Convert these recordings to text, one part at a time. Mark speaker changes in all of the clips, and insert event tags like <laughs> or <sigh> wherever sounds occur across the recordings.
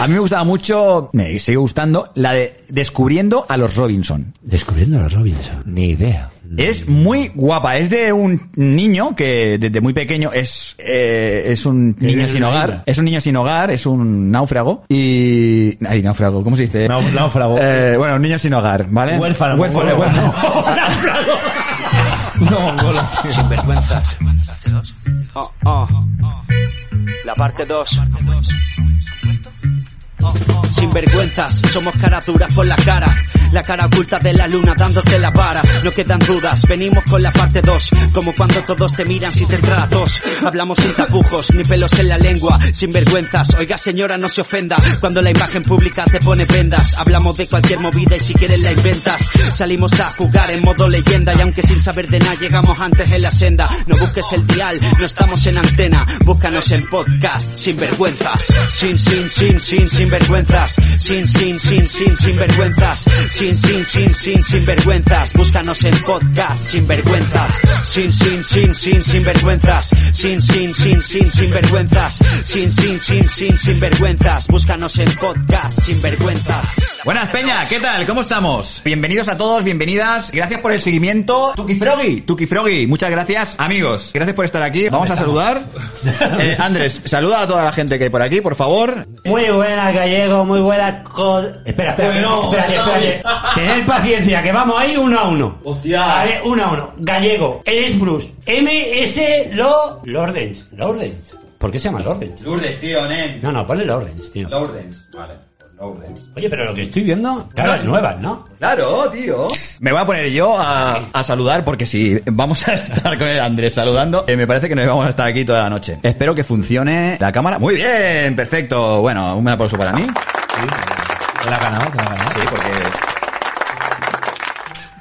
Speaker 1: A mí me gustaba mucho, me sigue gustando, la de Descubriendo a los Robinson.
Speaker 2: Descubriendo a los Robinson. Ni idea.
Speaker 1: Es muy guapa, es de un niño que desde muy pequeño es, eh, es un niño
Speaker 2: es
Speaker 1: sin
Speaker 2: una
Speaker 1: hogar,
Speaker 2: isla.
Speaker 1: es un niño sin hogar, es un náufrago y... Ay, náufrago, ¿cómo se dice?
Speaker 2: Nau- náufrago.
Speaker 1: Eh, bueno, un niño sin hogar, ¿vale?
Speaker 2: Huérfano.
Speaker 1: Huérfano, huérfano.
Speaker 2: <laughs>
Speaker 3: Sinvergüenzas. Oh, oh. La parte 2. Sinvergüenzas, somos caras duras por la cara. La cara oculta de la luna dándote la vara. No quedan dudas, venimos con la parte 2. Como cuando todos te miran si te tratos. Hablamos sin tapujos, ni pelos en la lengua. Sinvergüenzas, oiga señora, no se ofenda. Cuando la imagen pública te pone vendas. Hablamos de cualquier movida y si quieres la inventas. Salimos a jugar en modo leyenda. Y aunque sin saber de nada llegamos antes en la senda. No busques el dial, no estamos en antena. Búscanos en podcast, sinvergüenzas. Sin, sin, sin, sin, sinvergüenzas. Sin, sin, sin, sin, sinvergüenzas. Sin, sin, sin, sin, sinvergüenzas. Búscanos en podcast, sinvergüenzas. Sin, sin, sin, sin, sinvergüenzas. Sin, sin, sin, sin, sinvergüenzas. Sin, sin, sin, sin, sinvergüenzas. Búscanos en podcast, sinvergüenzas.
Speaker 1: Buenas Peña, ¿qué tal? ¿Cómo estamos? Bienvenidos a todos, bienvenidas. Gracias por el seguimiento. Tuki Froggy, Tuki Froggy, muchas gracias. Amigos, gracias por estar aquí. Vamos a <laughs> saludar. Eh, Andrés, saluda a toda la gente que hay por aquí, por favor.
Speaker 2: Muy buena, gallego, muy buena. co- Espera, espera,
Speaker 1: Bueno,
Speaker 2: espérate, espérate. Tened paciencia, que vamos ahí uno a uno.
Speaker 1: Hostia.
Speaker 2: A ver, uno a uno. Gallego, es Bruce. MS Lo. Lordens. Lordens. ¿Por qué se llama Lordens?
Speaker 1: Lourdes, tío, nen.
Speaker 2: No, no, ponle Lordens, tío.
Speaker 1: Lourdes, vale. pues Lourdes.
Speaker 2: Oye, pero lo que estoy viendo, claro, es nuevas, ¿no?
Speaker 1: Claro, tío. Me voy a poner yo a, a saludar porque si vamos a <laughs> estar con el Andrés saludando, eh, me parece que nos vamos a estar aquí toda la noche. Espero que funcione la cámara. Muy bien, perfecto. Bueno, un aplauso para mí.
Speaker 2: Te la ha ganado, te la ha ganado.
Speaker 1: Sí, porque... <laughs>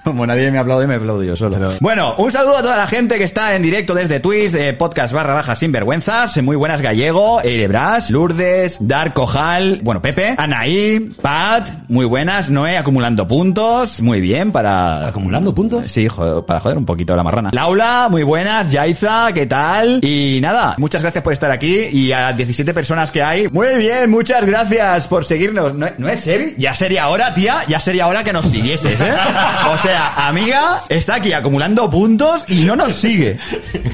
Speaker 1: Como nadie me aplaude, me aplaudo yo solo. Bueno, un saludo a toda la gente que está en directo desde Twitch, eh, podcast barra baja sinvergüenzas, muy buenas Gallego, Erebras, Lourdes, Dark Cojal, bueno, Pepe, Anaí, Pat, muy buenas, Noé acumulando puntos, muy bien para...
Speaker 2: Acumulando puntos.
Speaker 1: Sí, joder, para joder un poquito la marrana. Laura, muy buenas. Yaiza, ¿qué tal? Y nada, muchas gracias por estar aquí y a las 17 personas que hay. Muy bien, muchas gracias por seguirnos. ¿No, no es Sebi? Ya sería hora, tía, ya sería hora que nos siguieses, ¿eh? O sea, amiga está aquí acumulando puntos y no nos sigue.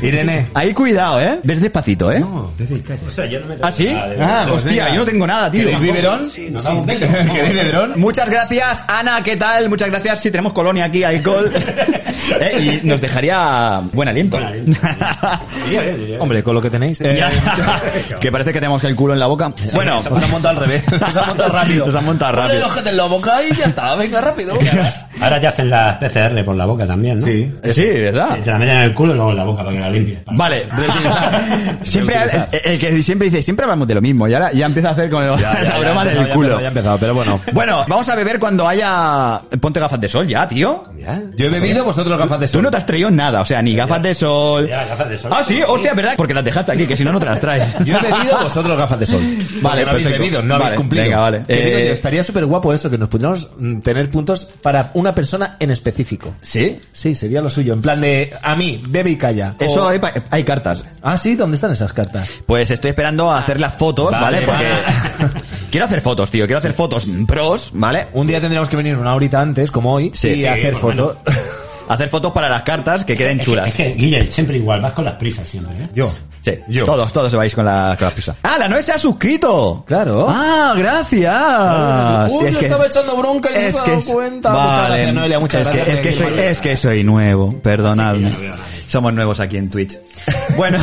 Speaker 4: Irene.
Speaker 1: Ahí cuidado, ¿eh? Ves despacito, ¿eh?
Speaker 2: Oh,
Speaker 4: No, bebé, calla.
Speaker 2: O sea, yo no me
Speaker 1: ¿Ah, sí?
Speaker 4: Ah, pues
Speaker 1: Hostia,
Speaker 4: venga.
Speaker 1: yo no tengo nada, tío.
Speaker 4: ¿Queréis biberón?
Speaker 2: nos damos un beso.
Speaker 4: ¿Queréis biberón?
Speaker 1: Muchas gracias, Ana, ¿qué tal? Muchas gracias. Si tenemos colonia aquí,
Speaker 4: <laughs>
Speaker 1: alcohol. Eh, Y nos dejaría buen aliento.
Speaker 2: Buen aliento,
Speaker 4: Hombre, con lo que tenéis.
Speaker 2: eh.
Speaker 1: Ya.
Speaker 2: <laughs>
Speaker 1: <laughs> que parece que tenemos el culo en la boca.
Speaker 4: <laughs>
Speaker 1: Bueno,
Speaker 2: pues
Speaker 4: nos han montado al revés. Nos han montado
Speaker 1: <laughs>
Speaker 4: rápido.
Speaker 1: Nos han montado rápido.
Speaker 4: Ponle el ojete en la boca y ya está. Venga, rápido.
Speaker 2: Ahora ya hacen la PCR por la boca también, ¿no?
Speaker 4: Sí.
Speaker 1: sí, ¿verdad?
Speaker 2: Te la meten en el culo y luego en la boca para que la limpie.
Speaker 4: <laughs>
Speaker 1: Vale, siempre
Speaker 4: Reutilizar.
Speaker 1: el que siempre dice, siempre hablamos de lo mismo y ahora ya empieza a hacer con <laughs> el-
Speaker 4: Ya, ya,
Speaker 1: la
Speaker 4: ya,
Speaker 1: broma
Speaker 4: ya
Speaker 1: del
Speaker 4: empezado, ya
Speaker 1: culo.
Speaker 4: empezado, Ya ha empezado, pero bueno.
Speaker 1: Bueno, vamos a beber cuando haya ponte gafas de sol ya, tío.
Speaker 4: Yo he bebido, vosotros gafas de
Speaker 1: Tú
Speaker 4: sol.
Speaker 1: no te has traído nada, o sea, ni gafas de sol.
Speaker 2: Ya, las gafas de sol.
Speaker 1: Ah, sí, hostia, ¿verdad? Porque las dejaste aquí, que si no, no te las <laughs> traes.
Speaker 4: Yo he bebido, vosotros gafas <laughs> de sol.
Speaker 1: Vale,
Speaker 4: Porque no habéis
Speaker 1: perfecto.
Speaker 4: bebido, no
Speaker 1: Vale,
Speaker 4: habéis cumplido.
Speaker 1: venga, vale.
Speaker 4: Que digo
Speaker 1: Eh,
Speaker 4: yo, estaría súper guapo eso, que nos pudiéramos mm, tener puntos para una persona en específico.
Speaker 1: ¿Sí?
Speaker 4: Sí, sería lo suyo. En plan de, a mí, bebe y calla. O-
Speaker 1: Eso hay, pa- hay cartas.
Speaker 4: Ah, sí, ¿dónde están esas cartas?
Speaker 1: Pues estoy esperando a hacer las fotos, ¿vale?
Speaker 4: Vale,
Speaker 1: Porque
Speaker 4: vale.
Speaker 1: <laughs> quiero hacer fotos, tío. Quiero hacer fotos pros, ¿vale?
Speaker 4: Un día tendríamos que venir una horita antes, como hoy,
Speaker 1: Sí,
Speaker 4: y
Speaker 1: sí,
Speaker 4: hacer
Speaker 2: por
Speaker 4: fotos.
Speaker 1: <laughs> Hacer fotos para las cartas que queden
Speaker 2: Es que,
Speaker 1: chulas.
Speaker 2: es que, Guille, siempre igual, vas con las prisas siempre, ¿eh?
Speaker 4: Yo.
Speaker 1: Sí,
Speaker 4: Yo.
Speaker 1: todos, todos se vais con la, con la prisa. ¡Ah, la Noé se ha suscrito!
Speaker 4: Claro.
Speaker 1: ¡Ah, gracias!
Speaker 4: Uy, yo estaba echando bronca y no me he dado cuenta. Muchas gracias, Noelia, muchas
Speaker 1: es
Speaker 4: gracias.
Speaker 1: Que, es, que soy, es que soy nuevo, perdonadme. Somos nuevos aquí en
Speaker 4: <laughs>
Speaker 1: Twitch. Bueno,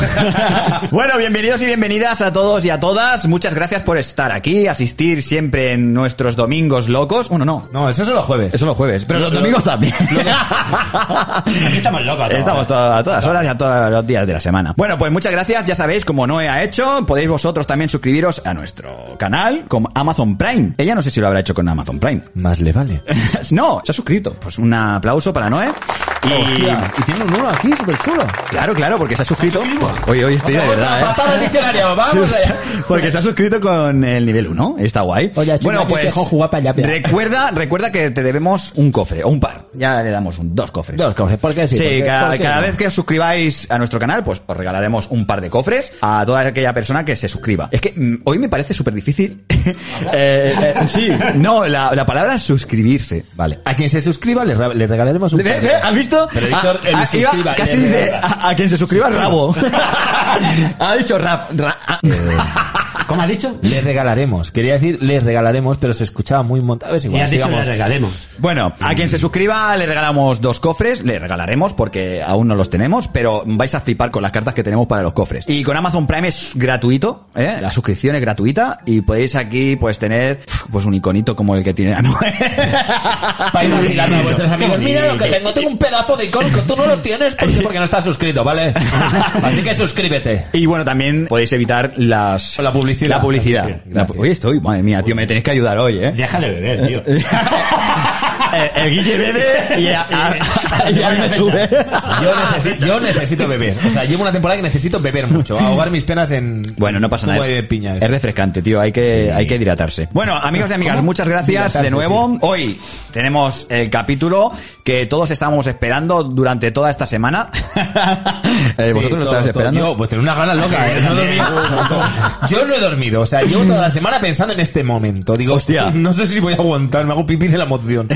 Speaker 1: <laughs> bueno, bienvenidos y bienvenidas a todos y a todas. Muchas gracias por estar aquí, asistir siempre en nuestros domingos locos. Bueno, no.
Speaker 4: No, eso es los jueves.
Speaker 1: Eso los jueves, pero los
Speaker 4: Lo-
Speaker 1: domingos también.
Speaker 2: Aquí estamos locos. ¿no?
Speaker 1: <laughs> Estamos to- a todas horas y a todos los días de la semana. Bueno, pues muchas gracias. Ya sabéis, como Noé ha hecho, podéis vosotros también suscribiros a nuestro canal con Amazon Prime. Ella no sé si lo habrá hecho con Amazon Prime.
Speaker 4: Más le vale.
Speaker 1: <laughs> no, se ha suscrito. Pues un aplauso para Noé. Y
Speaker 4: Hostia, y tiene un uno aquí, súper chulo.
Speaker 1: claro, claro, porque se ha suscrito. Oye, oye, estoy de verdad, ¿eh? <laughs>
Speaker 4: diccionario,
Speaker 1: Sí, Porque se ha suscrito con el nivel 1, está guay. pues,
Speaker 4: Oye, chula, que te dejo jugar pa' allá, mira.
Speaker 1: recuerda, recuerda que te debemos un cofre o un par. Ya le damos un, dos cofres.
Speaker 4: Dos cofres, ¿por qué sí?
Speaker 1: Sí,
Speaker 4: ¿Por qué-
Speaker 1: cada,
Speaker 4: por qué
Speaker 1: cada
Speaker 4: no?
Speaker 1: vez que os suscribáis a nuestro canal, pues os regalaremos un par de cofres a toda aquella persona que se suscriba. Es que mm, hoy me parece súper difícil. <laughs> Eh, eh, sí, no, la, la palabra es suscribirse.
Speaker 4: Vale, a quien se suscriba le, ra- le regalaremos un
Speaker 1: ¿Ve-
Speaker 4: par de-
Speaker 1: ve? ¿Has visto? Ah.
Speaker 4: Pero he dicho el
Speaker 1: iba-
Speaker 4: suscriba,
Speaker 1: casi
Speaker 4: le-
Speaker 1: dice,
Speaker 4: le-
Speaker 1: a, a quien se suscriba
Speaker 4: <laughs>
Speaker 1: rabo. ha dicho rap. ra- ah.
Speaker 4: Eh.
Speaker 2: ¿Cómo has dicho?
Speaker 4: Les regalaremos. Quería decir les regalaremos, pero se escuchaba muy montado. Es
Speaker 2: Y
Speaker 4: igual,
Speaker 2: has dicho
Speaker 4: sigamos.
Speaker 2: le regalemos.
Speaker 1: Bueno, a quien se suscriba le regalamos dos cofres, le regalaremos porque aún no los tenemos, pero vais a flipar con las cartas que tenemos para los cofres. Y con Amazon Prime es gratuito, ¿eh? la suscripción es gratuita y podéis aquí pues tener pues un iconito como el que tiene Anoé.
Speaker 4: Para ir mirando a vuestros
Speaker 2: Qué
Speaker 4: amigos.
Speaker 2: bonito.
Speaker 4: Mira lo que tengo, tengo un pedazo de icono que tú no lo tienes porque, porque no estás
Speaker 1: <laughs>
Speaker 4: suscrito, ¿vale? Así que suscríbete.
Speaker 1: <laughs> y bueno, también podéis evitar las...
Speaker 4: La publicidad.
Speaker 1: La publicidad.
Speaker 4: La
Speaker 1: La pu- Oye, estoy, madre mía, tío, me tenéis que ayudar hoy, ¿eh?
Speaker 2: Deja de beber,
Speaker 4: <laughs>
Speaker 2: tío.
Speaker 1: <laughs> Eh, el Guille bebe y a- a- y a mí me sube.
Speaker 4: Yo necesito, yo necesito beber. O sea, llevo una temporada que necesito beber mucho. Ahogar mis penas en.
Speaker 1: Bueno, no pasa
Speaker 4: zumo
Speaker 1: nada.
Speaker 4: de piña. eh.
Speaker 1: Es refrescante, tío. Hay que, hay que hidratarse. Bueno, amigos y amigas, muchas gracias
Speaker 4: Hidratarse,
Speaker 1: de nuevo. Hoy tenemos el capítulo que todos estábamos esperando durante toda esta semana. <laughs> Eh,
Speaker 4: Sí,
Speaker 1: ¿Vosotros lo
Speaker 4: todos,
Speaker 1: estabais
Speaker 4: todos.
Speaker 1: esperando?
Speaker 4: Yo, pues tenía unas ganas locas. ¿eh?
Speaker 1: <laughs>
Speaker 4: No dormí. Yo no he dormido. O sea, llevo toda la semana pensando en este momento. Digo,
Speaker 1: Hostia.
Speaker 4: no sé si voy a aguantar. Me hago pipí de
Speaker 1: <laughs>
Speaker 4: la emoción.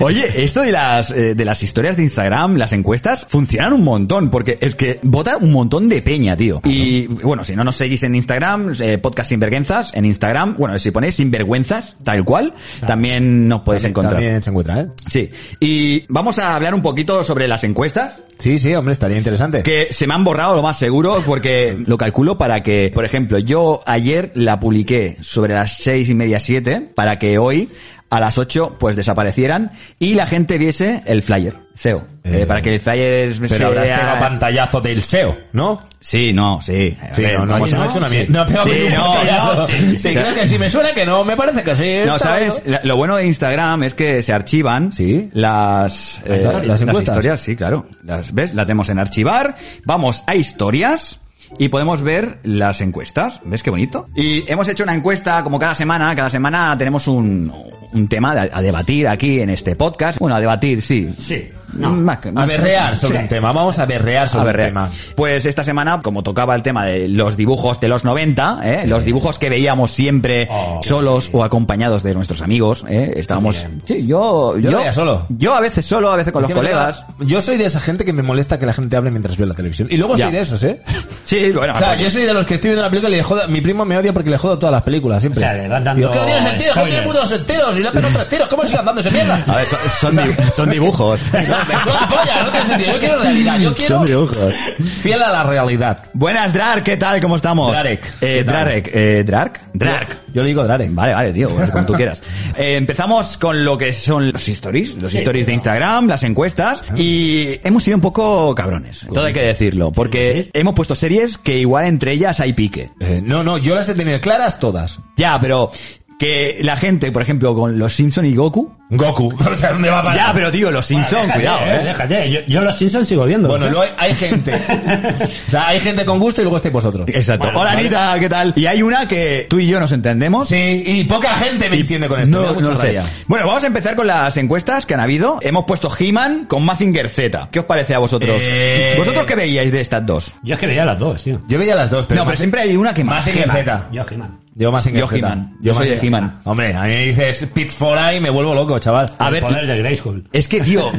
Speaker 1: Oye, esto de las, eh, de las historias de Instagram, las encuestas, funcionan un montón, porque es que vota un montón de peña, tío. Y bueno, si no nos seguís en Instagram, eh, podcast sinvergüenzas, en Instagram, bueno, si ponéis sinvergüenzas, tal cual, también nos podéis encontrar.
Speaker 4: También se encuentra, ¿eh?
Speaker 1: Sí, y vamos a hablar un poquito sobre las encuestas,
Speaker 4: Sí, sí, hombre, estaría interesante.
Speaker 1: que se me han borrado lo más seguro, porque lo calculo para que, por ejemplo, yo ayer la publiqué sobre las seis y media, siete, para que hoy a las ocho pues desaparecieran y la gente viese el flyer, SEO, eh,
Speaker 4: Eh,
Speaker 1: para que el flyer
Speaker 4: Pero habrás
Speaker 1: sea-
Speaker 4: pegado pantallazo del SEO, ¿no?
Speaker 1: Sí, no, sí. A
Speaker 4: Sí,
Speaker 1: ver,
Speaker 4: no, no, hemos
Speaker 1: oye,
Speaker 4: hecho una
Speaker 1: sí.
Speaker 4: mierda. No ha pegado
Speaker 1: Sí,
Speaker 4: ningún
Speaker 1: no,
Speaker 4: pantallazo.
Speaker 1: no, sí.
Speaker 4: Sí,
Speaker 1: O sea-
Speaker 4: creo que sí, me suena que no, me parece que sí.
Speaker 1: No,
Speaker 4: está
Speaker 1: ¿sabes?
Speaker 4: bien.
Speaker 1: La- Lo bueno de Instagram es que se archivan
Speaker 4: Sí.
Speaker 1: las, eh,
Speaker 4: claro, las
Speaker 1: las,
Speaker 4: encuestas.
Speaker 1: historias, sí, claro. Las ves, las tenemos en archivar, vamos a historias y podemos ver las encuestas. ¿Ves qué bonito? Y hemos hecho una encuesta como cada semana, cada semana tenemos un, un tema de- a debatir aquí en este podcast. Bueno, a debatir, sí.
Speaker 2: Sí.
Speaker 1: No. Más que-
Speaker 4: A
Speaker 1: más-
Speaker 4: berrear sobre
Speaker 1: Sí.
Speaker 4: un tema. Vamos a berrear sobre
Speaker 1: A ver,
Speaker 4: un
Speaker 1: real.
Speaker 4: tema.
Speaker 1: Pues esta semana, como tocaba el tema de los dibujos de los 90, ¿eh? los dibujos que veíamos siempre
Speaker 2: Oh,
Speaker 1: solos o acompañados de nuestros amigos, ¿eh? estábamos... Sí, yo,
Speaker 4: Yo lo veía solo.
Speaker 1: Yo a veces solo, a veces con los
Speaker 4: Es que me
Speaker 1: colegas.
Speaker 4: da- Yo soy de esa gente que me molesta que la gente hable mientras veo la televisión. Y luego
Speaker 1: Ya.
Speaker 4: soy de esos, ¿eh?
Speaker 1: Sí, bueno.
Speaker 4: O sea, yo soy de los que estoy viendo una película y le jodo, mi primo me odia porque le jodo todas las películas siempre.
Speaker 2: O sea, le vas dando
Speaker 4: Yo, que no tiene sentido, que no tiene
Speaker 2: spoiler.
Speaker 4: putos sentido, si le pegan tres tiros, ¿cómo sigan dándose mierda? <laughs>
Speaker 1: A ver, son, son di- son dibujos.
Speaker 4: Me suda polla, no tiene sentido, yo quiero realidad, yo quiero
Speaker 1: son dibujos.
Speaker 4: fiel a la realidad.
Speaker 1: Buenas, Drark, ¿qué tal? ¿Cómo estamos?
Speaker 4: Drarek.
Speaker 1: Eh,
Speaker 4: ¿Qué tal?
Speaker 1: Drarek. Eh, ¿Drark? Drark.
Speaker 4: Yo le digo Draren.
Speaker 1: Vale, vale, tío, pues, como tú
Speaker 4: <laughs>
Speaker 1: quieras. Eh, empezamos con lo que son los stories, los stories de Instagram, las encuestas,
Speaker 4: Ah.
Speaker 1: y hemos sido un poco cabrones, todo hay que decirlo, porque hemos puesto series que igual entre ellas hay pique.
Speaker 4: Eh, no, no, yo las he tenido claras todas.
Speaker 1: Ya, pero que la gente, por ejemplo, con los Simpson y Goku.
Speaker 4: Goku, <laughs> o sea, ¿dónde va a parar?
Speaker 1: Ya, pero tío, los Simpson,
Speaker 2: Déjate,
Speaker 1: cuidado,
Speaker 2: eh,
Speaker 1: eh.
Speaker 2: Déjate, yo, yo los Simpsons sigo viendo.
Speaker 4: <laughs> Bueno, luego hay, hay gente. O sea, hay gente con gusto y luego estáis vosotros.
Speaker 1: Exacto.
Speaker 2: Bueno,
Speaker 1: Hola,
Speaker 2: vale.
Speaker 1: Anita, ¿qué tal? Y hay una que tú y yo nos entendemos.
Speaker 4: Sí, y poca gente me entiende con esto. me da mucha
Speaker 1: lo sé.
Speaker 4: rabia.
Speaker 1: Bueno, vamos a empezar con las encuestas que han habido. Hemos puesto He-Man con Mazinger Z. ¿Qué os parece a vosotros?
Speaker 4: Eh.
Speaker 1: ¿Vosotros qué veíais de estas dos?
Speaker 2: Yo es que veía las dos, tío.
Speaker 4: Yo veía las dos, pero.
Speaker 1: no, pero siempre hay una que más.
Speaker 4: Más en Z.
Speaker 2: Yo, He-Man.
Speaker 4: Yo más en
Speaker 1: Yo
Speaker 4: Z.
Speaker 1: He-Man. Yo soy
Speaker 4: más
Speaker 1: de
Speaker 4: en-
Speaker 1: He-Man.
Speaker 4: Hombre, a mí me dices Pitfora y me vuelvo loco, chaval.
Speaker 1: A
Speaker 2: El
Speaker 1: ver,
Speaker 2: poder de Grayskull.
Speaker 1: Es que,
Speaker 4: <laughs>
Speaker 1: tío,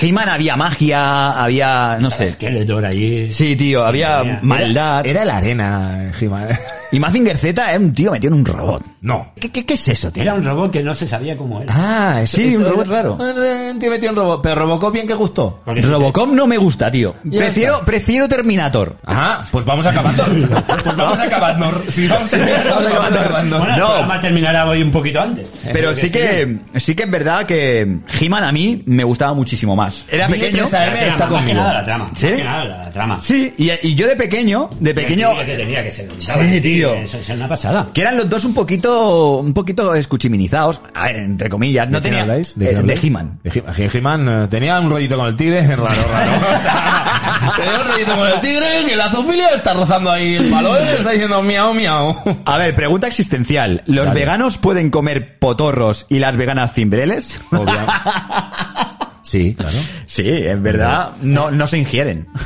Speaker 1: He-Man había magia, había, no sé.
Speaker 4: Eh.
Speaker 2: Skeletor ahí.
Speaker 1: Sí, tío, había
Speaker 2: Madre mía.
Speaker 1: maldad.
Speaker 4: Era la arena, He-Man.
Speaker 1: Y Mazinger Z es un tío metido en un robot.
Speaker 4: No.
Speaker 1: ¿Qué, qué, qué es eso, tío?
Speaker 2: Era un robot que no se sabía cómo era.
Speaker 4: Ah, eso-
Speaker 1: Sí, un
Speaker 4: eso-
Speaker 1: robot raro.
Speaker 4: Ah, Tío, metió un robot. Pero Robocop bien que gustó.
Speaker 2: Porque-
Speaker 1: Robocop no me gusta, tío.
Speaker 4: Ya
Speaker 1: Prefiero, prefiero Terminator.
Speaker 4: Ah, pues vamos acabando. pues vamos acabando. Sí, vamos, vamos acabando.
Speaker 2: Bueno, el
Speaker 1: No.
Speaker 2: programa terminará hoy un poquito antes.
Speaker 1: Pero sí que, sí que es verdad que He-Man a mí me gustaba muchísimo más. Era
Speaker 4: Bien
Speaker 1: pequeño.
Speaker 4: interesante.
Speaker 2: La trama,
Speaker 4: está
Speaker 2: más que
Speaker 4: conmigo.
Speaker 2: nada la trama.
Speaker 1: ¿Sí?
Speaker 2: Más que nada la, la trama.
Speaker 1: Sí, y, y yo de pequeño, de pequeño,
Speaker 2: Que tenía que ser.
Speaker 1: Sí, tío.
Speaker 2: Eso es una pasada.
Speaker 1: que eran los dos un poquito, un poquito escuchiminizados, a ver, entre comillas, no
Speaker 4: ¿De quién
Speaker 1: tenía,
Speaker 4: habláis?
Speaker 1: eh,
Speaker 4: quién
Speaker 1: de
Speaker 4: habláis?
Speaker 1: He-Man.
Speaker 4: De He- He- He-Man eh, tenía un rollito con el tigre, raro, raro. <laughs> O sea, tenía un rollito con el tigre que la zoofilia está rozando ahí el palo y está diciendo miau, miau.
Speaker 1: A ver, pregunta existencial. ¿Los
Speaker 4: Dale.
Speaker 1: veganos pueden comer potorros y las veganas cimbreles?
Speaker 4: Obvio. Sí, claro.
Speaker 1: Sí, en verdad, no, no se ingieren. <laughs>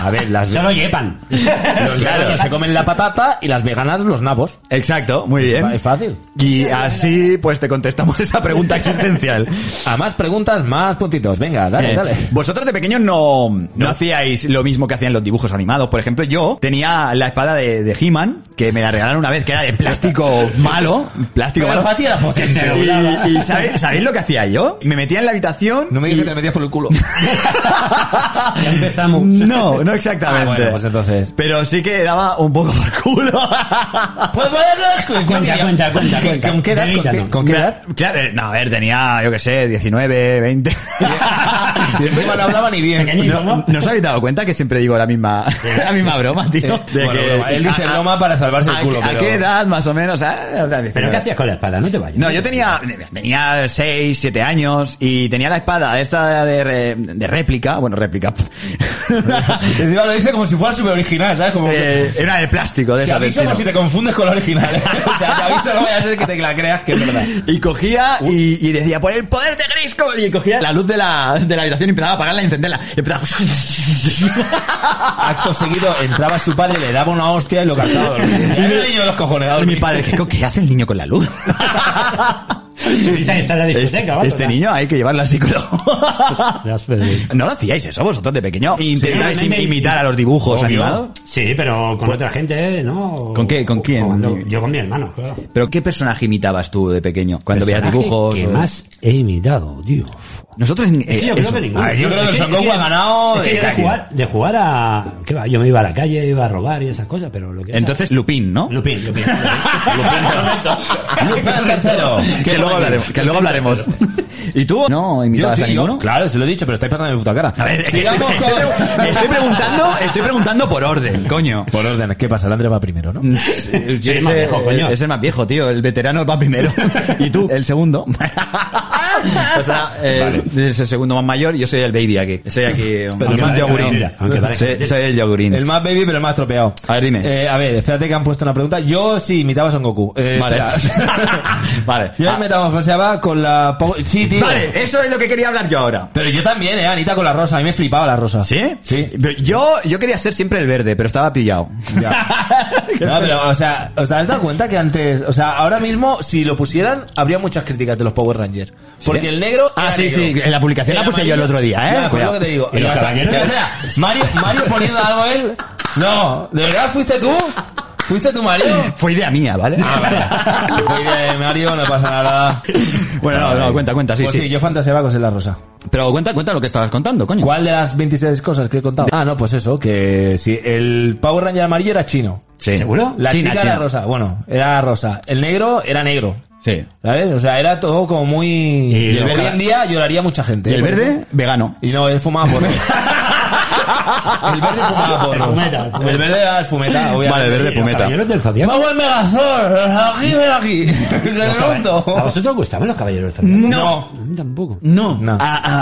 Speaker 4: A ver, las
Speaker 2: Solo llevan.
Speaker 4: los veganos se comen la patata y las veganas los nabos.
Speaker 1: Exacto, muy bien.
Speaker 4: Es fácil.
Speaker 1: Y así, pues te contestamos <laughs> esa pregunta existencial.
Speaker 4: A más preguntas, más puntitos. Venga, dale,
Speaker 1: Eh,
Speaker 4: dale.
Speaker 1: Vosotros de pequeños no, no, hacíais lo mismo que hacían los dibujos animados. Por ejemplo, yo tenía la espada de, de He-Man, que me la regalaron una vez, que era de
Speaker 4: <laughs>
Speaker 1: plástico malo. Plástico
Speaker 4: Pero
Speaker 1: malo.
Speaker 4: para ti era potente.
Speaker 1: Y, y ¿sabéis, sabéis lo que hacía yo? Me metía en la habitación.
Speaker 4: No me
Speaker 1: y-
Speaker 4: digas que te metías por el culo.
Speaker 2: Ya empezamos.
Speaker 1: <laughs> No, no exactamente.
Speaker 4: Ah, bueno, pues entonces.
Speaker 1: Pero sí que daba un poco por culo.
Speaker 4: Pues bueno,
Speaker 2: Cuenta, cuenta, cuenta,
Speaker 4: ¿Con,
Speaker 2: cuenta.
Speaker 4: con qué edad? ¿Con qué-
Speaker 2: Delítanos.
Speaker 4: con qué edad?
Speaker 1: Claro, eh, no, a ver, tenía, yo qué sé, 19, 20.
Speaker 4: <laughs>
Speaker 1: <laughs>
Speaker 4: Y encima no hablaba ni bien.
Speaker 2: Pequeñito, ¿no?
Speaker 1: ¿No os habéis dado cuenta que siempre digo la misma, la misma broma, tío? Eh, De
Speaker 4: Eh, Bueno,
Speaker 1: que-
Speaker 4: broma, él dice
Speaker 1: a- a-
Speaker 4: broma para salvarse el
Speaker 1: ¿A,
Speaker 4: culo,
Speaker 1: qué- a
Speaker 4: pero-
Speaker 1: qué edad más o menos? Ah, o sea,
Speaker 2: Pero
Speaker 1: 19.
Speaker 2: ¿qué hacías con la espada? No te vayas.
Speaker 1: No, yo tenía, tenía 6, 7 años y tenía la espada esta de, re- de réplica, bueno, réplica. <laughs> pf.
Speaker 4: Encima lo dice como si fuera súper original, ¿sabes? Como que-
Speaker 1: Eh, era de plástico, de
Speaker 4: te
Speaker 1: esa
Speaker 4: aviso por si te confundes con la original. <laughs> ¿eh? o sea, te aviso, no vaya a ser que te la creas que es verdad.
Speaker 1: Y cogía y, y decía, por el poder de Grayskull. Y cogía la luz de la, de la habitación y empezaba a apagarla y encenderla. Y empezaba... <laughs>
Speaker 4: Acto seguido entraba su padre, le daba una hostia y lo cantaba. Y el niño de los cojones. a
Speaker 1: Y mi
Speaker 4: dormir.
Speaker 1: padre, ¿qué, co- qué hace el niño con la luz?
Speaker 2: Esa está en la discoteca,
Speaker 1: Este,
Speaker 2: vato,
Speaker 1: este
Speaker 2: la-
Speaker 1: niño hay que llevarlo al psicólogo.
Speaker 4: <laughs>
Speaker 2: la has perdido.
Speaker 1: ¿No lo hacíais eso vosotros de pequeño? ¿Intentáis
Speaker 2: realmente-
Speaker 1: imitar a los dibujos
Speaker 4: Obvio.
Speaker 1: animados? Pues-
Speaker 2: Sí, pero con otra gente, ¿eh? ¿no?
Speaker 1: ¿Con qué? ¿Con quién?
Speaker 2: yo, yo con mi hermano, claro.
Speaker 1: ¿Pero qué personaje imitabas tú de pequeño? Cuando veías
Speaker 2: Personaje
Speaker 1: dibujos...
Speaker 2: que
Speaker 1: o-
Speaker 2: más he imitado, tío.
Speaker 1: Nosotros... en-
Speaker 2: Es que
Speaker 1: eh,
Speaker 2: yo creo
Speaker 1: eso.
Speaker 2: que ninguno.
Speaker 4: Ah, yo creo que
Speaker 2: Es
Speaker 4: Son Goku
Speaker 2: es
Speaker 4: ha ganado
Speaker 2: es
Speaker 1: eh,
Speaker 2: que
Speaker 4: de
Speaker 2: yo de,
Speaker 4: calle.
Speaker 2: jugar, de jugar a... ¿Qué va? Yo me iba a la calle, iba a robar y esas cosas, pero lo que... era-
Speaker 1: Entonces, Lupín, ¿no? <laughs> este
Speaker 2: Lupín, Lupín. Lupín,
Speaker 4: Lupin tercero.
Speaker 1: <laughs> Que luego hablaremos. Que luego hablaremos. ¿Y tú? ¿No
Speaker 4: Yo
Speaker 1: imitabas
Speaker 4: sí,
Speaker 1: a
Speaker 4: yo-
Speaker 1: ninguno?
Speaker 4: claro, se lo he dicho, pero estáis pasando de puta cara.
Speaker 1: A ver,
Speaker 4: sigamos
Speaker 1: <laughs> estoy,
Speaker 4: con...
Speaker 1: estoy preguntando, estoy preguntando por orden, coño.
Speaker 4: Por orden, ¿qué pasa? El André va primero,
Speaker 1: Mm.
Speaker 4: ¿no?
Speaker 1: <laughs> Yo
Speaker 2: el más viejo, coño.
Speaker 1: Es el más viejo, tío. El veterano va primero. Y tú, el segundo. o sea, eh, es el segundo más mayor y yo soy el baby aquí. Soy aquí un,
Speaker 2: Pero
Speaker 1: un
Speaker 2: parece
Speaker 1: yogurín.
Speaker 2: mentira, aunque parece
Speaker 1: Soy,
Speaker 2: mentira.
Speaker 1: soy el yogurín.
Speaker 4: El más baby, pero el más tropeado.
Speaker 1: A ver, dime.
Speaker 4: Eh, a ver, espérate que han puesto una pregunta. Yo sí imitaba a Son Goku. Eh,
Speaker 1: Vale. <laughs>
Speaker 4: espera.
Speaker 1: vale.
Speaker 4: Yo me
Speaker 1: Ah,
Speaker 4: metamorfoseaba con la... po- Sí, tío.
Speaker 1: vale, eso es lo que quería hablar yo ahora.
Speaker 4: Pero yo también, eh, Anita, con la rosa. A mí me flipaba la rosa.
Speaker 1: ¿Sí?
Speaker 4: Sí.
Speaker 1: Pero Yo, yo quería ser siempre el verde, pero estaba pillado. <laughs>
Speaker 4: No, pero, o sea, ¿os has dado cuenta que antes... O sea, ahora mismo, si lo pusieran, habría muchas críticas de los Power Rangers. Porque el negro...
Speaker 1: Ah,
Speaker 4: era
Speaker 1: sí,
Speaker 4: negro.
Speaker 1: sí, en la publicación la
Speaker 4: El
Speaker 1: puse yo el
Speaker 4: amarillo-
Speaker 1: otro día, ¿eh?
Speaker 4: Ya, pues
Speaker 1: Cuidado.
Speaker 4: lo que te digo.
Speaker 1: ¿Y los
Speaker 4: Ya está.
Speaker 1: caballeros?
Speaker 4: Ya, espera. Mario, Mario poniendo algo él... No, ¿de verdad fuiste tú? ¿Fuiste tu Mario?
Speaker 1: Fue idea mía, ¿vale?
Speaker 4: Ah, vale. Si fue idea de Mario, no pasa nada.
Speaker 1: Bueno, no, no, cuenta, cuenta, sí,
Speaker 4: Pues
Speaker 1: sí.
Speaker 4: yo fantaseaba con ser la rosa.
Speaker 1: Pero cuenta, cuenta lo que estabas contando, coño.
Speaker 4: ¿Cuál de las 26 cosas que he contado? Ah, no, pues eso, que si el Power Ranger amarillo era chino.
Speaker 1: Sí. ¿Seguro?
Speaker 4: La
Speaker 1: China,
Speaker 4: chica
Speaker 1: China.
Speaker 4: era rosa, bueno, era rosa. El negro era negro.
Speaker 1: Sí.
Speaker 4: ¿Sabes? O sea, era todo como muy...
Speaker 1: el
Speaker 4: hoy
Speaker 1: verde?
Speaker 4: en día lloraría mucha gente.
Speaker 1: ¿Y el
Speaker 4: ¿eh? Por eso.
Speaker 1: verde? Vegano.
Speaker 4: Y no, él fumaba
Speaker 1: <laughs>
Speaker 4: porros. el verde fumaba porros.
Speaker 2: El fumeta, el fumeta.
Speaker 4: El verde era el fumeta, obviamente.
Speaker 1: Vale, el verde fumeta.
Speaker 2: Caballeros del Zodiaco.
Speaker 4: ¡Vamos al Megazord! ¡Aquí, ven aquí!
Speaker 1: <laughs>
Speaker 4: ¡Le
Speaker 2: ¿A
Speaker 4: pregunto!
Speaker 2: vosotros os gustaban los caballeros del Zodiaco?
Speaker 4: No.
Speaker 2: A mí tampoco.
Speaker 1: No,
Speaker 4: No.
Speaker 1: A,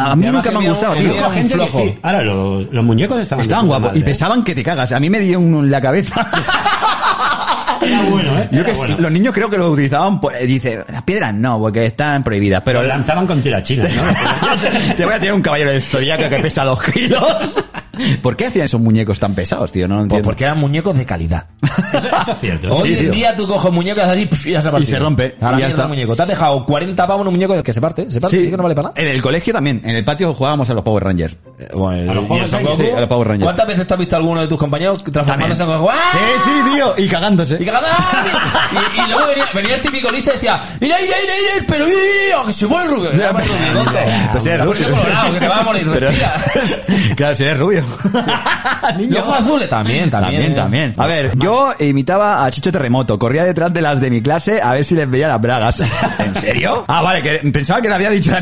Speaker 1: a- a mí
Speaker 4: Y además
Speaker 1: nunca me han
Speaker 4: había
Speaker 1: gustado,
Speaker 4: un-
Speaker 1: tío.
Speaker 4: había
Speaker 2: Había gente que
Speaker 4: flojo.
Speaker 2: sí. Ahora, los, los muñecos estaban...
Speaker 1: Estaban
Speaker 2: de puta
Speaker 1: guapos y
Speaker 2: madre, ¿eh?
Speaker 1: pesaban que te cagas. A mí me dio uno en la
Speaker 4: <laughs>
Speaker 1: cabeza.
Speaker 2: Era bueno, ¿eh?
Speaker 1: Yo
Speaker 2: Era
Speaker 1: que
Speaker 2: bueno.
Speaker 1: los niños creo que lo utilizaban, por- eh, dice, las piedras no, porque están prohibidas, pero
Speaker 2: Lo lanzaban con tirachinas, ¿no?
Speaker 1: <laughs> te voy a tirar un caballero del zodiaco que pesa dos
Speaker 4: <laughs>
Speaker 1: kilos. ¿Por qué hacían esos muñecos tan pesados, tío? No lo
Speaker 4: Pues
Speaker 1: entiendo.
Speaker 4: porque eran muñecos de calidad.
Speaker 2: Eso, eso es cierto. ¿eh?
Speaker 4: Hoy
Speaker 1: Sí,
Speaker 4: en
Speaker 1: tío.
Speaker 4: día tú coges muñecas así pf, y ya se ha partido.
Speaker 1: se rompe,
Speaker 4: A
Speaker 1: y
Speaker 4: la
Speaker 1: ya
Speaker 4: mierda
Speaker 1: está.
Speaker 4: el muñeco. Te has dejado 40 pavos en un muñeco que se parte. Se parte, sí, que no vale para nada.
Speaker 1: En el colegio también, en el patio jugábamos a los Power Rangers.
Speaker 4: Eh, Bueno,
Speaker 2: A los
Speaker 4: ¿y
Speaker 2: Power
Speaker 4: el Son
Speaker 2: Rangers,
Speaker 4: Goku?
Speaker 1: sí, a los Power Rangers.
Speaker 4: ¿Cuántas veces te has visto alguno de tus compañeros transformándose en Goku? ¡Ah!
Speaker 1: Sí, sí, tío. Y cagándose.
Speaker 4: Y, cagada,
Speaker 1: <laughs>
Speaker 4: y, y luego venía, venía el típico lista y decía, mira, mira, mira, mira, pero mira, mira, que se muere Rubio. Que
Speaker 1: <laughs>
Speaker 4: era más rubidote.
Speaker 1: Pues sí,
Speaker 4: Te
Speaker 1: era
Speaker 4: has puesto
Speaker 1: rubio.
Speaker 4: colorado, que te vas a morir,
Speaker 1: <laughs> Pero-
Speaker 4: respira.
Speaker 1: <laughs> claro, si eres rubio.
Speaker 4: Y ojos azules también, también. ¿eh?
Speaker 1: También, eh. también. A ver, yo imitaba a Chicho Terremoto, corría detrás de las de mi clase a ver si les veía las bragas. <laughs> ¿En serio? Ah, vale, que pensaba que le había dicho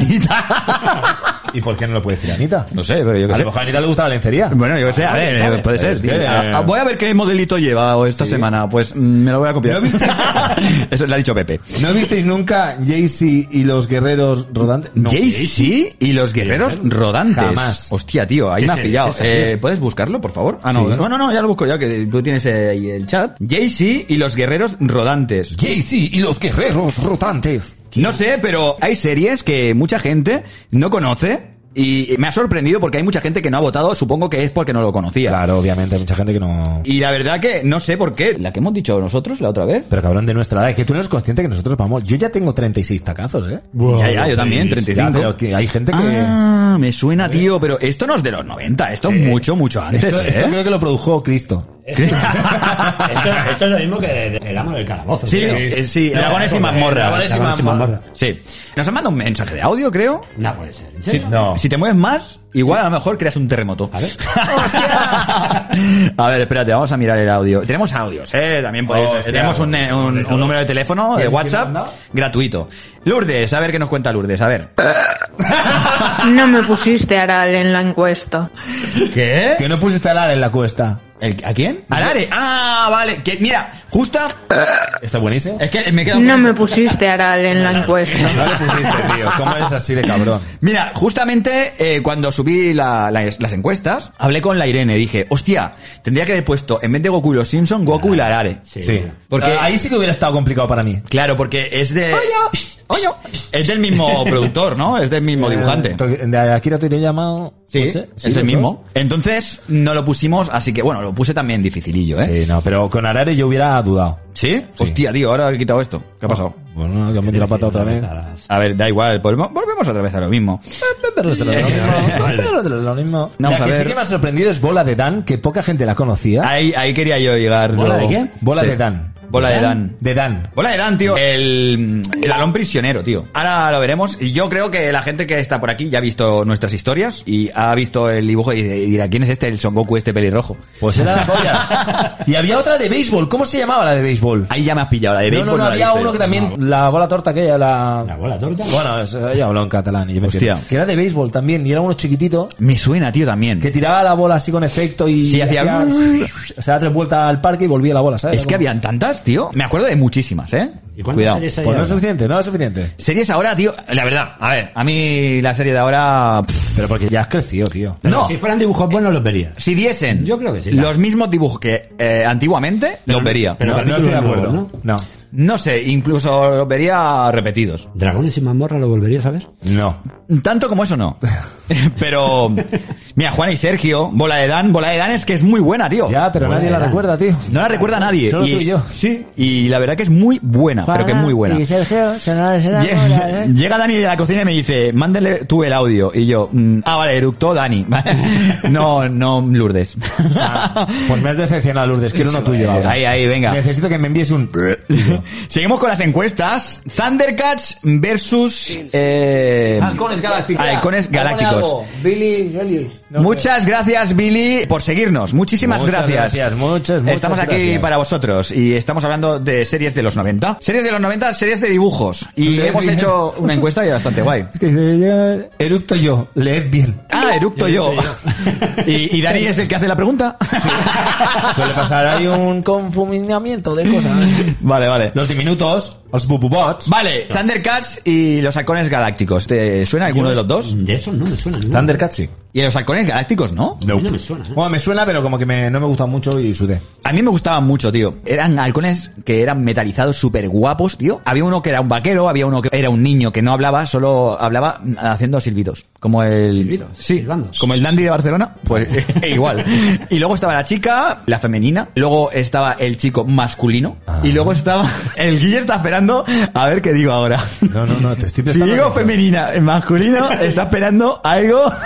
Speaker 1: Anita.
Speaker 4: ¿Y por qué no lo puede decir Anita?
Speaker 1: no sé, pero yo qué
Speaker 4: A
Speaker 1: sé.
Speaker 4: lo mejor a Anita le gusta la lencería.
Speaker 1: Bueno, yo qué sé, a ver, eh, puede ser.
Speaker 4: Es que,
Speaker 1: tío.
Speaker 4: eh,
Speaker 1: Ah, Voy a ver qué modelito lleva o esta semana, pues mm, me lo voy a copiar.
Speaker 4: ¿No viste?
Speaker 1: <laughs> Eso le ha dicho Pepe.
Speaker 4: ¿No visteis nunca Jay-Z y los guerreros rodantes? No.
Speaker 1: Jay-Z y los guerreros rodantes.
Speaker 4: Jamás.
Speaker 1: Hostia, tío, ahí
Speaker 4: ¿Qué
Speaker 1: me has
Speaker 4: se-
Speaker 1: pillado.
Speaker 4: se sabía?
Speaker 1: Eh, ¿Puedes buscarlo, por favor? Ah, no,
Speaker 4: Sí.
Speaker 1: no, no, no, ya lo busco ya, que tú tienes eh, ahí el chat. Jay-Z y los guerreros rodantes.
Speaker 4: Jay-Z y los guerreros rotantes.
Speaker 1: No sé, pero hay series que mucha gente no conoce y me ha sorprendido porque hay mucha gente que no ha votado, supongo que es porque no lo conocía.
Speaker 4: Claro, obviamente, hay mucha gente que no...
Speaker 1: Y la verdad que no sé por qué. La que hemos dicho nosotros la otra vez.
Speaker 4: Pero cabrón, de nuestra edad, es que tú no eres consciente que nosotros vamos... Yo ya tengo 36 tacazos, ¿eh?
Speaker 1: ya, ya, yo también, 35.
Speaker 4: Ya, pero que hay gente que...
Speaker 1: Ah, me suena, tío, pero esto no es de los 90, esto es mucho, mucho antes,
Speaker 4: Eh, Esto, esto
Speaker 1: ¿eh?
Speaker 4: creo que lo produjo Cristo.
Speaker 1: ¿Qué?
Speaker 2: esto, esto es lo mismo que de- el amo del calabozo.
Speaker 1: Sí,
Speaker 2: tío.
Speaker 1: eh, sí,
Speaker 2: No,
Speaker 1: dragones y
Speaker 2: eh,
Speaker 1: mazmorras.
Speaker 2: dragones y
Speaker 4: Dragones y
Speaker 2: mazmorras.
Speaker 1: Sí. Nos han mandado un mensaje de audio, creo.
Speaker 2: No puede ser. ¿en
Speaker 1: Si,
Speaker 2: serio?
Speaker 4: No.
Speaker 1: si te mueves más, igual a lo mejor creas un terremoto. A ver. <laughs> a ver, espérate, vamos a mirar el audio. Tenemos audios, eh, también podéis.
Speaker 4: Hostia.
Speaker 1: tenemos un, eh, un- un número de teléfono, de WhatsApp, gratuito. Lourdes, a ver qué nos cuenta Lourdes, a ver.
Speaker 5: No me pusiste Aral en la encuesta.
Speaker 1: ¿Qué?
Speaker 4: Que no pusiste alar en la cuesta.
Speaker 1: ¿El- ¿A quién? Arare. Ah, vale. Que, mira, justa.
Speaker 4: Está buenísimo.
Speaker 2: Eh,
Speaker 1: Es que me he quedado
Speaker 5: No
Speaker 1: con
Speaker 5: me
Speaker 1: eso.
Speaker 5: pusiste Aral en la encuesta.
Speaker 4: No le pusiste, tío. ¿Cómo eres así de cabrón?
Speaker 1: Mira, justamente eh, cuando subí la- la- las encuestas, hablé con la Irene. Dije, hostia, tendría que haber puesto, en vez de Goku y los Simpson, Goku y la Arare.
Speaker 4: Sí. Ah.
Speaker 1: Porque-
Speaker 4: Porque ahí sí que hubiera estado complicado para mí.
Speaker 1: Claro, porque es de... Es del
Speaker 4: <laughs>
Speaker 1: mismo productor, ¿no? Es del mismo dibujante.
Speaker 4: Eh, De Akira Toriyama.
Speaker 1: Sí,
Speaker 4: Oche,
Speaker 1: es el
Speaker 4: los
Speaker 1: mismo. Entonces, no lo pusimos, así que, bueno, lo puse también dificilillo,
Speaker 4: dos.
Speaker 1: ¿eh?
Speaker 4: Sí, no, pero con Arare yo hubiera dudado.
Speaker 1: ¿Sí? Hostia, tío, ahora he quitado esto. ¿Qué ha pasado?
Speaker 4: Bueno, que me dio la pata otra vez. Eh,
Speaker 1: A ver, da igual, volvemos volvemos otra vez a lo mismo.
Speaker 4: Pero te lo mismo, pero te lo mismo.
Speaker 1: Vamos
Speaker 4: La
Speaker 1: a
Speaker 4: que sí
Speaker 1: ver.
Speaker 4: que me ha sorprendido es Bola de Dan, que poca gente la conocía.
Speaker 1: Ahí, ahí quería yo llegar.
Speaker 4: ¿Ah? ¿Bola de
Speaker 1: luego.
Speaker 4: qué? Bola
Speaker 1: Sí.
Speaker 4: de Dan.
Speaker 1: Bola de Dan.
Speaker 4: De Dan.
Speaker 1: Bola de Dan, tío. El, el alón prisionero, tío. Ahora lo veremos. Y yo creo que la gente que está por aquí ya ha visto nuestras historias y ha visto el dibujo y y dirá, ¿quién es este? El Son Goku, este pelirrojo.
Speaker 4: Pues era <laughs> la polla. y había otra de béisbol. ¿Cómo se llamaba la de béisbol?
Speaker 1: Ahí ya me has pillado, la de
Speaker 4: No,
Speaker 1: béisbol
Speaker 4: no, no,
Speaker 1: pues la he
Speaker 4: había
Speaker 1: visto
Speaker 4: uno
Speaker 1: yo.
Speaker 4: que también, la bola torta aquella, la...
Speaker 2: La bola torta.
Speaker 4: Bueno, eso, ella habló en catalán y yo me
Speaker 1: Hostia.
Speaker 4: entiendo. Que era de béisbol también, y era uno chiquitito
Speaker 1: Me suena, tío, también.
Speaker 4: que tiraba la bola así con efecto y...
Speaker 1: Sí, hacía- <laughs>
Speaker 4: O sea, tres vueltas al parque y volvía la bola, ¿sabes?
Speaker 1: Es que habían tantas, tío. Me acuerdo de muchísimas, ¿eh?
Speaker 2: ¿Y cuántas
Speaker 1: Cuidado.
Speaker 2: series hay?
Speaker 4: Pues no es suficiente, no es suficiente.
Speaker 1: Series ahora, tío, la verdad, a ver, a mí la serie de ahora... pff,
Speaker 4: Pero porque ya has crecido, tío.
Speaker 2: Pero
Speaker 1: no,
Speaker 2: Si fueran dibujos buenos los verías.
Speaker 1: si diesen
Speaker 2: Yo creo que sí, la-
Speaker 1: los mismos dibujos que eh, antiguamente, los vería.
Speaker 2: pero
Speaker 4: no, no estoy de
Speaker 2: capítulos
Speaker 4: acuerdo.
Speaker 2: nuevos,
Speaker 4: No.
Speaker 1: No sé, incluso los vería repetidos.
Speaker 2: ¿Dragones y mazmorra lo volverías a ver?
Speaker 4: No.
Speaker 1: Tanto como eso
Speaker 4: <laughs>
Speaker 1: no. Pero, mira, Juan y Sergio, Bola de Dan, Bola de Dan es que es muy buena, tío.
Speaker 4: Ya, pero
Speaker 2: Bola
Speaker 4: nadie
Speaker 2: de
Speaker 4: la
Speaker 2: Dan.
Speaker 4: recuerda, tío.
Speaker 1: No la recuerda nadie.
Speaker 4: Solo tú y yo.
Speaker 1: Sí, y la verdad que es muy buena, pero que es muy buena. <laughs>
Speaker 4: ¿eh?
Speaker 1: Lle- Llega Dani de la cocina y me dice, mándale tú el audio. Y yo, mm, ah, vale, eructó Dani. <laughs> No, no,
Speaker 4: <laughs>
Speaker 1: Lourdes. <laughs>
Speaker 4: Pues me has decepcionado, Lourdes. Quiero uno tuyo ahora.
Speaker 1: Ahí, ahí, venga.
Speaker 4: Necesito que me envíes un...
Speaker 1: <laughs> Seguimos con las encuestas. Thundercats versus eh,
Speaker 4: Halcones Ah, Galácticos.
Speaker 1: Halcones Galácticos.
Speaker 4: Billy Elliot.
Speaker 1: Muchas gracias, Billy, por seguirnos. Muchísimas
Speaker 4: pues. Muchas
Speaker 1: gracias.
Speaker 4: gracias, muchas, muchas
Speaker 1: Estamos aquí
Speaker 4: gracias.
Speaker 1: para vosotros y estamos hablando de series de los 90. Series de los 90, series de dibujos. Y
Speaker 4: Leed
Speaker 1: hemos
Speaker 4: bien.
Speaker 1: hecho una encuesta y bastante
Speaker 4: <laughs>
Speaker 1: guay.
Speaker 4: Eructo yo. Leed bien.
Speaker 1: <laughs> Ah, eructo yo. <laughs> y, y Dani es el que hace la pregunta.
Speaker 4: Suele pasar, hay un confuminamiento de cosas.
Speaker 1: <laughs> vale, vale.
Speaker 4: <laughs> Los diminutos, los bububots.
Speaker 1: Vale, Thundercats y los halcones galácticos. ¿Te suena alguno de los dos?
Speaker 2: Mm, De esos no me suena ninguno.
Speaker 4: Thundercats, sí.
Speaker 1: Y los halcones galácticos, ¿no?
Speaker 2: A mí no me suena. ¿eh?
Speaker 4: Bueno, me suena, pero como que me- no me gusta mucho y sudé.
Speaker 1: A mí me gustaban mucho, tío. Eran halcones que eran metalizados súper guapos, tío. Había uno que era un vaquero, había uno que era un niño que no hablaba, solo hablaba mm, haciendo silbidos. Como el...
Speaker 2: Silbidos,
Speaker 1: Sí,
Speaker 2: silbando.
Speaker 1: como el dandy de Barcelona, pues <laughs> e igual. Y luego estaba la chica, la femenina, luego estaba el chico masculino, y luego estaba... <laughs> El Guille está esperando a ver qué digo ahora.
Speaker 4: No, no, no, te
Speaker 1: Si
Speaker 4: estoy prestando
Speaker 1: digo
Speaker 4: atención.
Speaker 1: femenina, masculino, está esperando algo... <laughs>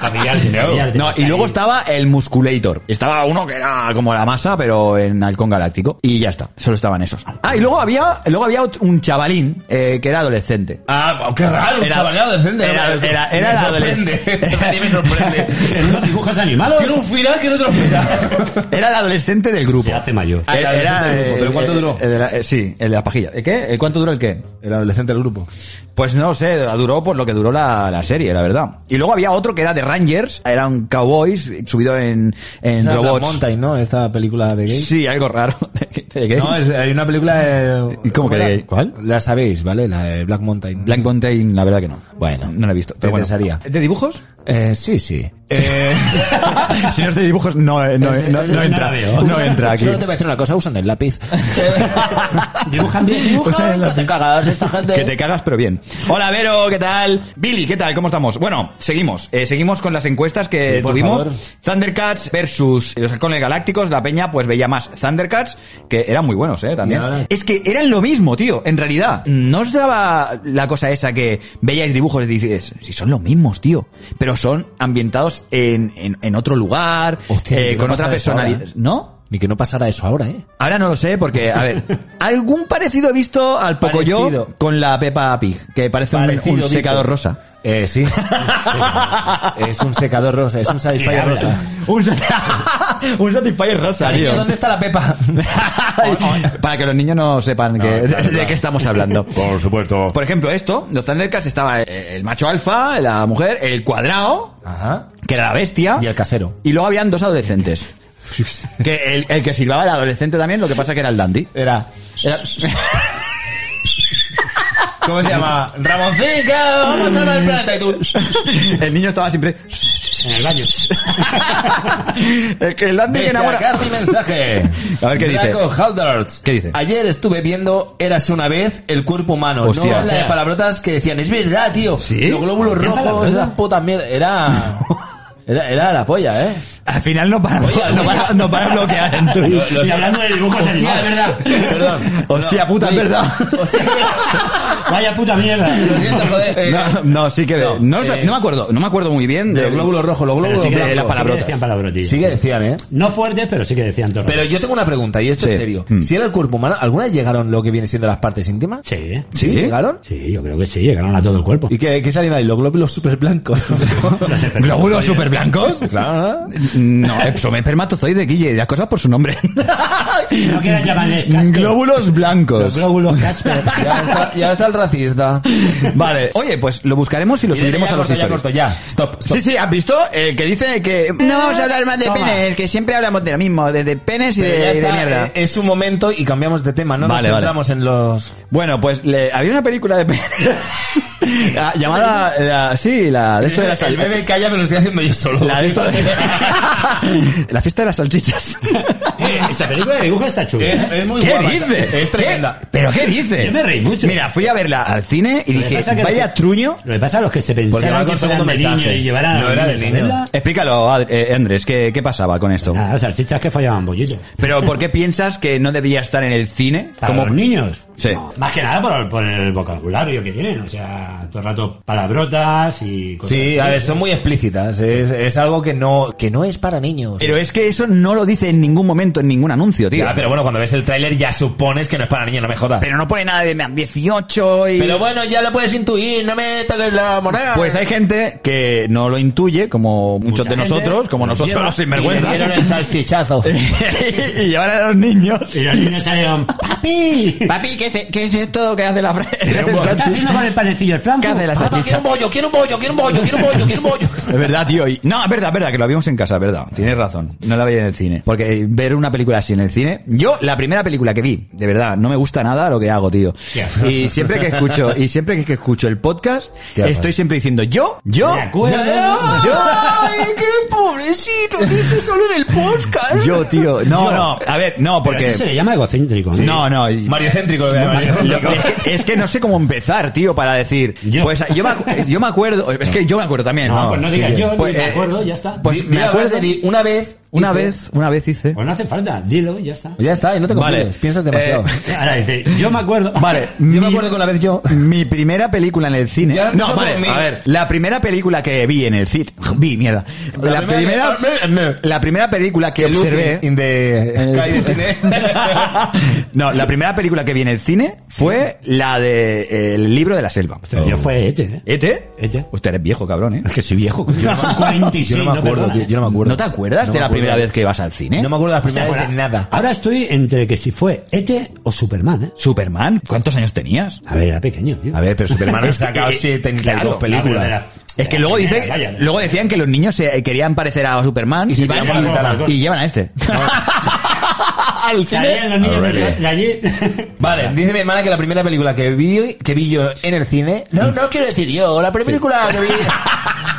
Speaker 2: Capillar, capillar.
Speaker 1: Oh, No, y luego estaba el Musculator. Estaba uno que era como la masa, pero en Halcón Galáctico. Y ya está, solo estaban esos. Ah, y luego había, luego había ot- un chavalín eh, que era adolescente.
Speaker 4: Ah, qué raro, un
Speaker 1: Era-
Speaker 4: chaval adolescente.
Speaker 1: era- era- era
Speaker 4: me
Speaker 1: la
Speaker 2: <laughs>
Speaker 4: sorprende.
Speaker 1: adolescente.
Speaker 4: A mí me sorprende.
Speaker 2: En unos dibujos animados
Speaker 4: Tiene un final que no te lo explicas.
Speaker 1: <laughs> Era el adolescente del grupo.
Speaker 2: se hace mayor.
Speaker 4: Ah, el adolescente del grupo,
Speaker 1: eh,
Speaker 4: ¿pero cuánto
Speaker 1: eh,
Speaker 4: duró?
Speaker 1: el de la- eh, sí, el de la pajilla. ¿El qué? ¿El cuánto duró el qué?
Speaker 4: El adolescente del grupo.
Speaker 1: Pues no sé, duró por lo que duró la, la serie, la verdad. Y luego había otro que era de Rangers, eran cowboys, subido en, en
Speaker 4: Esa es Black
Speaker 1: robots.
Speaker 4: Mountain, ¿no? Esta película de gays.
Speaker 1: Sí, algo raro. <laughs> De gays.
Speaker 4: No, es- hay una película de...
Speaker 1: ¿Y cómo que de
Speaker 4: era?
Speaker 1: gay? ¿Cuál?
Speaker 4: La sabéis, ¿vale? La de Black Mountain.
Speaker 1: Black Mountain, la verdad que no.
Speaker 4: Bueno.
Speaker 1: no la he visto.
Speaker 4: Te
Speaker 1: Pero bueno.
Speaker 4: interesaría.
Speaker 1: ¿De dibujos?
Speaker 4: Eh, sí, sí.
Speaker 1: <laughs> si no es de dibujos, no, eh, no, eh, no- no
Speaker 2: no la
Speaker 1: entra.
Speaker 2: veo.
Speaker 1: No entra aquí.
Speaker 4: Solo te voy a decir una cosa, usan el lápiz.
Speaker 2: <laughs> Dibujan
Speaker 4: <laughs>
Speaker 2: bien,
Speaker 4: Pues
Speaker 2: dibujan.
Speaker 1: Usan el
Speaker 4: que te cagas esta gente.
Speaker 1: Que te cagas, pero bien. Hola, Vero, ¿qué tal? Billy, ¿qué tal? ¿Cómo estamos? Bueno, seguimos. Eh, seguimos con las encuestas que
Speaker 4: Sí, por
Speaker 1: tuvimos.
Speaker 4: favor.
Speaker 1: Thundercats versus los halcones galácticos. La peña, pues veía más Thundercats, que eran muy buenos, ¿eh? También.
Speaker 4: Y ahora-
Speaker 1: Es que eran lo mismo, tío. En realidad, no os daba la cosa esa que veíais dibujos y dices, si son los mismos, tío. Pero son ambientados en, en, en otro lugar,
Speaker 4: Hostia,
Speaker 1: eh,
Speaker 4: ¿qué
Speaker 1: con
Speaker 4: pasa
Speaker 1: otra
Speaker 4: de eso
Speaker 1: personalidad.
Speaker 4: ahora, eh?
Speaker 1: ¿No?
Speaker 4: Ni que no pasara eso ahora, ¿eh?
Speaker 1: Ahora no lo sé porque, a <laughs> ver, algún parecido he visto al Pocoyo
Speaker 4: Parecido.
Speaker 1: con la Peppa Pig, que parece un- un,
Speaker 4: dice.
Speaker 1: secador rosa.
Speaker 4: Eh, <laughs> sí. es un secador rosa, es un satisfier
Speaker 2: habla?
Speaker 4: rosa.
Speaker 1: <laughs> Un, sat- <laughs> un Satisfyer rosa,
Speaker 4: Cariño,
Speaker 1: tío.
Speaker 4: ¿Dónde está la <laughs> pepa?
Speaker 1: Para que los niños Oh, no sepan que- <laughs> de qué estamos hablando.
Speaker 4: Por supuesto.
Speaker 1: Por ejemplo, esto, los Thundercats estaba eh, el macho alfa, la mujer, el cuadrado,
Speaker 4: Ajá.
Speaker 1: que era la bestia,
Speaker 4: Y el casero.
Speaker 1: Ah. y luego habían dos <laughs> adolescentes. Que el, el que silbaba era adolescente también, lo que pasa que era el dandy.
Speaker 4: Era.
Speaker 1: Era-
Speaker 4: ¿Cómo se llama? Ramoncica, vamos a salvar <laughs> el planeta y tú.
Speaker 1: <laughs> el niño estaba siempre...
Speaker 2: En el baño.
Speaker 1: <laughs> el que el dandy que
Speaker 4: Desde
Speaker 1: enamora...
Speaker 4: acá mi mensaje.
Speaker 1: <laughs> A ver, ¿qué dice?
Speaker 4: Draco Haldards.
Speaker 1: ¿Qué dice?
Speaker 4: Ayer estuve viendo Érase una vez el cuerpo humano.
Speaker 1: Hostia.
Speaker 4: No la de palabrotas que decían, es verdad, tío.
Speaker 1: ¿Sí?
Speaker 4: Los glóbulos
Speaker 1: ¿Había
Speaker 4: rojos,
Speaker 1: palabrotas?
Speaker 4: esas putas mierda.
Speaker 1: <laughs>
Speaker 4: Era... Era, era la polla, ¿eh?
Speaker 1: Al final no para, no para, no para bloquear en Twitch.
Speaker 2: Y hablando de dibujos
Speaker 4: Hostia, es
Speaker 2: animados.
Speaker 4: verdad. Perdón.
Speaker 1: Hostia puta, es verdad.
Speaker 2: Vaya puta mierda.
Speaker 4: Lo siento, joder. Eh,
Speaker 1: <laughs> No, no, sí que no,
Speaker 4: No,
Speaker 1: sé,
Speaker 4: eh,
Speaker 1: no me acuerdo, no me acuerdo muy bien
Speaker 4: Los
Speaker 1: del
Speaker 4: glóbulos rojos, los
Speaker 2: Pero
Speaker 4: glóbulos
Speaker 2: sí que,
Speaker 4: blancos.
Speaker 1: las palabrotas.
Speaker 2: decían palabrotillas.
Speaker 4: Sí que decían, ¿eh?
Speaker 2: No fuertes, pero sí que decían todo.
Speaker 4: Pero yo tengo una pregunta, y esto
Speaker 1: Sí.
Speaker 4: es serio.
Speaker 1: Mm.
Speaker 4: Si era el cuerpo humano, ¿alguna vez llegaron lo que viene siendo las partes íntimas?
Speaker 2: Sí, ¿eh?
Speaker 4: ¿Sí? ¿Llegaron?
Speaker 2: Sí, yo creo que sí, llegaron a todo el cuerpo.
Speaker 4: ¿Y qué, qué salían ahí? Los glóbulos
Speaker 1: <laughs>
Speaker 4: super blancos.
Speaker 2: Los espermatozoides.
Speaker 1: glóbulos super blancos.
Speaker 4: <laughs> claro, ¿no?
Speaker 1: No, eh, son espermatozoides, Guille, las cosas por su nombre.
Speaker 4: <laughs>
Speaker 2: No quieran llamarle Casper.
Speaker 1: glóbulos
Speaker 2: Los
Speaker 1: blancos.
Speaker 2: glóbulos Casper.
Speaker 4: <laughs> Ya está, ya está el <laughs> racista.
Speaker 1: Vale, oye, pues lo buscaremos y lo subiremos
Speaker 4: Ya
Speaker 1: a los
Speaker 4: corto, ya
Speaker 1: historias.
Speaker 4: corto, ya. Stop, stop.
Speaker 1: Sí, sí, ¿has visto? El que dice que no vamos a hablar más de
Speaker 2: Toma.
Speaker 1: penes, que siempre hablamos de lo mismo, de, de penes y
Speaker 4: Pero ya
Speaker 1: de, y de
Speaker 4: está,
Speaker 1: mierda.
Speaker 4: eh, Es un momento y cambiamos de tema, no
Speaker 1: Vale,
Speaker 4: nos
Speaker 1: vale.
Speaker 4: centramos en los...
Speaker 1: Bueno, pues le- había una película de pe- <laughs> Ah, llamada la- sí, la de esto de las
Speaker 4: El bebé calla, me lo estoy haciendo yo solo.
Speaker 1: la de <laughs> esto de- la fiesta de las salchichas.
Speaker 2: <laughs> Eh, Esa película de dibujos está chula.
Speaker 4: Es,
Speaker 2: ¿eh?
Speaker 4: es muy
Speaker 1: ¿Qué
Speaker 4: guapa,
Speaker 1: dices?
Speaker 4: Es tremenda.
Speaker 1: ¿Qué? ¿Pero qué dices?
Speaker 2: Yo me reí mucho.
Speaker 1: Mira, fui a verla al cine y
Speaker 2: Lo que
Speaker 1: dije,
Speaker 2: pasa que
Speaker 1: vaya
Speaker 2: los que-
Speaker 1: truño.
Speaker 2: Lo que pasa a los que se pensaron
Speaker 4: va
Speaker 2: que
Speaker 4: con
Speaker 2: fueran
Speaker 4: segundo
Speaker 2: de
Speaker 4: mensaje.
Speaker 2: niño y llevaran a
Speaker 4: No
Speaker 2: los
Speaker 4: era de
Speaker 2: niños a
Speaker 4: niño.
Speaker 2: verla.
Speaker 1: Explícalo, Ad- eh, Andrés, ¿qué, ¿qué pasaba con esto?
Speaker 2: Nada, salchichas que fallaban bollitos.
Speaker 1: ¿Pero por qué piensas que no debía estar en el cine?
Speaker 2: ¿Para los niños?
Speaker 1: Sí.
Speaker 2: No, más que nada por, el- por el vocabulario que tienen, o sea, todo el rato palabrotas y cosas así.
Speaker 4: Sí, a ver, son muy explícitas. Es, es algo que no, que no es para niños.
Speaker 1: Pero es que eso no lo dice en ningún momento, en ningún anuncio, tío.
Speaker 4: Ya, pero bueno, cuando ves el tráiler ya supones que no es para niños, no me jodas. Pero,
Speaker 1: Pero no pone nada de 18 y...
Speaker 4: bueno, ya lo puedes intuir, no me toques la moneda.
Speaker 1: Pues hay gente que no lo intuye, como muchos
Speaker 2: Mucha
Speaker 1: de
Speaker 2: gente
Speaker 1: nosotros, como nosotros
Speaker 2: lleva
Speaker 1: <laughs> los
Speaker 4: Y <laughs> le dieron
Speaker 1: sinvergüenzas. <laughs>
Speaker 4: el salchichazo.
Speaker 1: y llevar a los niños.
Speaker 2: Y los niños
Speaker 4: <laughs>
Speaker 2: salieron, ¡papi!
Speaker 1: Papi, ¿qué es, e-, qué es esto que hace la fra-
Speaker 2: ¿Qué estás haciendo con el panecillo el franco?
Speaker 1: ¿Qué hace la salchicha?
Speaker 4: bollo, quiero un bollo, quiero un bollo, quiero un bollo, quiero un bollo.
Speaker 1: Es verdad, tío. y- No, es verdad, es verdad, que lo vimos en casa, es verdad. Tienes razón. No la veía en el cine. Porque ver una película así en el cine. Yo, la primera película que vi, de verdad, no me gusta nada lo que hago, tío. Y siempre que escucho, y siempre que- que escucho el podcast,
Speaker 4: Qué horror.
Speaker 1: estoy siempre diciendo, yo, yo,
Speaker 2: Me acuerdo.
Speaker 1: yo,
Speaker 4: qué pobrecito! Dice solo en el podcast.
Speaker 1: yo, tío. No, no, a ver, no,
Speaker 2: Pero eso se
Speaker 1: porque.
Speaker 2: le llama egocéntrico, ¿no?
Speaker 1: No, no. y-
Speaker 4: Mariocéntrico, lo
Speaker 1: Lo que- es que no sé cómo empezar, tío, para decir.
Speaker 2: Yo.
Speaker 1: Pues yo me, acu- yo me acuerdo. Es que yo me acuerdo también.
Speaker 2: No, pues no digas yo, ni
Speaker 1: Pues,
Speaker 2: me
Speaker 1: eh,
Speaker 2: acuerdo, ya está.
Speaker 1: Pues me acuerdo.
Speaker 4: de una vez "Pues
Speaker 1: Una vez, una vez hice.
Speaker 2: Pues no hace falta, dilo, ya está.
Speaker 4: Ya está, y no te
Speaker 1: Vale.
Speaker 4: confundes, piensas demasiado.
Speaker 1: Eh,
Speaker 2: Ahora dice, yo me acuerdo.
Speaker 1: Vale,
Speaker 4: yo me
Speaker 1: mi-
Speaker 4: acuerdo que una vez yo...
Speaker 1: <laughs> Mi primera película en el cine.
Speaker 4: Ya
Speaker 1: no,
Speaker 4: no
Speaker 1: vale,
Speaker 4: dormí.
Speaker 1: a ver. La primera película que vi en el cine. Vi, mierda. La, primera. eh, La primera película que observé.
Speaker 4: In the sky de cine.
Speaker 1: <laughs> no, la primera película que vi en el cine fue la de eh, El libro de la selva.
Speaker 2: Hostia,
Speaker 4: Oh.
Speaker 2: Yo fue ET, ¿eh?
Speaker 1: ¿Ete?
Speaker 2: Ete.
Speaker 1: Usted eres viejo, cabrón, ¿eh?
Speaker 2: Es que soy viejo.
Speaker 1: <laughs>
Speaker 2: Yo soy 46,
Speaker 4: Yo no me acuerdo,
Speaker 2: perdona.
Speaker 4: tío, yo no me acuerdo.
Speaker 1: ¿No te acuerdas
Speaker 4: No
Speaker 1: de
Speaker 4: me
Speaker 1: la
Speaker 4: acuerdo.
Speaker 1: primera vez que ibas al cine?
Speaker 4: No me acuerdo de la primera
Speaker 2: Ahora-
Speaker 4: vez de nada.
Speaker 2: Ahora estoy entre que si fue ET o Superman, ¿eh?
Speaker 1: Superman, ¿cuántos años tenías?
Speaker 2: A ver, era pequeño, tío.
Speaker 4: A ver,
Speaker 1: <laughs>
Speaker 4: pero Superman ha sacado
Speaker 1: Eh,
Speaker 4: 72
Speaker 1: claro,
Speaker 2: la
Speaker 4: películas.
Speaker 2: verdadera.
Speaker 1: Es que luego dice,
Speaker 2: Vaya, vaya.
Speaker 1: luego decían que los niños se eh, querían parecer a Superman y,
Speaker 4: se
Speaker 1: van-
Speaker 4: tiran por la ventana.
Speaker 1: y llevan a este. Al
Speaker 2: Salían los niños de, de allí. <laughs>
Speaker 4: Vale, dice mi hermana que la primera película que vi, que vi yo en el cine... No, no quiero decir yo, la primera película que vi...
Speaker 1: <laughs>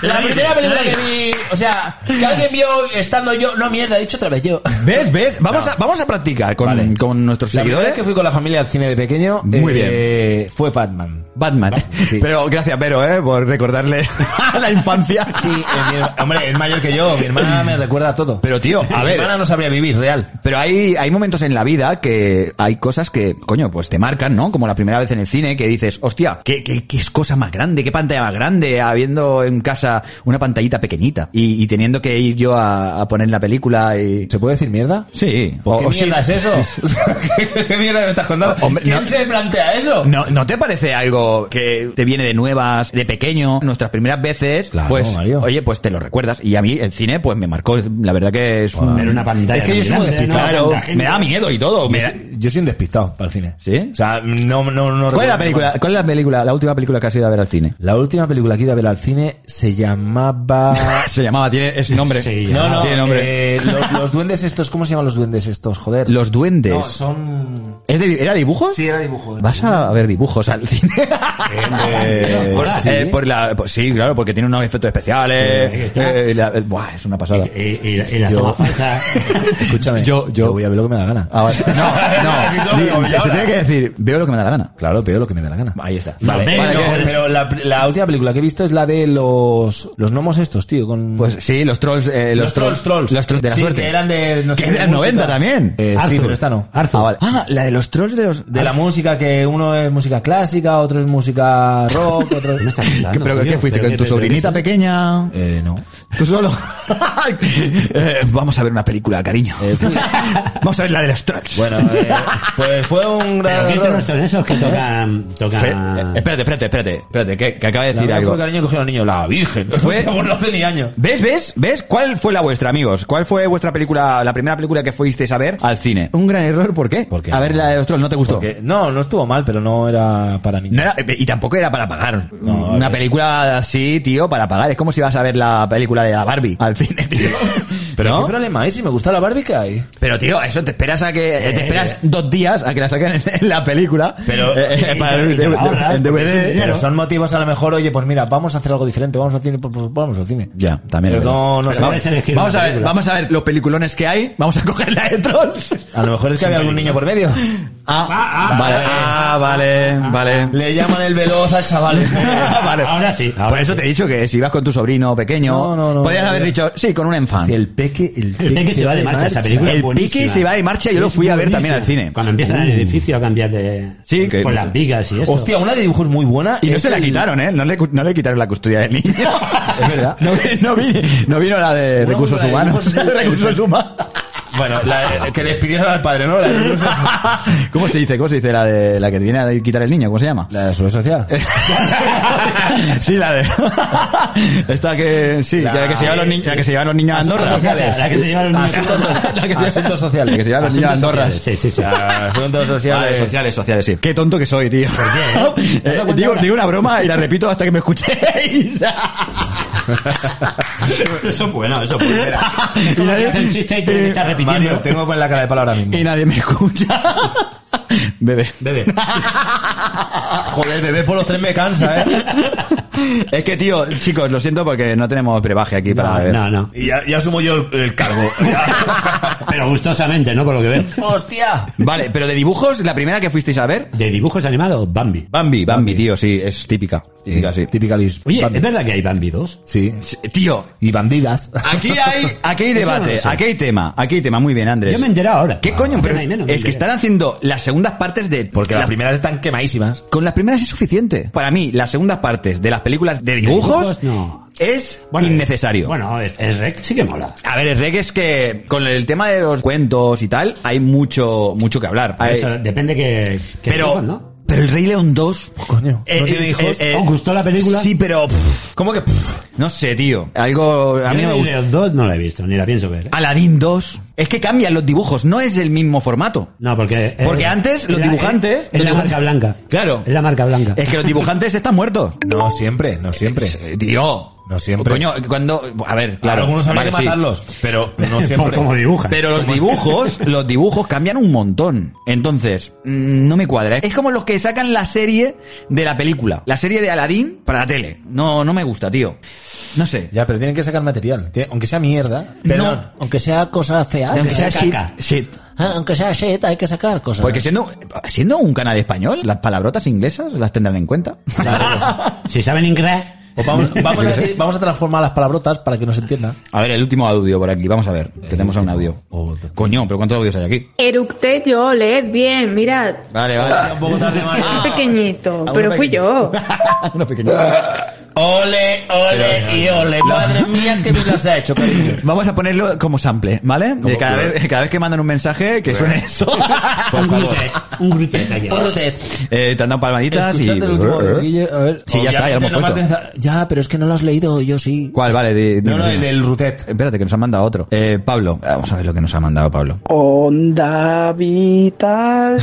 Speaker 4: La primera película que vi... O sea, que alguien vio estando yo... No, mierda, he dicho otra vez yo.
Speaker 1: <laughs> ¿Ves? ¿Ves? Vamos, a, vamos a practicar con, con nuestros
Speaker 4: La primera
Speaker 1: seguidores.
Speaker 4: vez que fui con la familia al cine de pequeño
Speaker 1: Muy
Speaker 4: eh, fue Batman.
Speaker 1: Batman. <laughs>
Speaker 4: sí.
Speaker 1: Pero gracias, Vero, ¿eh? Por recordarle <laughs> a la infancia.
Speaker 4: Sí, eh, mi- hombre, es mayor que yo, mi hermana me recuerda todo.
Speaker 1: Pero tío,
Speaker 4: Sí,
Speaker 1: a
Speaker 4: Mi hermana
Speaker 1: ver.
Speaker 4: no sabría vivir, real.
Speaker 1: Pero hay, hay momentos en la vida que hay cosas que, coño, pues te marcan, ¿no? Como la primera vez en el cine que dices, hostia, qué, qué, qué es cosa más grande, qué pantalla más grande, habiendo en casa una pantallita pequeñita y, y teniendo que ir yo a, a poner la película y...
Speaker 4: ¿Se puede decir mierda?
Speaker 1: Sí.
Speaker 4: ¿Qué
Speaker 1: o- o sí.
Speaker 4: mierda es <laughs> eso? ¿Qué, qué mierda me estás contando?
Speaker 1: Hombre,
Speaker 4: ¿Quién
Speaker 1: no-
Speaker 4: se plantea eso?
Speaker 1: ¿No, ¿No te parece algo que te viene de nuevas, de pequeño, nuestras primeras veces?
Speaker 4: Claro,
Speaker 1: pues,
Speaker 4: Mario.
Speaker 1: oye, pues te lo recuerdas. Y a mí el cine, pues me marcó, la verdad que es un...
Speaker 2: Pero una pantalla.
Speaker 4: Es que yo soy
Speaker 2: grande,
Speaker 4: muy
Speaker 2: ¿no?
Speaker 4: despistado.
Speaker 1: Claro,
Speaker 2: Tanta gente.
Speaker 1: me da miedo y todo. me
Speaker 4: Yo
Speaker 1: da-
Speaker 4: soy- yo soy un despistado para el cine.
Speaker 1: ¿Sí?
Speaker 4: O sea, no, no,
Speaker 1: ¿Cuál es
Speaker 4: no recuerdo-
Speaker 1: la película, cuál es la película, la última película que has ido a ver al cine?
Speaker 4: La última película que iba a ver al cine se llamaba...
Speaker 1: Se llamaba, tiene es nombre.
Speaker 2: Sí,
Speaker 4: <laughs> No, <laughs> no,
Speaker 1: tiene nombre.
Speaker 4: eh, los, los duendes estos, ¿cómo se llaman los duendes estos? Joder.
Speaker 1: Los duendes.
Speaker 4: No, son...
Speaker 1: ¿Es de- ¿Era dibujo?
Speaker 4: Sí, era dibujo.
Speaker 1: Vas a ver dibujos al <laughs> cine.
Speaker 4: Eh,
Speaker 1: <laughs> Por-
Speaker 4: sí.
Speaker 1: eh, por la- por- sí, claro, porque tiene unos efectos especiales. eh, la- eh, buah, es una pasada.
Speaker 2: Y, y- y la
Speaker 4: Yo-
Speaker 1: <laughs>
Speaker 2: toma falsa.
Speaker 4: Escúchame,
Speaker 1: Yo- yo-
Speaker 4: yo, yo, voy a ver lo que me da la gana.
Speaker 1: Ah, vale.
Speaker 4: <laughs> Quito la
Speaker 1: No, no. di-
Speaker 4: comida
Speaker 1: Se
Speaker 4: ahora.
Speaker 1: tiene que decir, veo lo que me da la gana.
Speaker 4: Claro, pero lo que me da la gana.
Speaker 1: Ahí está.
Speaker 4: Vale,
Speaker 2: No,
Speaker 4: vale,
Speaker 2: venga,
Speaker 4: que- pero la, la última película que he visto es la de los los gnomos estos, tío, con
Speaker 1: Pues sí, los trolls, eh, los, Los trolls de la
Speaker 4: Sí,
Speaker 1: suerte.
Speaker 4: que eran de no
Speaker 1: Que
Speaker 4: sé,
Speaker 1: es de los
Speaker 4: música.
Speaker 1: 90 también.
Speaker 4: Eh, sí,
Speaker 2: Arthur.
Speaker 4: pero esta no.
Speaker 1: Ah, vale. Ah, la de los trolls de los.
Speaker 4: De la música que uno es música clásica, otro es música rock, otro
Speaker 2: No estás
Speaker 1: ¿Qué-
Speaker 2: pensando,
Speaker 1: ¿Pero
Speaker 2: tío.
Speaker 1: qué fuiste?
Speaker 2: Pero
Speaker 1: ¿Con
Speaker 2: que-
Speaker 1: tu
Speaker 2: pero que-
Speaker 1: sobrinita pequeña?
Speaker 4: eh, no.
Speaker 1: ¿Tú solo? <laughs> Eh, vamos a ver una película, cariño. <laughs> vamos a ver la de los trolls.
Speaker 4: Eh, Bueno, eh, pues fue
Speaker 2: ¿Pero
Speaker 4: un gran
Speaker 2: qué
Speaker 4: error.
Speaker 2: tonos son esos que este tocan...
Speaker 1: Fe-
Speaker 2: tocan...
Speaker 1: eh, espérate, espérate, espérate. Espérate, que, que acaba de
Speaker 4: ah. La
Speaker 1: decir
Speaker 4: verdad
Speaker 1: algo.
Speaker 4: fue cariño cogió al niño, la virgen.
Speaker 1: Fue-
Speaker 4: Como no hace ni año.
Speaker 1: ¿Ves, ves, ves? ¿Cuál fue la vuestra, amigos? ¿Cuál fue vuestra película, la primera película que fuisteis a ver al cine? Un gran error, ¿por qué?
Speaker 4: Porque
Speaker 1: a ver,
Speaker 4: no.
Speaker 1: la de los trolls, ¿no te gustó?
Speaker 4: Porque- no, no estuvo mal, pero no era para niños.
Speaker 1: No era- y tampoco era para pagar.
Speaker 4: No,
Speaker 1: Una
Speaker 4: eh.
Speaker 1: película así, tío, para pagar. Es como si vas a ver la película de la Barbie al cine, <laughs> tío.
Speaker 4: Pero ¿Qué
Speaker 1: Pero,
Speaker 4: problema hay? Si me gusta la Barbie que hay.
Speaker 1: pero tío, eso te esperas a que te esperas dos días a que la saquen en, en la película.
Speaker 4: Pero-
Speaker 1: Eh, eh, para el-
Speaker 2: y te la ahorras,
Speaker 1: en DVD.
Speaker 4: Pero son motivos a lo mejor, oye, pues mira, vamos a hacer algo diferente, vamos al cine, pues, pues, vamos al cine.
Speaker 1: Ya, también.
Speaker 4: Pero
Speaker 1: es verdad.
Speaker 4: no, no
Speaker 1: Pero
Speaker 4: sé.
Speaker 1: vamos,
Speaker 2: Puedes elegir
Speaker 1: vamos
Speaker 2: una
Speaker 1: a ver,
Speaker 2: película.
Speaker 1: vamos a ver los peliculones que hay. Vamos a <laughs> coger la de trolls.
Speaker 4: A lo mejor es que había algún niño por medio.
Speaker 1: Ah,
Speaker 2: ah,
Speaker 1: vale,
Speaker 2: vale.
Speaker 1: ah, vale, vale. Ah,
Speaker 4: Le llaman el veloz al chaval. este.
Speaker 1: <laughs> Vale.
Speaker 2: Ahora sí.
Speaker 1: Por eso te he dicho que si ibas con tu sobrino pequeño,
Speaker 4: No, no, no,
Speaker 1: podrías
Speaker 4: no,
Speaker 1: haber
Speaker 4: no.
Speaker 1: dicho, sí, con un enfant.
Speaker 4: Si el peque, el peque,
Speaker 2: El Peque se va de marcha, esa película
Speaker 1: El
Speaker 2: es buenísima.
Speaker 1: Piqui se va de marcha, yo lo
Speaker 2: Es
Speaker 1: fui a ver también
Speaker 2: buenísima.
Speaker 1: al cine. Mm.
Speaker 2: Cuando empiezan el edificio a cambiar de...
Speaker 1: Sí, que-
Speaker 2: Con las vigas y eso.
Speaker 4: Hostia, una de dibujos muy buena.
Speaker 1: Y no
Speaker 4: es
Speaker 1: se la
Speaker 4: el-
Speaker 1: quitaron, ¿eh? No le, cu- no le quitaron la custodia del niño.
Speaker 4: este <laughs> Es verdad.
Speaker 1: No, vi- no vi- no vino la de
Speaker 4: Una
Speaker 1: recursos
Speaker 4: película de
Speaker 1: humanos.
Speaker 4: recursos-
Speaker 1: <laughs> recursos humanos.
Speaker 4: Bueno, la <laughs> de- que le pidieron al padre, ¿no? La de,
Speaker 1: <laughs> ¿Cómo se dice? ¿Cómo se dice la de la que te viene a quitar el niño? ¿Cómo se llama?
Speaker 4: la de seguridad social.
Speaker 1: <laughs> sí, la de. <laughs> Esta que. Sí, la,
Speaker 4: La-
Speaker 1: que se llevan los, niños la que se llevan los niños a Andorra.
Speaker 2: sociales. La que se lleva los
Speaker 1: Ah, <laughs>
Speaker 2: niños a
Speaker 4: Asuntos,
Speaker 2: Andorra.
Speaker 4: la que se- asuntos sociales.
Speaker 1: La que se llevan los niños a Andorra.
Speaker 2: Sí, sí, sí.
Speaker 4: Asuntos
Speaker 1: Vale,
Speaker 4: sociales.
Speaker 1: sociales, sociales, sí. Qué tonto que soy, tío. <laughs> ¿Por
Speaker 2: qué?
Speaker 1: qué?
Speaker 2: dado cuenta
Speaker 1: digo,
Speaker 2: ahora?
Speaker 1: digo una broma y la repito hasta que me
Speaker 2: <laughs>
Speaker 1: escuchéis.
Speaker 2: Eso es bueno, eso es <laughs> bueno.
Speaker 1: Y
Speaker 2: Como
Speaker 1: nadie-
Speaker 2: que hace un chiste y te está repitiendo.
Speaker 4: eh, Mario, tengo en la cara de palo ahora mismo.
Speaker 1: Y nadie me escucha. <laughs> Bebé.
Speaker 2: Bebé.
Speaker 4: Joder, bebé por los tres me cansa, ¿eh?
Speaker 1: Es que, tío, chicos, lo siento porque no tenemos brebaje aquí para beber.
Speaker 2: No, no.
Speaker 4: Y ya, ya asumo yo el, el cargo.
Speaker 2: <laughs> Pero gustosamente, ¿no? Por lo que veo.
Speaker 4: ¡Hostia!
Speaker 1: Vale, pero de dibujos, la primera que fuisteis a ver.
Speaker 2: De dibujos animados, Bambi.
Speaker 1: Bambi, Bambi, tío, sí, es típica.
Speaker 4: Típica, sí. Típica Liz.
Speaker 2: Oye,
Speaker 4: Bambi.
Speaker 2: ¿es verdad que hay Bambi 2?
Speaker 4: Sí.
Speaker 1: Tío,
Speaker 4: Y bandidas.
Speaker 1: aquí hay, aquí hay
Speaker 2: <laughs> Eso no
Speaker 1: debate,
Speaker 2: lo sé.
Speaker 1: aquí hay tema, aquí hay tema. Muy bien, Andrés.
Speaker 2: Yo me he enterado ahora.
Speaker 1: ¿Qué coño?
Speaker 2: Ah,
Speaker 1: Pero
Speaker 2: ni menos,
Speaker 1: es que
Speaker 2: ni idea.
Speaker 1: están haciendo las segundas partes de...
Speaker 4: Porque las
Speaker 1: la-
Speaker 4: primeras están quemaísimas.
Speaker 1: Con las primeras es suficiente. Para mí, las segundas partes de las películas de dibujos,
Speaker 2: dibujos, no.
Speaker 1: es
Speaker 2: Bueno,
Speaker 1: innecesario.
Speaker 2: Bueno, es, es rec sí que mola.
Speaker 1: A ver, el reg es que con el tema de los cuentos y tal, hay mucho, mucho que hablar. Hay-
Speaker 2: Eso depende que, que
Speaker 1: pero,
Speaker 2: dibujos, ¿no?
Speaker 1: pero el Rey León 2...
Speaker 4: <laughs> Coño.
Speaker 1: eh,
Speaker 2: ¿No tiene
Speaker 1: eh,
Speaker 2: hijos?
Speaker 1: eh,
Speaker 2: ¿Os gustó la película?
Speaker 1: Sí, pero... pff, ¿Cómo que...? pff? no sé, tío. Algo... A mí no me gusta.
Speaker 2: Los dos no la he visto, ni la pienso ver. ¿eh?
Speaker 1: Aladdin 2. Es que cambian los dibujos, no es el mismo formato.
Speaker 2: No, porque... eh,
Speaker 1: Porque antes los
Speaker 2: era-
Speaker 1: dibujantes-
Speaker 2: Es, la marca blanca.
Speaker 1: Claro.
Speaker 2: Es la marca blanca. <laughs>
Speaker 1: Es que los dibujantes están muertos.
Speaker 4: No siempre, no siempre.
Speaker 1: Eh, Tío.
Speaker 4: No siempre.
Speaker 1: Coño, cuando... A ver, claro.
Speaker 4: Algunos habría
Speaker 1: vale,
Speaker 4: que
Speaker 1: sí.
Speaker 4: matarlos, pero <laughs> no
Speaker 2: Por
Speaker 4: siempre.
Speaker 2: cómo dibujan.
Speaker 1: Pero
Speaker 4: <laughs>
Speaker 1: los dibujos, los dibujos cambian un montón. Entonces, mm, no me cuadra. Es como los que sacan la serie de la película. La serie de Aladdin para la tele. No, no me gusta, tío. No sé.
Speaker 4: Ya, pero tienen que sacar material. Tiene- Aunque sea mierda. Perdón.
Speaker 1: No.
Speaker 4: Aunque sea cosa fea.
Speaker 1: Aunque sea
Speaker 2: sea
Speaker 1: shit,
Speaker 2: caca.
Speaker 1: shit.
Speaker 4: Ah, aunque sea shit, hay que sacar cosas.
Speaker 1: Porque siendo, siendo un canal español, las palabrotas inglesas las tendrán en cuenta.
Speaker 4: <laughs>
Speaker 2: Si saben inglés...
Speaker 4: O Pues vamos, vamos, a, decir- vamos a transformar las palabrotas para que nos entiendan.
Speaker 1: A ver, el último audio por aquí. Vamos a ver. Que tenemos a un audio.
Speaker 4: Oh,
Speaker 1: Coño, pero ¿cuántos audios hay aquí?
Speaker 5: Eructé yo, leed bien, mirad.
Speaker 1: Vale, <laughs> vale.
Speaker 4: Un poco tarde, Mario.
Speaker 5: Es pequeñito,
Speaker 1: Ah,
Speaker 5: pero
Speaker 1: uno
Speaker 5: fui
Speaker 1: pequeño.
Speaker 5: yo.
Speaker 1: Uno pequeño.
Speaker 4: Ole,
Speaker 2: eh,
Speaker 4: ole y ole. Madre mía, qué bien las ha hecho, cariño.
Speaker 1: Vamos a ponerlo como sample, ¿vale? De cada, vez, cada vez que mandan un mensaje, que suene eso. <laughs>
Speaker 2: Un grutete. Un grutete aquí.
Speaker 4: Órrete.
Speaker 1: Eh, te han dado palmaditas y...
Speaker 4: Escuchate el último, Guille, a ver.
Speaker 1: ¿eh? Sí, ya está, ya lo hemos
Speaker 4: Obviamente no me has- Ya, pero es que no lo has leído, yo sí.
Speaker 1: ¿Cuál? Vale, di-
Speaker 4: No, no,
Speaker 1: di-
Speaker 4: el del Rutet.
Speaker 1: Espérate, que nos han mandado otro. Eh, Pablo, vamos a ver lo que nos ha mandado Pablo.
Speaker 6: Onda vital.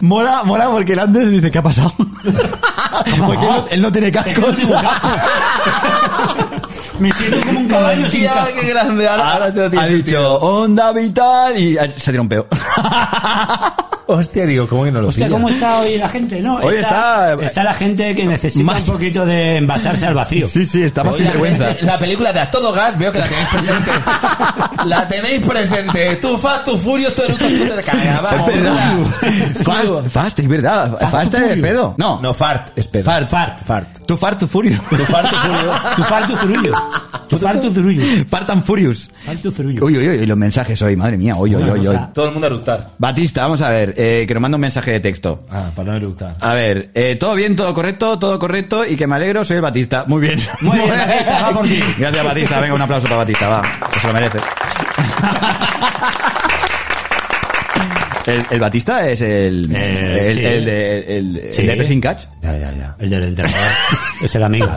Speaker 1: Mola, mola porque el Andrés dice, ¿qué ha <laughs> pasado? porque él no, tiene casco.
Speaker 2: Me siento como un caballo sin
Speaker 4: Hostia,
Speaker 2: casco.
Speaker 4: qué grande. Ahora, ahora te lo
Speaker 1: ha
Speaker 4: tienes.
Speaker 1: dicho, onda vital, y ha- se ha tirado un peo.
Speaker 4: Hostia, digo, ¿cómo que no lo
Speaker 2: Hostia,
Speaker 4: pilla?
Speaker 2: ¿cómo está hoy la gente? No,
Speaker 1: Hoy está-
Speaker 2: está la gente que necesita
Speaker 1: Más-
Speaker 2: un poquito de envasarse al vacío.
Speaker 1: sí, sí, está más
Speaker 4: Oye, la,
Speaker 1: sinvergüenza.
Speaker 4: gente- <laughs> la película de A Todo Gas veo que la tenéis presente. la tenéis presente. Tú fast, tú furio, tú eructo, tú te cagas. Vamos,
Speaker 1: es verdad.
Speaker 4: venga.
Speaker 1: <laughs> Fast, fast, es verdad. Fast,
Speaker 2: to
Speaker 1: es
Speaker 2: Furious.
Speaker 1: pedo. No,
Speaker 4: No, fart, es pedo.
Speaker 1: Fart.
Speaker 4: fart, fart.
Speaker 1: Too far, too <laughs> furious.
Speaker 4: Tu fart, tu furio.
Speaker 2: Tu farto zurullo. Tu farto zurullo.
Speaker 1: Fart and furious.
Speaker 2: Farto zurullo.
Speaker 1: Uy, uy, uy, los mensajes hoy, madre mía, uy, uy,
Speaker 2: Una
Speaker 1: uy, uy.
Speaker 2: cosa.
Speaker 4: Todo el mundo a eructar.
Speaker 1: Batista, vamos a ver, eh, que nos manda un mensaje de texto.
Speaker 4: Ah, para no eructar.
Speaker 1: A ver, eh, todo bien, todo correcto, todo correcto y que me alegro, soy el Batista. Muy bien.
Speaker 2: Muy
Speaker 1: <laughs>
Speaker 2: bien, Batista, va por ti.
Speaker 1: Gracias, Batista. Venga, un aplauso para Batista, va. Que se lo
Speaker 2: <laughs>
Speaker 1: merece. El, el Batista es el.
Speaker 2: Eh,
Speaker 1: el,
Speaker 2: sí.
Speaker 1: el de. El, el
Speaker 2: Sí.
Speaker 1: de Pressing Catch.
Speaker 4: Ya, ya, ya.
Speaker 2: El del enterrador. es el amigo.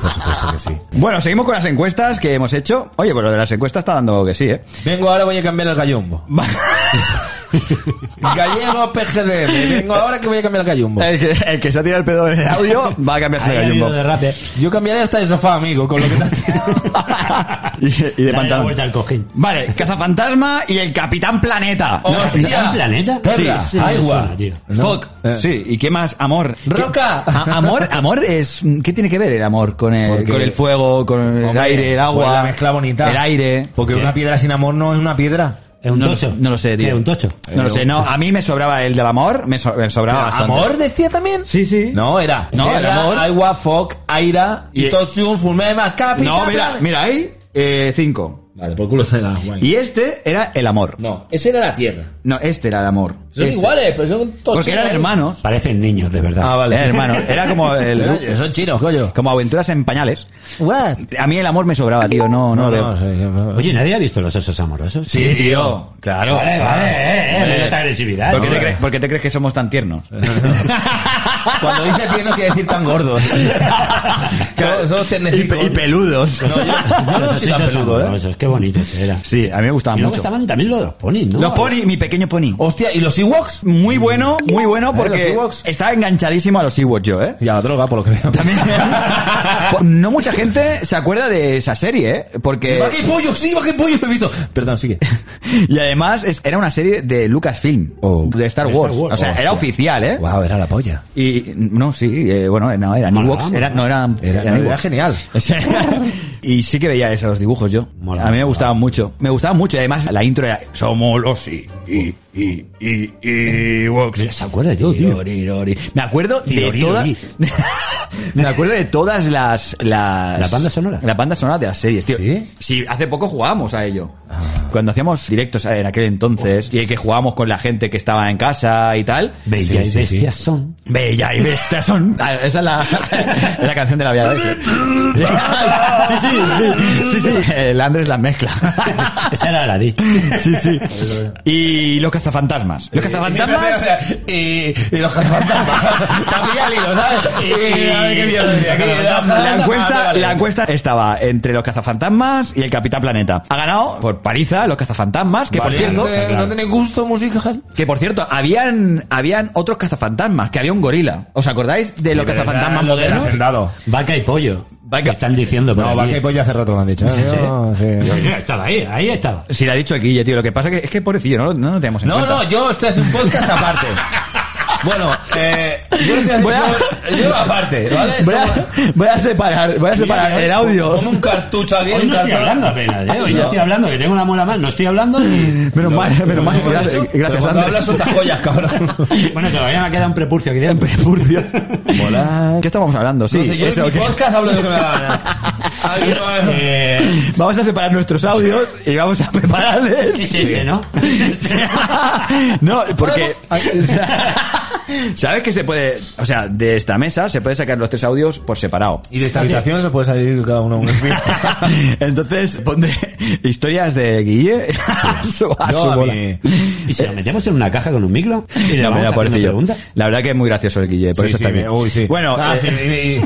Speaker 4: Por supuesto que sí.
Speaker 1: Bueno, seguimos con las encuestas que hemos hecho. Oye, pues lo de las encuestas está dando que sí, ¿eh?
Speaker 4: Vengo ahora, voy a cambiar el gallumbo.
Speaker 1: Va-
Speaker 4: Gallego PGDM. Vengo ahora que voy a cambiar el gallumbo.
Speaker 1: <laughs> El que, el que se ha tirado el pedo en el audio va a cambiarse
Speaker 2: Ahí
Speaker 1: Eh, de
Speaker 2: ha habido
Speaker 1: gallumbo.
Speaker 2: derrape.
Speaker 4: Yo cambiaré hasta de sofá, amigo, con lo que te has tirado.
Speaker 1: <laughs> Y, y de
Speaker 2: Dale la
Speaker 1: pantalón.
Speaker 2: vuelta al cojín.
Speaker 1: Vale, Cazafantasma y el Capitán Planeta.
Speaker 4: ¡Hostia!
Speaker 2: ¿Un planeta?
Speaker 4: Perla,
Speaker 2: Sí, sí,
Speaker 4: agua.
Speaker 2: me suena, tío.
Speaker 1: Fuck. Sí, ¿y qué más? Amor. ¿Qué-
Speaker 4: eh. ¡Roca!
Speaker 1: A- amor, amor es. ¿Qué tiene que ver el amor con el,
Speaker 4: Porque-
Speaker 1: con el fuego, con el
Speaker 4: Hombre,
Speaker 1: aire, el agua?
Speaker 4: pues la mezcla bonita.
Speaker 1: El aire.
Speaker 4: Porque una piedra sin amor no es una piedra.
Speaker 2: Es un
Speaker 1: no,
Speaker 2: tocho.
Speaker 1: Lo, no lo sé, tío. Eh,
Speaker 2: ¿Qué, un tocho?
Speaker 1: No lo sé, no. A mí me sobraba el del amor, me, so- me sobraba bastante.
Speaker 4: Ah, ¿Amor decía también?
Speaker 1: Sí, sí.
Speaker 4: No, era.
Speaker 1: No,
Speaker 4: Tierra,
Speaker 1: era amor.
Speaker 4: Agua, foc, aira,
Speaker 1: Y-
Speaker 4: y totsium, fulmema, capital.
Speaker 1: No, mira, mira ahí. Eh, cinco.
Speaker 4: Vale, por culo de la
Speaker 1: Y este era el amor.
Speaker 4: No, esa era la tierra.
Speaker 1: No, este era el amor.
Speaker 4: Son
Speaker 1: Este.
Speaker 4: iguales, pero son tochos.
Speaker 1: Porque eran
Speaker 2: <laughs>
Speaker 1: hermanos.
Speaker 2: Parecen niños, de verdad.
Speaker 4: Ah, eh. vale.
Speaker 1: Eran hermanos. Era como
Speaker 4: <laughs> Pero
Speaker 1: el,
Speaker 4: Son chinos, coño.
Speaker 1: como aventuras en pañales.
Speaker 4: What?
Speaker 1: A mí el amor me sobraba, tío. No, no, lo veo.
Speaker 2: Oye, ¿nadie ha visto los osos amorosos?
Speaker 1: Sí, tío. Claro.
Speaker 2: Vale, vale,
Speaker 4: Ah,
Speaker 2: eh, eh, menos agresividad.
Speaker 1: ¿Por qué, te
Speaker 2: Hombre.
Speaker 1: crees, por qué te crees que somos tan
Speaker 4: <laughs>
Speaker 1: tiernos?
Speaker 4: Cuando dice tierno quiere decir
Speaker 1: <laughs>
Speaker 4: tan gordo. Son- son los
Speaker 1: y,
Speaker 4: tiernecitos.
Speaker 1: pe- y peludos.
Speaker 4: No, yo, yo no
Speaker 2: Los
Speaker 4: soy tan
Speaker 2: ositos
Speaker 4: peludo, ¿eh?
Speaker 2: amorosos, Qué bonitos eran.
Speaker 1: Sí, a mí me gustaban
Speaker 2: Y luego
Speaker 1: mucho.
Speaker 2: estaban también los ponis, ¿no?
Speaker 1: Los pony, mi pequeño pony.
Speaker 4: Hostia, ¿y los Ewoks? Eh,
Speaker 1: Muy bueno, muy bueno
Speaker 4: los
Speaker 1: porque
Speaker 4: Ewoks.
Speaker 1: estaba enganchadísimo a los Ewoks yo, ¿eh?
Speaker 4: Y a la droga, por lo que veo. <laughs>
Speaker 1: También- Pues, no mucha gente se acuerda de esa serie, ¿eh? Porque... <laughs>
Speaker 4: ¡Va que hay pollo! ¡Sí, va que hay pollo! Lo he visto. Perdón, sigue.
Speaker 1: Y además es- era una serie de Lucas Lucasfilm o de Star Wars.
Speaker 2: Wars.
Speaker 1: O sea, era
Speaker 2: Hostia.
Speaker 1: oficial, ¿eh?
Speaker 2: Ah,
Speaker 4: Wow, era la polla.
Speaker 1: Y no, sí, eh, bueno, no, eran
Speaker 2: Molaba,
Speaker 1: Ewoks, era,
Speaker 2: molaba.
Speaker 1: no eran,
Speaker 4: Era,
Speaker 1: eran
Speaker 4: era
Speaker 1: Ewoks.
Speaker 4: genial. <laughs>
Speaker 1: y sí que veía esos dibujos yo.
Speaker 2: Molaba,
Speaker 1: a mí me
Speaker 2: molaba.
Speaker 1: gustaban mucho. Me gustaban mucho y además la intro era Somos los y, y, y, y, y Ewoks".
Speaker 2: se acuerda yo, tío.
Speaker 1: Ori, ori. Me acuerdo de
Speaker 2: Ori,
Speaker 1: todas.
Speaker 2: ori.
Speaker 1: me acuerdo de todas las. Las
Speaker 2: ¿Las bandas sonoras?
Speaker 1: Las bandas sonoras de las series, tío.
Speaker 4: ¿Sí? Ah.
Speaker 1: hace poco jugábamos a ello. Cuando hacíamos directos en aquel entonces y que jugábamos con la gente que estaba en casa y tal.
Speaker 2: Bella
Speaker 4: Sí,
Speaker 2: y
Speaker 4: sí, sí.
Speaker 2: bestias son.
Speaker 1: Bella y bestia son. Ah, Esa es la, <laughs> es la canción de la vida. <laughs> sí, sí, sí, sí, sí. El Andrés la mezcla.
Speaker 2: Esa era la di.
Speaker 1: sí, sí. Y los cazafantasmas. Los
Speaker 4: O sea, <laughs> y, y los cazafantasmas. También al
Speaker 1: <laughs>
Speaker 4: hilo, ¿sabes? Y, a ver qué mierda diría, cazafantasmas.
Speaker 1: La
Speaker 4: Vale,
Speaker 1: encuesta,
Speaker 4: vale.
Speaker 1: la encuesta estaba entre los cazafantasmas y el Capitán Planeta. Ha ganado por paliza los cazafantasmas, que por
Speaker 4: Vale,
Speaker 1: cierto,
Speaker 4: no te- ¿No tenéis gusto musical?
Speaker 1: que por cierto, habían, habían otros cazafantasmas, que había un gorila. ¿Os acordáis de los cazafantasmas
Speaker 4: Lo del
Speaker 1: modernos?
Speaker 4: hacendado.
Speaker 2: Vaca y pollo.
Speaker 1: Vaca-
Speaker 2: Están diciendo por
Speaker 4: No,
Speaker 2: aquí.
Speaker 4: va que pollo hace rato lo han dicho. ¿eh?
Speaker 2: Sí, sí.
Speaker 4: No,
Speaker 2: Sí, sí, estaba ahí, ahí estaba.
Speaker 1: Si la ha dicho aquí, tío, lo que pasa que es que pobrecillo, no, lo- no lo tenemos en
Speaker 4: No,
Speaker 1: cuenta.
Speaker 4: no, yo estoy haciendo un podcast aparte. Bueno, eh, yo estoy haciendo
Speaker 1: Voy
Speaker 4: yo aparte, ¿vale?
Speaker 1: Eh, Voy a,
Speaker 4: Somos-
Speaker 1: <laughs> voy a separar, voy a separar el audio.
Speaker 4: Pon un cartucho aquí,
Speaker 2: Hoy
Speaker 4: un
Speaker 2: no estoy
Speaker 4: cartucho.
Speaker 2: hablando apenas, ¿eh? Hoy no estoy hablando, que tengo una muela mal. No estoy hablando ni...
Speaker 1: Menos mal, menos mal. Gracias,
Speaker 4: Eso,
Speaker 1: gracias,
Speaker 4: cuando
Speaker 1: Andrés.
Speaker 4: hablas son tas joyas, cabrón.
Speaker 2: Bueno, todavía me queda un prepurcio aquí dentro.
Speaker 1: Prepurcio. ¿Qué estábamos hablando? Sí,
Speaker 4: No sé, yo
Speaker 1: eso,
Speaker 4: en mi
Speaker 1: ¿qué?
Speaker 4: podcast hablo de lo que me da la
Speaker 1: <laughs>
Speaker 4: gana. A mí no me-
Speaker 2: <laughs> Eh,
Speaker 1: Vamos a separar nuestros audios y vamos a prepararles.
Speaker 2: es este, ¿no?
Speaker 1: <laughs> no, porque. ¿Sabes que se puede.? O sea, de esta mesa se puede sacar los tres audios por separado.
Speaker 4: Y de esta habitación se puede salir cada uno un espíritu.
Speaker 1: <laughs> Entonces pondré historias de <laughs> Guille a su, a
Speaker 4: Yo
Speaker 1: su
Speaker 4: a
Speaker 1: bola. Eh,
Speaker 4: mí.
Speaker 2: ¿Y si lo metemos en una caja con un micro? Y le
Speaker 1: <laughs> No,
Speaker 2: vamos
Speaker 1: mira,
Speaker 2: a hacer una
Speaker 1: pobrecillo. <laughs>
Speaker 2: pregunta.
Speaker 1: La verdad que es muy gracioso el Guille, por
Speaker 4: Sí,
Speaker 1: eso
Speaker 4: sí,
Speaker 1: está aquí.
Speaker 4: me- uy, sí.
Speaker 1: Bueno,
Speaker 4: Ah,
Speaker 1: eh, <laughs>
Speaker 4: sí, y, y- y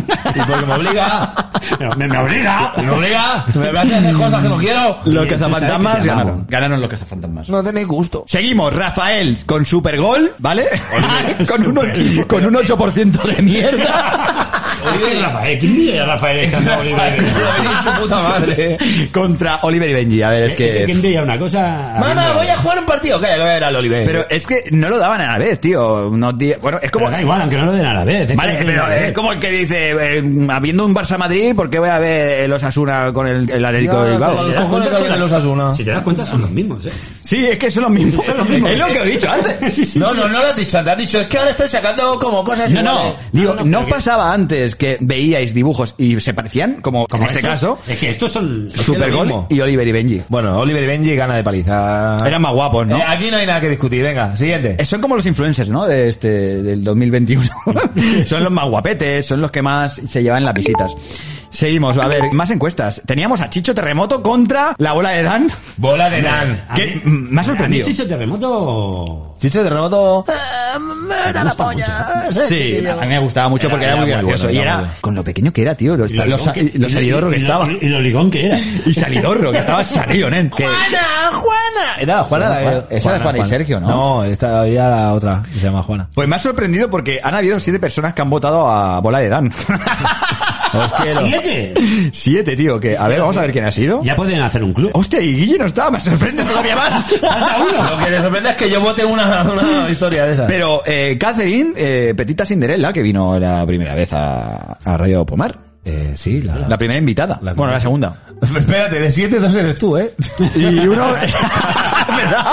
Speaker 4: porque me obliga.
Speaker 2: Pero Me, me obliga.
Speaker 4: Me obliga. Me hace hacer cosas que no quiero.
Speaker 1: los
Speaker 2: Guille, tú sabes que
Speaker 1: cazafantasmas
Speaker 2: te amamos.
Speaker 1: ganaron. Ganaron los cazafantasmas.
Speaker 4: No tenéis gusto.
Speaker 1: Seguimos, Rafael, con Supergol, ¿vale? <laughs> con, un, och- con un 8% de mierda.
Speaker 2: Oliver Rafael, ¿quién diría
Speaker 1: <laughs>
Speaker 2: Rafael Alejandro Oliver?
Speaker 4: <laughs> su puta madre. Eh,
Speaker 1: contra Oliver y Benji. A ver, es
Speaker 2: Eh, ¿Quién
Speaker 1: que...
Speaker 2: diría una cosa?
Speaker 4: Mamá, voy a jugar un partido. Calla, que voy a ver al Oliver.
Speaker 1: Pero es que no lo daban a la vez, tío. Unos días- Bueno, es como...
Speaker 2: Pero da igual, aunque no lo den a la vez. es
Speaker 1: Vale,
Speaker 2: que no
Speaker 1: pero eh,
Speaker 2: lo den a la
Speaker 1: es
Speaker 2: vez.
Speaker 1: como el que dice, eh, habiendo un Barça-Madrid, ¿por qué voy a ver el Osasuna con el, el
Speaker 4: Ya,
Speaker 1: Atlético de
Speaker 4: hasta
Speaker 1: Bilbao?
Speaker 4: los cojones hablan de los Asuna.
Speaker 2: Si te das cuenta, son los mismos, ¿eh?
Speaker 1: Sí, es que son los mismos.
Speaker 2: Son los mismos.
Speaker 1: Es lo que he dicho antes.
Speaker 4: No, no, no lo has dicho antes. Has dicho, es que ahora estoy sacando como cosas
Speaker 1: No, no,
Speaker 4: iguales.
Speaker 1: digo,
Speaker 2: no,
Speaker 1: ¿no
Speaker 2: pero que-
Speaker 1: pasaba antes que veíais dibujos y se parecían? Como, en este
Speaker 2: Estos-
Speaker 1: caso,
Speaker 2: Es que estos son.
Speaker 4: que lo
Speaker 1: Supergol
Speaker 4: mismo.
Speaker 1: y Oliver y Benji.
Speaker 4: Bueno, Oliver y Benji gana de paliza.
Speaker 1: Eran más guapos, ¿no?
Speaker 4: Eh, aquí no hay nada que discutir. Venga, siguiente.
Speaker 1: Eh, Son como los influencers, ¿no? De este, del 2021. son los más guapetes, son los que más se llevan las visitas. Seguimos, a ver, más encuestas. Teníamos a Chicho Terremoto contra la bola de Dan.
Speaker 4: Bola de Dan.
Speaker 2: A
Speaker 1: ¿Qué? Mm,
Speaker 2: mí-
Speaker 1: Me ha sorprendido.
Speaker 2: A mí Chicho Terremoto.
Speaker 4: Chicho terremoto.
Speaker 2: Era la polla.
Speaker 1: <laughs> Sí, a mí me gustaba mucho porque era,
Speaker 4: Era-
Speaker 1: muy
Speaker 4: era muy
Speaker 1: gracioso.
Speaker 4: bueno,
Speaker 1: y
Speaker 4: era
Speaker 1: era
Speaker 4: muy bueno.
Speaker 1: con lo pequeño que era, tío. Los, los,
Speaker 2: ligón que-
Speaker 1: los salidorro que
Speaker 2: y lo-
Speaker 1: estaba.
Speaker 2: Y lo
Speaker 1: <laughs>
Speaker 2: ligón que era.
Speaker 1: Y salidorro, que estaba salionen. Que,
Speaker 4: Era Juana. la
Speaker 1: Juana.
Speaker 4: que-
Speaker 1: Esa era Juana y Sergio, ¿no?
Speaker 4: No, esta había la otra que se llama Juana.
Speaker 1: Pues me ha sorprendido porque han habido siete personas que han votado a Bola de Dan. <laughs> Os quiero.
Speaker 2: ¡Siete!
Speaker 1: Siete, tío. Que, a ver, vamos a ver quién ha sido.
Speaker 2: Ya pueden hacer un club.
Speaker 1: Hostia, y Guille no estaba, me sorprende todavía <laughs> más.
Speaker 4: Ah, Lo que le sorprende es que yo vote una, una historia de esa.
Speaker 1: Pero eh, Catherine, eh, Petita Cinderella, que vino la primera vez a, a Radio Pomar.
Speaker 4: Eh, sí, la,
Speaker 1: La primera invitada.
Speaker 4: La-
Speaker 1: bueno, la segunda.
Speaker 4: <laughs>
Speaker 1: <laughs>
Speaker 4: Espérate, de 7, 2 eres tú, ¿eh?
Speaker 1: Y uno...
Speaker 4: <laughs>
Speaker 1: <laughs> ¿Verdad?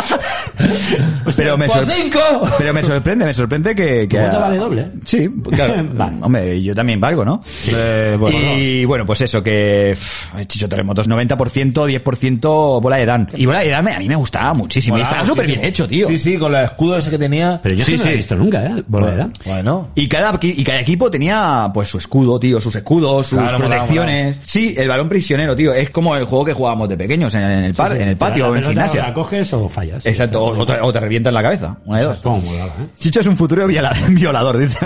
Speaker 1: Pero me,
Speaker 4: ¡Por
Speaker 1: sorprende
Speaker 4: 5!
Speaker 1: pero me sorprende, me sorprende que... que
Speaker 2: Tu voto vale doble, ¿eh?
Speaker 1: Sí, <laughs> claro.
Speaker 2: Vale.
Speaker 1: Hombre, yo también valgo, ¿no?
Speaker 4: Eh, bueno,
Speaker 1: y bueno, pues eso, que pff, Chicho Terremotos, 90%, 10% bola de Dan. Y bola de Dan me- a mí me gustaba muchísimo. y
Speaker 4: Molaba
Speaker 1: estaba súper bien
Speaker 4: muchísimo.
Speaker 1: hecho, tío.
Speaker 4: Sí, sí, con los escudos ese que tenía.
Speaker 2: Pero yo
Speaker 1: Sí,
Speaker 2: sí, no lo he
Speaker 1: sí.
Speaker 2: visto nunca, ¿eh? Bola de Dan.
Speaker 4: Bueno.
Speaker 1: Y cada, equi- y cada equipo tenía pues su escudo, tío, sus escudos, sus
Speaker 4: Claro, molaba,
Speaker 1: protecciones. Sí, el balón prisionero, tío. Es como el juego que jugábamos de pequeños en, en el, par, en el patio
Speaker 2: La
Speaker 1: o en
Speaker 2: pelota o
Speaker 1: gimnasia.
Speaker 2: La coges o fallas.
Speaker 1: Exacto, o, o te, o te revientas la cabeza. Una de dos.
Speaker 2: Como molaba, ¿eh?
Speaker 1: <laughs> Chicho es un futuro viola- violador, dice.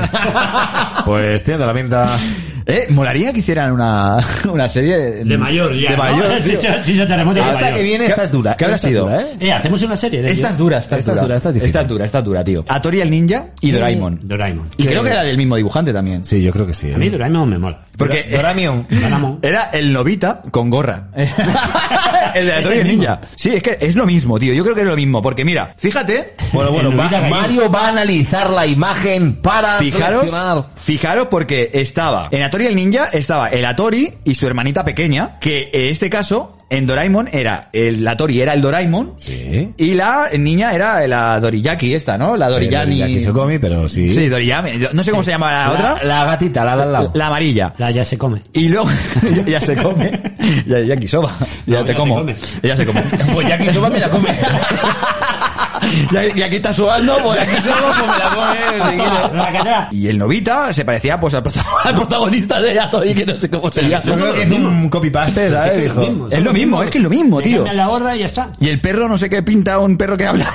Speaker 4: Pues tiene la pinta.
Speaker 1: Eh, molaría que hicieran una, <laughs> una serie
Speaker 2: De mayor, ya.
Speaker 1: De
Speaker 2: ¿no?
Speaker 1: mayor, <laughs>
Speaker 2: <laughs>
Speaker 1: tío.
Speaker 2: Chicha- chicha terremoto de
Speaker 4: Esta
Speaker 2: mayor.
Speaker 4: que viene,
Speaker 1: ¿Qué-
Speaker 4: esta es dura.
Speaker 1: qué habrá
Speaker 4: Esta es
Speaker 1: sido?
Speaker 4: dura, ¿eh?
Speaker 2: Eh, hacemos una serie de
Speaker 1: Esta es
Speaker 2: ello.
Speaker 1: dura, esta es
Speaker 4: Esta es dura, esta es difícil.
Speaker 1: Esta es dura, esta es dura, tío. A Tori el ninja y Doraemon.
Speaker 2: Doraemon.
Speaker 1: Y creo que era del mismo dibujante también.
Speaker 4: Sí, yo creo que sí. ¿eh?
Speaker 2: A mí Doraemon me mola.
Speaker 1: Porque
Speaker 4: Dora- Doramion.
Speaker 1: <laughs>
Speaker 2: Doraemon.
Speaker 1: Era el novita con gorra. el de la
Speaker 2: Es
Speaker 1: Tori
Speaker 2: el
Speaker 1: el
Speaker 2: mismo.
Speaker 1: ninja. Sí, es que es lo mismo, tío. Yo creo que es lo mismo. Porque mira, fíjate,
Speaker 4: <laughs> Bueno, bueno,
Speaker 2: El
Speaker 4: va-
Speaker 2: Nobita cayó.
Speaker 4: Mario va a analizar la imagen para
Speaker 1: Fijaros,
Speaker 4: seleccionar.
Speaker 1: fijaros porque estaba en Atori el ninja estaba el Atori y su hermanita pequeña, que en este caso en Doraemon era el Atori era el Doraemon
Speaker 4: Sí.
Speaker 1: y la niña era la Doriyaki esta, ¿no? La Doriyani.
Speaker 4: Aquí se come, pero sí.
Speaker 1: Sí, Doriyami, no sé cómo se llama la, otra,
Speaker 4: La gatita, la de al lado.
Speaker 1: la amarilla.
Speaker 2: La ya se come.
Speaker 1: Y luego <laughs> ya se come. Ya, ya quisoba. Ya
Speaker 2: No,
Speaker 1: te
Speaker 2: ya
Speaker 1: como.
Speaker 2: se come.
Speaker 1: Ya se come. Pues ya quisoba me la <laughs> come. y aquí está suando, pues ya quisoba pues me la come. <laughs>
Speaker 2: Toma, la catra.
Speaker 1: Y el novita se parecía pues al, prota- <laughs> al protagonista de Atori, que no sé cómo se llama.
Speaker 2: Yo creo que es un
Speaker 1: copy-paste,
Speaker 2: ¿sabes,
Speaker 1: Es,
Speaker 2: hijo?
Speaker 1: es lo mismo, es que es lo mismo,
Speaker 2: Le
Speaker 1: tío.
Speaker 2: cambian la gorra y ya está.
Speaker 1: Y el perro no sé qué pinta un perro que <laughs> habla.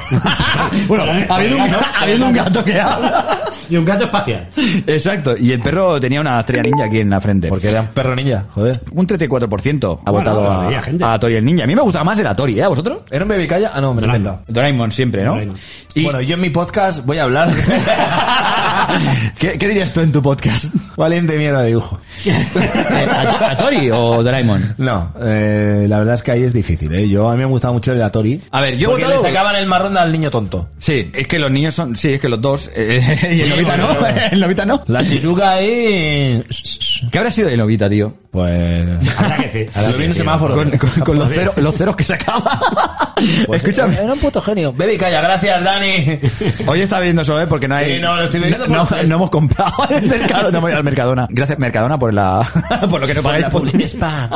Speaker 1: bueno,
Speaker 2: Pero-
Speaker 1: habiendo un,
Speaker 2: pero-
Speaker 1: habiendo un gato que habla.
Speaker 2: Y un gato espacial.
Speaker 1: Exacto, y el perro tenía una estrella ninja aquí en la frente.
Speaker 4: Porque era un perro ninja, joder.
Speaker 1: Un 34% ha
Speaker 2: Bueno,
Speaker 1: votado
Speaker 2: la mayoría, gente.
Speaker 1: a, a Tori el Ninja. A mí me gustaba más el Atori, ¿eh? ¿A vosotros?
Speaker 4: ¿Era un bebé calla? Ah, no, me lo he
Speaker 2: Doraemon.
Speaker 4: inventado.
Speaker 1: Doraemon siempre, ¿no?
Speaker 2: Doraemon.
Speaker 1: Y-
Speaker 4: Bueno, yo en mi podcast voy a hablar.
Speaker 1: <laughs> ¿Qué, qué dirías tú en tu podcast?
Speaker 4: <laughs> Valiente mierda de dibujo.
Speaker 1: Eh, ¿A, a Tori o Doraemon?
Speaker 4: No, eh, la verdad es que ahí es difícil, ¿eh? Yo, a mí me gustaba mucho el Atori.
Speaker 1: A ver, yo he
Speaker 4: porque le
Speaker 1: votado-
Speaker 4: sacaban el marrón al niño tonto.
Speaker 1: Sí, es que los niños son... Sí, es que los dos... eh, <laughs> y el Novita
Speaker 4: bueno,
Speaker 1: no, el Novita no.
Speaker 4: La chichuga ahí...
Speaker 1: ¿Qué habrá sido de Novita, tío?
Speaker 4: <laughs> Pues...
Speaker 2: Habrá que decir.
Speaker 4: Lo vi en un semáforo.
Speaker 1: Con, con- con los, ceros, los ceros que <laughs> sacaba. Escúchame.
Speaker 4: Era un puto genio. Baby, calla, gracias, Dani.
Speaker 1: Hoy está viendo solo, ¿eh? Porque no hay.
Speaker 4: Sí, no, lo estoy viendo
Speaker 1: No,
Speaker 4: por tres.
Speaker 1: no hemos <laughs> comprado en el mercado, no hemos ido al Mercadona. Gracias, Mercadona, por la. <laughs> por lo que nos pagáis.
Speaker 4: la
Speaker 1: por-
Speaker 4: publi- spam.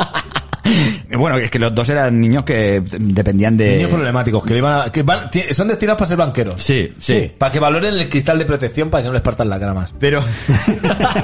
Speaker 1: <laughs> bueno, es que los dos eran niños que dependían de.
Speaker 4: Niños <laughs> problemáticos que, le iban a- que van- ti- son destinados para ser banqueros.
Speaker 1: Sí, sí.
Speaker 4: Para que valoren el cristal de protección para que no les partan las gramas.
Speaker 1: Pero. <laughs>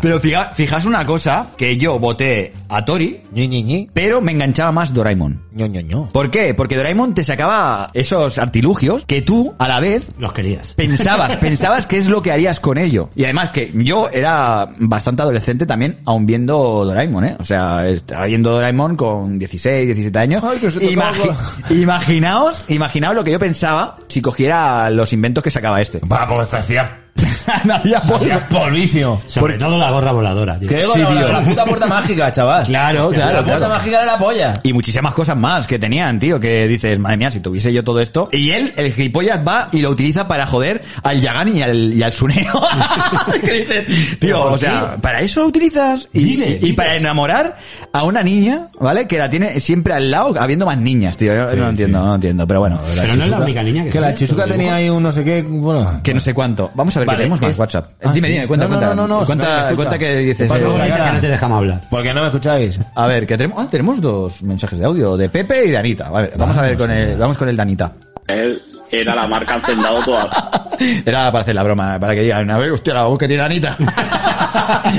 Speaker 1: pero fija, fijaos una cosa: que yo voté a Tori,
Speaker 4: Ñi, Ñi, Ñi.
Speaker 1: pero me enganchaba más Doraemon.
Speaker 4: Ño, Ño, Ño.
Speaker 1: ¿Por qué? Porque Doraemon te sacaba esos artilugios que tú, a la vez,
Speaker 2: Los querías.
Speaker 1: Pensabas, <laughs> pensabas qué es lo que harías con ello. Y además que yo era bastante adolescente también, aun viendo Doraemon, ¿eh? O sea, estaba viendo Doraemon con 16, 17 años.
Speaker 4: Ay, que se te
Speaker 1: Imagi- <laughs> imaginaos, imaginaos lo que yo pensaba si cogiera los inventos que sacaba este.
Speaker 4: Va, pues te hacía... <laughs>
Speaker 1: Me había podido-
Speaker 4: polvísimo.
Speaker 2: Sobre todo la gorra voladora, tío.
Speaker 4: Que
Speaker 1: Sí,
Speaker 4: bueno,
Speaker 1: tío.
Speaker 4: la, la puta puerta mágica, chaval.
Speaker 1: Claro,
Speaker 4: La
Speaker 1: claro,
Speaker 4: puerta
Speaker 1: claro.
Speaker 4: mágica era la polla.
Speaker 1: Y muchísimas cosas más que tenían, tío, que dices, madre mía, si tuviese yo todo esto. Y él, el gilipollas, va y lo utiliza para joder al Yagan y al, y al Suneo. <laughs> que dices, tío, o sea, para eso lo utilizas. Y,
Speaker 2: Vive,
Speaker 1: y- y para enamorar a una niña, ¿vale? Que la tiene siempre al lado, habiendo más niñas, tío. Yo no lo entiendo, no lo entiendo, pero bueno.
Speaker 2: Pero no es la única niña que
Speaker 4: Que la
Speaker 2: sale,
Speaker 4: Chizuka
Speaker 2: pero
Speaker 4: tenía
Speaker 2: dibujo.
Speaker 4: ahí un no sé qué... Bueno...
Speaker 1: Que no sé cuánto. Vamos a ver
Speaker 4: Vale,
Speaker 1: que tenemos más
Speaker 4: es-
Speaker 1: WhatsApp.
Speaker 4: Ah,
Speaker 1: dime,
Speaker 4: sí.
Speaker 1: dime, cuenta,
Speaker 4: No, no,
Speaker 1: cuenta.
Speaker 4: no, no, no,
Speaker 1: cuenta,
Speaker 4: escucha.
Speaker 1: cuenta que
Speaker 4: Te
Speaker 1: dices.
Speaker 4: paso
Speaker 1: eh,
Speaker 4: por
Speaker 2: Ahora
Speaker 4: cara.
Speaker 2: que no te dejamos hablar.
Speaker 4: Porque no me escucháis.
Speaker 1: A ver, que tenemos, ah, tenemos dos mensajes de audio de Pepe y de Anita. Vale,
Speaker 4: Ah,
Speaker 1: vamos a ver
Speaker 4: pues
Speaker 1: con el, vamos con el de Anita.
Speaker 4: <laughs>
Speaker 7: Él era la marca encendado toda.
Speaker 1: Era para hacer la broma, para que digan, a ver, hostia, la voz que tiene
Speaker 4: <laughs>
Speaker 1: Anita.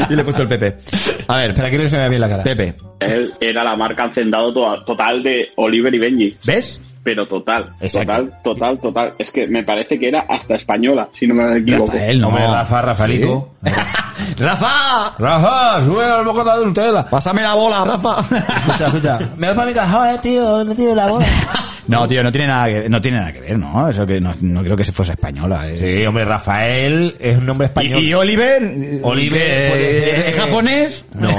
Speaker 1: y le he puesto el Pepe. A ver,
Speaker 4: Espera,
Speaker 1: espera,
Speaker 4: quiero que se me vea bien la cara.
Speaker 1: Pepe,
Speaker 7: Él era la marca encendado toda- total de Oliver y Benji.
Speaker 1: ¿ves?
Speaker 7: Pero total,
Speaker 1: Exacto.
Speaker 7: total, total, total. Es que me parece que era hasta española, si no me equivoco.
Speaker 1: Rafael, no.
Speaker 4: Hombre, Rafa, Rafalico.
Speaker 1: <laughs> ¡Rafa!
Speaker 4: Rafa, sube al bocata de un tela.
Speaker 1: ¡Pásame la bola, Rafa!
Speaker 4: <laughs> Escucha, escucha. Me voy para mi casa, eh, tío. He metido la bola.
Speaker 1: no, tío, no tiene nada que, no tiene nada que ver, ¿no? Eso que no, no creo que se fuese española. eh.
Speaker 4: Sí, hombre, Rafael es un nombre español.
Speaker 1: Y, y Oliver,
Speaker 4: Oliver
Speaker 1: que
Speaker 4: puede ser- eh,
Speaker 1: es japonés. <laughs>
Speaker 4: No.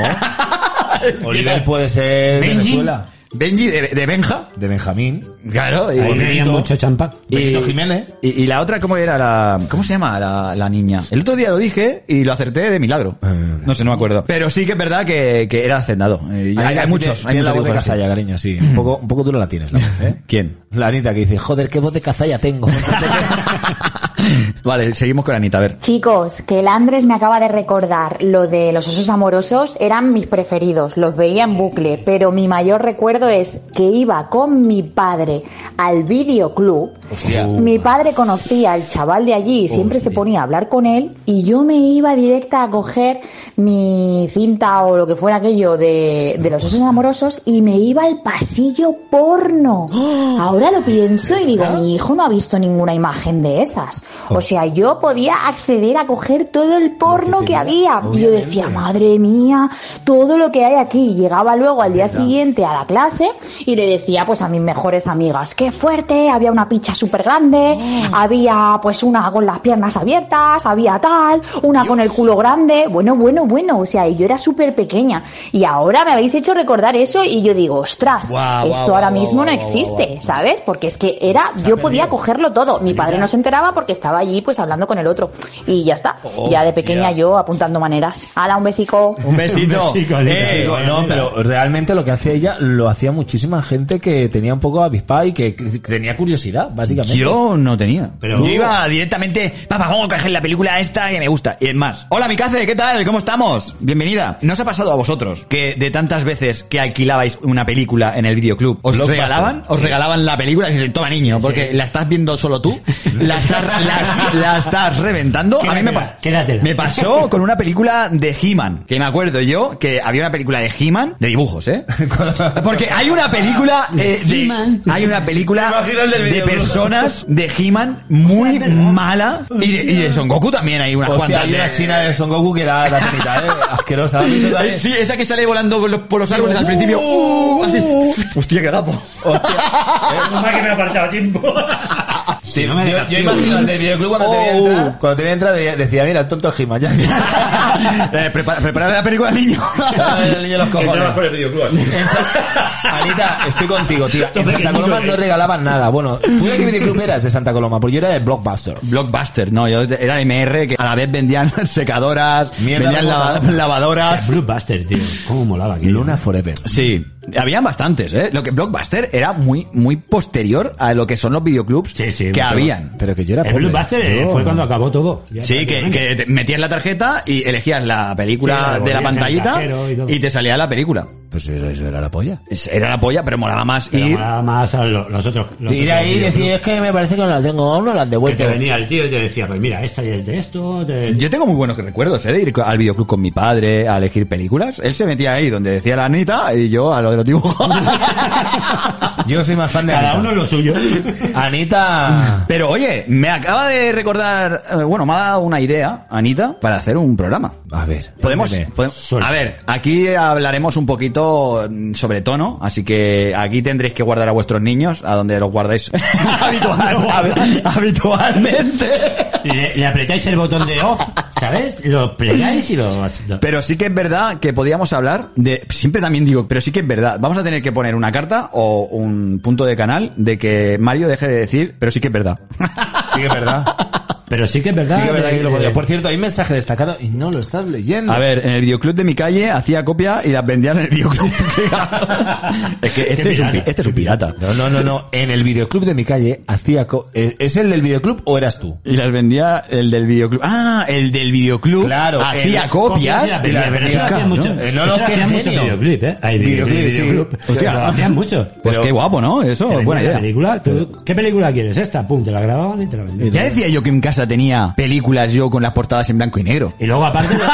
Speaker 4: Oliver puede ser de
Speaker 1: Benji,
Speaker 4: Venezuela.
Speaker 1: Benji de, de Benja.
Speaker 4: De Benjamín.
Speaker 1: Claro, y-
Speaker 2: Ahí tenía mucho champán.
Speaker 4: Benito Jiménez.
Speaker 1: Y, y la otra, ¿cómo era la. ¿Cómo se llama la, la niña? El otro día lo dije y lo acerté de milagro.
Speaker 4: Eh.
Speaker 1: No sé, no me acuerdo. Pero sí que es verdad que, que era hacendado. Eh, y
Speaker 4: Ahí
Speaker 1: Hay, hay
Speaker 4: así
Speaker 1: muchos.
Speaker 4: tiene-
Speaker 1: Hay
Speaker 4: tiene
Speaker 1: muchos
Speaker 4: la voz de
Speaker 1: dibujos así.
Speaker 4: cazalla, cariño, sí. Un poco, un poco dura la tienes, la voz, ¿eh?
Speaker 1: ¿Quién?
Speaker 4: <laughs> La Anita que dice, joder, qué voz de cazalla <laughs> tengo.
Speaker 1: vale, seguimos con Anita, a ver.
Speaker 8: Chicos, que el Andrés me acaba de recordar lo de los osos amorosos, eran mis preferidos, los veía en bucle, pero mi mayor recuerdo es que iba con mi padre al videoclub. Mi padre conocía al chaval de allí, siempre se ponía a hablar con él y yo me iba directa a coger mi cinta o lo que fuera aquello de, de los osos amorosos y me iba al pasillo porno. Ahora lo pienso y digo, mi hijo no ha visto ninguna imagen de esas. O sea, yo podía acceder a coger todo el porno que había. Y yo decía, madre mía, todo lo que hay aquí. Llegaba luego al día siguiente a la clase y le decía pues a mis mejores amigas, qué fuerte, había una picha súper grande,
Speaker 1: Ah.
Speaker 8: había pues una con las piernas abiertas, había tal, una con el culo grande. Bueno, bueno, bueno, o sea, y yo era súper pequeña. Y ahora me habéis hecho recordar eso y yo digo, ostras,
Speaker 1: Guau,
Speaker 8: esto
Speaker 1: guau,
Speaker 8: ahora
Speaker 1: guau,
Speaker 8: mismo
Speaker 1: guau,
Speaker 8: no
Speaker 1: guau,
Speaker 8: existe,
Speaker 1: guau, guau.
Speaker 8: ¿sabes? Porque es que era, yo podía cogerlo todo. Mi padre no se enteraba porque estaba allí pues hablando con el otro. Y ya está, ya de pequeña yo apuntando maneras. Hala, un besico.
Speaker 1: <laughs> Un besito.
Speaker 2: Un besico, Lita.
Speaker 1: Eh,
Speaker 4: Digo, no, pero realmente lo que hacía ella lo hacía muchísima gente que tenía un poco avispa y que, que tenía curiosidad, básicamente.
Speaker 1: Yo no tenía.
Speaker 2: Pero-
Speaker 1: yo iba directamente, papá, vamos a coger la película esta que me gusta. Y es más. Hola, mi ¿qué tal? ¿Cómo estamos? Bienvenida. ¿No os ha pasado a vosotros que de tantas veces que alquilabais una película en el videoclub, os regalaban? Os regalaban la película y dicen, toma niño, porque la estás viendo solo tú, la estás, la-
Speaker 2: <laughs>
Speaker 1: la estás reventando. A mí me, pa-
Speaker 2: Quédatela, quédatela.
Speaker 1: me pasó con una película de He-Man, que me acuerdo yo que había una película de He-Man, de dibujos,
Speaker 2: <laughs>
Speaker 1: ¿eh? Porque hay una película eh, de,
Speaker 2: He-Man.
Speaker 1: hay una película
Speaker 4: imagino el del
Speaker 1: de
Speaker 4: videoclub.
Speaker 1: personas de He-Man muy mala y de, y de Son Goku también hay unas
Speaker 4: Hostia,
Speaker 1: cuantas.
Speaker 4: hay
Speaker 1: de-
Speaker 4: una china de Son Goku que da la cenita, <laughs> ¿eh? Asquerosa. ¿Has visto
Speaker 1: Eh,
Speaker 4: también?
Speaker 1: Sí, esa que sale volando por los, por los árboles al principio. Uh, así. Hostia, qué gapo.
Speaker 2: Menos mal que me he apartado a tiempo. Si no me
Speaker 4: yo,
Speaker 2: dejas
Speaker 4: yo
Speaker 2: ciego.
Speaker 4: imagino al del videoclub cuando te
Speaker 1: Oh.
Speaker 4: veía entrar, cuando te veía entrar de- decía, mira, el tonto Gima, ya.
Speaker 1: <laughs> Eh, prepara, prepara la película, niño.
Speaker 4: <laughs> El niño de los cojones.
Speaker 2: Entrabas por el videoclub así.
Speaker 4: En Sa- Anita,
Speaker 1: eh,
Speaker 4: estoy contigo, tía. En Santa
Speaker 2: pequeñito
Speaker 4: Coloma
Speaker 2: eres.
Speaker 4: no regalaban nada. Bueno, ¿tú de qué videoclub eras de Santa Coloma? Porque yo era de Blockbuster.
Speaker 1: Blockbuster, no, yo era MR que a la vez vendían <laughs> secadoras,
Speaker 4: Mierda,
Speaker 1: vendían lava-
Speaker 4: remota.
Speaker 1: lavadoras.
Speaker 2: Blockbuster, tío. ¿Cómo molaba aquello?
Speaker 4: Luna Forever.
Speaker 1: Sí, habían bastantes, ¿eh? Lo que Blockbuster era muy, muy posterior a lo que son los videoclubs
Speaker 2: Sí, sí,
Speaker 1: que
Speaker 2: mucho.
Speaker 1: habían.
Speaker 4: Pero que yo era
Speaker 2: El
Speaker 4: pobre.
Speaker 2: Blockbuster eh,
Speaker 4: Yo-
Speaker 2: fue cuando acabó todo. Ya
Speaker 1: Sí, que,
Speaker 2: prácticamente.
Speaker 1: que te metías la tarjeta y elegías la
Speaker 2: Sí,
Speaker 1: película
Speaker 2: la
Speaker 1: de la
Speaker 2: devolvías en el
Speaker 1: pantallita
Speaker 2: cajero y todo.
Speaker 1: y, te salía la película.
Speaker 4: Pues eso, eso era la polla.
Speaker 1: Es- Era la polla, pero molaba más
Speaker 2: Pero
Speaker 1: ir.
Speaker 2: molaba más a lo- los otros. los
Speaker 4: Ir
Speaker 2: otros
Speaker 4: ahí y
Speaker 2: videoclub.
Speaker 4: decir, es que me parece que no la tengo aún, no la han
Speaker 2: Que
Speaker 4: devuelto.
Speaker 2: te venía el tío y te decía, pues mira, esta ya es de esto. de-
Speaker 1: Yo tengo muy buenos recuerdos, ¿eh? De ir al videoclub con mi padre, a elegir películas. Él se metía ahí donde decía la Anita y yo a lo de los dibujos.
Speaker 2: <laughs>
Speaker 4: Yo soy más fan de
Speaker 2: Cada
Speaker 4: Anita.
Speaker 2: uno lo suyo.
Speaker 4: <laughs> Anita.
Speaker 1: Pero oye, me acaba de recordar, eh, bueno, me ha dado una idea, Anita, para hacer un programa.
Speaker 4: A ver.
Speaker 1: Podemos,
Speaker 4: dime.
Speaker 1: podemos-
Speaker 2: Suelta.
Speaker 1: a ver, aquí hablaremos un poquito mm, sobre tono, así que aquí tendréis que guardar a vuestros niños a donde los <laughs> guardáis habitual- hab- <laughs> habitualmente.
Speaker 2: Le, le apretáis el botón de off, ¿sabes? Lo plegáis y lo... lo-
Speaker 1: Pero sí que es verdad que podíamos hablar de, siempre también digo, pero sí que es verdad, vamos a tener que poner una carta o un punto de canal de que Mario deje de decir, pero sí que es verdad.
Speaker 4: Sí que es verdad.
Speaker 2: Pero sí que es verdad.
Speaker 4: Sí que es verdad
Speaker 2: de-
Speaker 4: que lo podría.
Speaker 2: de-
Speaker 4: Por cierto, hay un mensaje destacado y no lo estás leyendo.
Speaker 1: A ver, en el videoclub de mi calle hacía copia y las vendían en el videoclub. <laughs> es que este
Speaker 2: Qué
Speaker 1: es, un, pi-
Speaker 2: pirata.
Speaker 1: este es un pirata.
Speaker 4: No, Ah, no, no, no. En el videoclub de mi calle hacía... co- eh, ¿Es el del videoclub o eras tú?
Speaker 1: Y las vendía el del videoclub. Ah, el del videoclub.
Speaker 4: Claro,
Speaker 1: Hacía
Speaker 4: el-
Speaker 1: copias.
Speaker 2: copias de
Speaker 1: y
Speaker 2: la
Speaker 1: las vendía.
Speaker 2: película, pero eso lo hacían
Speaker 1: Cabrón.
Speaker 2: mucho.
Speaker 4: Eh, no,
Speaker 2: Eso
Speaker 4: no,
Speaker 2: lo
Speaker 4: qué
Speaker 2: hacían mucho
Speaker 4: genio.
Speaker 2: en videoclip, ¿eh? Hay videoclip,
Speaker 4: Videoclip, sí.
Speaker 2: videoclip.
Speaker 1: Hostia.
Speaker 2: Lo hacían mucho.
Speaker 1: Pues
Speaker 4: Pero-
Speaker 1: qué guapo, ¿no?
Speaker 2: Te
Speaker 1: Eso,
Speaker 2: vendían
Speaker 1: buena
Speaker 2: la
Speaker 1: idea.
Speaker 2: película, tú, ¿Qué película quieres esta? Pum, te la grababan y te la vendían.
Speaker 1: Ya decía yo que en casa tenía películas yo con las portadas en blanco y negro.
Speaker 2: Y luego
Speaker 4: <laughs>
Speaker 2: aparte... <laughs>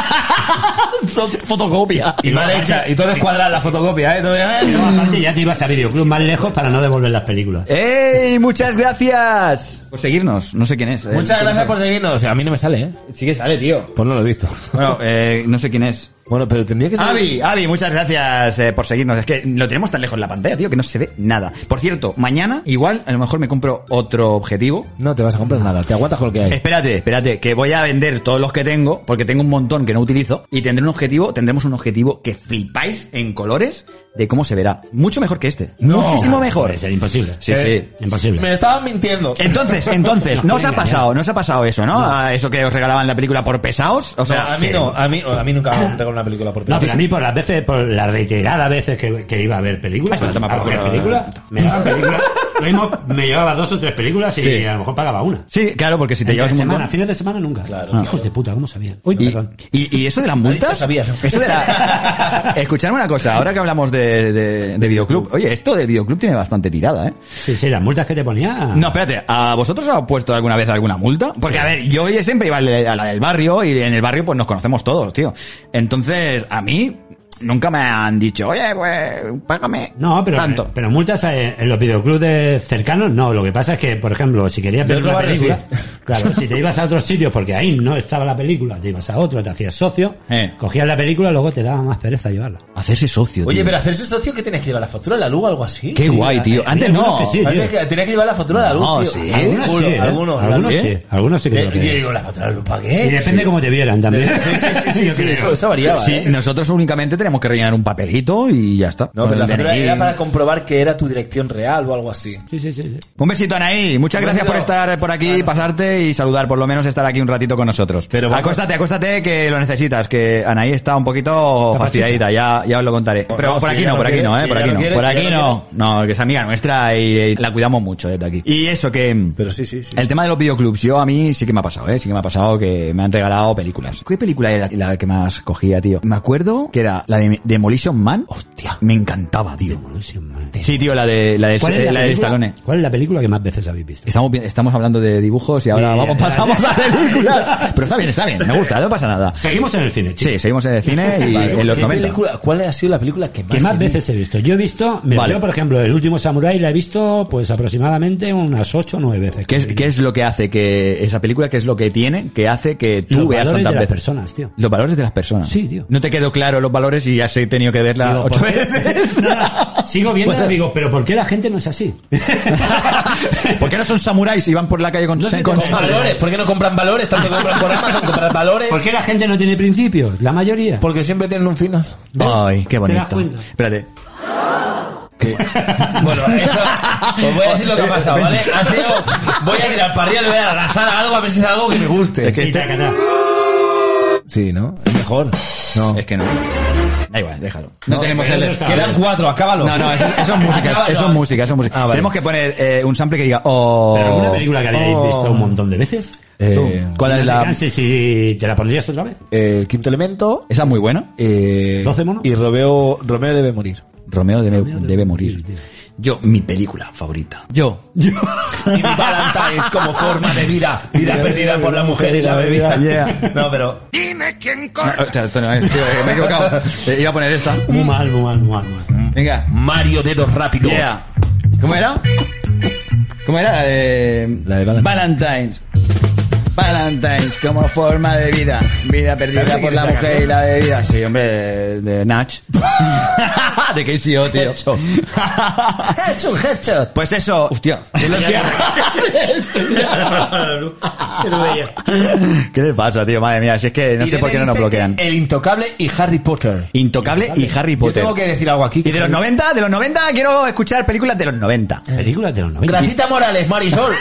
Speaker 1: Fotocopia.
Speaker 4: Y mal hecha. Y todo descuadrado la fotocopia, ¿eh? Todo-
Speaker 2: y
Speaker 4: eh.
Speaker 2: luego aparte ya te ibas a videoclub más lejos para no devolver las películas.
Speaker 1: ¡Ey! Muchas gracias por seguirnos. No sé quién es. eh.
Speaker 4: Muchas gracias por seguirnos. A mí no me sale, ¿eh?
Speaker 1: Sí que sale, tío.
Speaker 4: Pues no lo he visto.
Speaker 1: Bueno, eh, no sé quién es.
Speaker 4: Bueno, pero tendría
Speaker 2: Ah, Pues
Speaker 4: que ser...
Speaker 1: Avi, Avi, muchas gracias eh, por seguirnos. Es que lo tenemos tan lejos en la pantalla, tío, que no se ve nada. Por cierto, mañana igual a lo mejor me compro otro objetivo.
Speaker 4: No te vas a comprar nada. Te aguantas con lo que hay.
Speaker 1: Espérate, espérate, que voy a vender todos los que tengo, porque tengo un montón que no utilizo, y tendré un objetivo, tendremos un objetivo que flipáis en colores de cómo se verá. Mucho mejor que este. Muchísimo mejor.
Speaker 2: Puede ser imposible.
Speaker 1: Sí, sí.
Speaker 2: Imposible.
Speaker 4: <laughs> Me estaban mintiendo.
Speaker 1: Entonces, entonces, no os ha pasado, no os ha pasado eso, ¿no? A eso que os regalaban la película por pesados. O sea,
Speaker 4: No, a mí
Speaker 1: sí.
Speaker 4: no, a mí, a mí nunca me han regalado una película por
Speaker 2: No, pero
Speaker 4: pesos.
Speaker 2: a mí por las veces, por las reiteradas veces que, que iba a ver películas,
Speaker 4: Ah,
Speaker 1: Ay, toma,
Speaker 2: a coger
Speaker 1: por culo.
Speaker 2: películas, me daban
Speaker 4: <laughs>
Speaker 2: películas, lo mismo, me llevaba dos o tres películas y
Speaker 1: Sí.
Speaker 2: a lo mejor pagaba una.
Speaker 1: Sí, claro, porque si te
Speaker 2: Entre
Speaker 1: llevas un
Speaker 2: semana,
Speaker 1: montón.
Speaker 2: fines de semana nunca. Hijos de puta, ¿cómo sabían? Uy,
Speaker 1: Y,
Speaker 2: perdón.
Speaker 1: y- y eso de las multas.
Speaker 4: sabías, ¿no?
Speaker 1: Eso de
Speaker 4: <laughs>
Speaker 1: la. Escuchadme una cosa, ahora que hablamos de, de, de videoclub.
Speaker 4: Uh.
Speaker 1: Oye, esto de videoclub tiene bastante tirada, ¿eh?
Speaker 2: Sí, sí, las multas que te
Speaker 4: Ah.
Speaker 2: ponía.
Speaker 1: No, espérate, ¿a vosotros os ha puesto alguna vez alguna multa? Porque, a ver, yo oye, siempre iba a la del barrio y en el barrio pues nos conocemos todos, tío. Entonces, a mí nunca me han dicho, oye, pues, págame.
Speaker 2: No, pero,
Speaker 4: eh,
Speaker 1: Tanto.
Speaker 2: pero multas en, en los videoclubs de cercanos no. Lo que pasa es que, por ejemplo, si querías
Speaker 4: De
Speaker 2: ver
Speaker 4: otro
Speaker 2: una
Speaker 4: barrio,
Speaker 2: película,
Speaker 4: sí.
Speaker 2: Claro, si te ibas a otros sitios porque ahí no estaba la película, te ibas a otro, te hacías socio,
Speaker 1: Eh.
Speaker 2: cogías la película y luego te daba más pereza llevarla.
Speaker 1: Hacerse socio.
Speaker 4: Oye,
Speaker 1: tío.
Speaker 4: pero hacerse socio, ¿qué tenías que llevar? ¿La factura de la luz o algo así?
Speaker 1: Qué guay, tío.
Speaker 2: había
Speaker 1: Antes no.
Speaker 2: algunos que sí.
Speaker 4: Tenías que, tenías que llevar la factura de la luz,
Speaker 1: No,
Speaker 4: tío.
Speaker 1: sí.
Speaker 4: Algunos,
Speaker 2: Algunos sí, ¿eh?
Speaker 4: algunos,
Speaker 2: Algunos
Speaker 4: algunos.
Speaker 2: sí, algunos sí que lo
Speaker 4: Eh, yo
Speaker 2: creen.
Speaker 4: digo, ¿la factura de la luz para qué?
Speaker 2: Y depende cómo te vieran también.
Speaker 4: Sí, sí,
Speaker 2: <laughs>
Speaker 4: sí, sí,
Speaker 2: Yo
Speaker 4: sí,
Speaker 2: creo.
Speaker 4: eso, eso variaba.
Speaker 1: Sí,
Speaker 4: ¿eh?
Speaker 1: nosotros únicamente tenemos que rellenar un papelito y ya está.
Speaker 4: No, pero
Speaker 1: Con
Speaker 4: la
Speaker 1: el
Speaker 4: factura
Speaker 1: DNI.
Speaker 4: era para comprobar que era tu dirección real o algo así.
Speaker 2: Sí, sí, sí, sí.
Speaker 1: Un besito, Anaí. Muchas
Speaker 4: Un
Speaker 1: gracias por
Speaker 4: besito.
Speaker 1: estar por aquí, pasarte y saludar, por lo menos estar aquí un ratito con nosotros.
Speaker 4: Pero vamos.
Speaker 1: Acóstate, acóstate, que lo necesitas, que Anaí está un poquito fastidiadita, ya, ya os lo contaré.
Speaker 4: No,
Speaker 1: Pero
Speaker 4: no,
Speaker 1: por
Speaker 4: si
Speaker 1: aquí
Speaker 4: ya
Speaker 1: no,
Speaker 4: lo
Speaker 1: por aquí
Speaker 4: quieres,
Speaker 1: no, eh,
Speaker 4: si
Speaker 1: por
Speaker 4: ya
Speaker 1: aquí
Speaker 4: lo
Speaker 1: no.
Speaker 4: quieres,
Speaker 1: Por
Speaker 4: si
Speaker 1: aquí
Speaker 4: ya lo
Speaker 1: no. No, que es amiga nuestra y eh, la cuidamos mucho desde aquí. Y eso, que...
Speaker 4: Pero sí, sí, sí.
Speaker 1: El tema de los videoclubs, yo a mí sí que me ha pasado, ¿eh? Sí que me ha pasado que me han regalado películas. ¿Qué película era la que más cogía, tío? Me acuerdo que era la de Demolition Man. Hostia, me encantaba, tío. Sí, tío, la de la de,
Speaker 2: ¿Cuál es la,
Speaker 1: la de
Speaker 2: película-
Speaker 1: Stallone.
Speaker 2: ¿Cuál es la película que más veces habéis visto?
Speaker 1: Estamos, bien- estamos hablando de dibujos y ahora
Speaker 2: Sí,
Speaker 1: vamos,
Speaker 2: ya,
Speaker 1: pasamos
Speaker 2: ya.
Speaker 1: a películas. Pero está bien, está bien, me gusta, no pasa nada.
Speaker 2: Seguimos en el cine, chicos.
Speaker 1: Sí, seguimos en el cine y en los
Speaker 4: ¿Qué
Speaker 1: 90.
Speaker 4: película- ¿Cuál ha sido la película que más,
Speaker 2: Que más
Speaker 4: he
Speaker 2: veces he visto. Yo he visto, me
Speaker 1: Vale.
Speaker 2: veo, por ejemplo, el último Samurai la he visto pues aproximadamente unas 8 o 9 veces.
Speaker 1: ¿Qué es, ¿Qué es lo que hace que esa película, qué es lo que tiene, que hace que tú
Speaker 2: Los
Speaker 1: veas
Speaker 2: valores
Speaker 1: tantas
Speaker 2: de las
Speaker 1: veces?
Speaker 2: personas, tío.
Speaker 1: Los valores de las personas.
Speaker 2: Sí, tío.
Speaker 1: No te quedó claro los valores y ya se he tenido que verla
Speaker 2: Digo,
Speaker 1: ocho
Speaker 2: ¿por qué?
Speaker 1: veces. <laughs>
Speaker 2: <laughs>
Speaker 1: Pues, eh,
Speaker 2: No, no, sigo viendo y digo, pero ¿por qué la gente no es así?
Speaker 1: ¿Por qué no son samuráis y van por la calle con,
Speaker 2: No sé
Speaker 1: con
Speaker 2: cómo-
Speaker 1: sables?
Speaker 4: valores? ¿Por qué no compran valores? Tanto que compran por Amazon, compran valores.
Speaker 2: ¿Por qué la gente no tiene principios? La mayoría.
Speaker 4: Porque siempre tienen un final.
Speaker 1: Ay, qué
Speaker 2: ¿Te das
Speaker 1: bonito.
Speaker 2: cuenta?
Speaker 1: Espérate.
Speaker 4: <laughs> Bueno, eso. Os voy a decir lo que ha pasado,
Speaker 1: <laughs>
Speaker 4: ¿vale? Ha sido. Voy a tirar para arriba, le voy a lanzar algo a ver si es algo que me guste.
Speaker 1: Es que este-
Speaker 2: Tacatá.
Speaker 4: Sí, ¿no? Es mejor. No.
Speaker 1: Es que no. Da igual, déjalo. No, tenemos
Speaker 2: pero
Speaker 1: el...
Speaker 2: eso está
Speaker 1: Queda-
Speaker 4: Quedan cuatro, acábalo.
Speaker 1: No, no, eso,
Speaker 4: <laughs>
Speaker 1: eso es música,
Speaker 4: Acábalo.
Speaker 1: eso es música, eso es música.
Speaker 4: Ah, vale.
Speaker 1: Tenemos que poner eh, un sample que diga, oh...
Speaker 2: Pero alguna película que habíais
Speaker 4: Oh.
Speaker 2: visto un montón de veces.
Speaker 4: Eh,
Speaker 1: Tú, ¿Cuál
Speaker 2: No
Speaker 1: es
Speaker 2: te
Speaker 1: la...?
Speaker 2: canses si te la pondrías otra vez.
Speaker 4: El quinto elemento.
Speaker 1: Esa es muy buena.
Speaker 4: Eh,
Speaker 2: 12 monos.
Speaker 4: Y Romeo, Romeo debe morir.
Speaker 1: Romeo debe, debe morir. Yo, mi película favorita.
Speaker 4: Yo. Y mi Valentine es como forma de vida. Vida perdida por la
Speaker 2: <laughs>
Speaker 4: mujer y la bebida.
Speaker 1: Yeah.
Speaker 4: No, pero.
Speaker 1: No, o sea, esto no es, tío, eh, me he equivocado. Eh, iba a poner esta.
Speaker 2: Muy mal, muy mal, muy mal. muy mal.
Speaker 1: <laughs> Venga.
Speaker 4: Mario dedos rápidos.
Speaker 1: Yeah. ¿Cómo era? ¿Cómo era? La de,
Speaker 4: La de Valentine.
Speaker 1: Valentine's. Valentine's como forma de vida. Vida perdida
Speaker 4: ¿Sabes
Speaker 1: por
Speaker 4: quién
Speaker 1: la
Speaker 4: es la
Speaker 1: mujer y la bebida. Sí, hombre, de, de Nach. <laughs> de KCO, tío.
Speaker 4: Headshot, headshot.
Speaker 1: <laughs> Pues eso. Hostia. <laughs> ¿Qué le pasa, tío? Madre mía, si es que no sé por qué no nos bloquean.
Speaker 4: El intocable y Harry Potter.
Speaker 1: Intocable y Harry
Speaker 4: Yo
Speaker 1: Potter.
Speaker 4: tengo que decir algo aquí.
Speaker 1: Y de los 90, de los 90, quiero escuchar películas de los 90.
Speaker 4: Eh,
Speaker 2: Películas de los 90.
Speaker 4: Gracita Morales, <laughs> Marisol.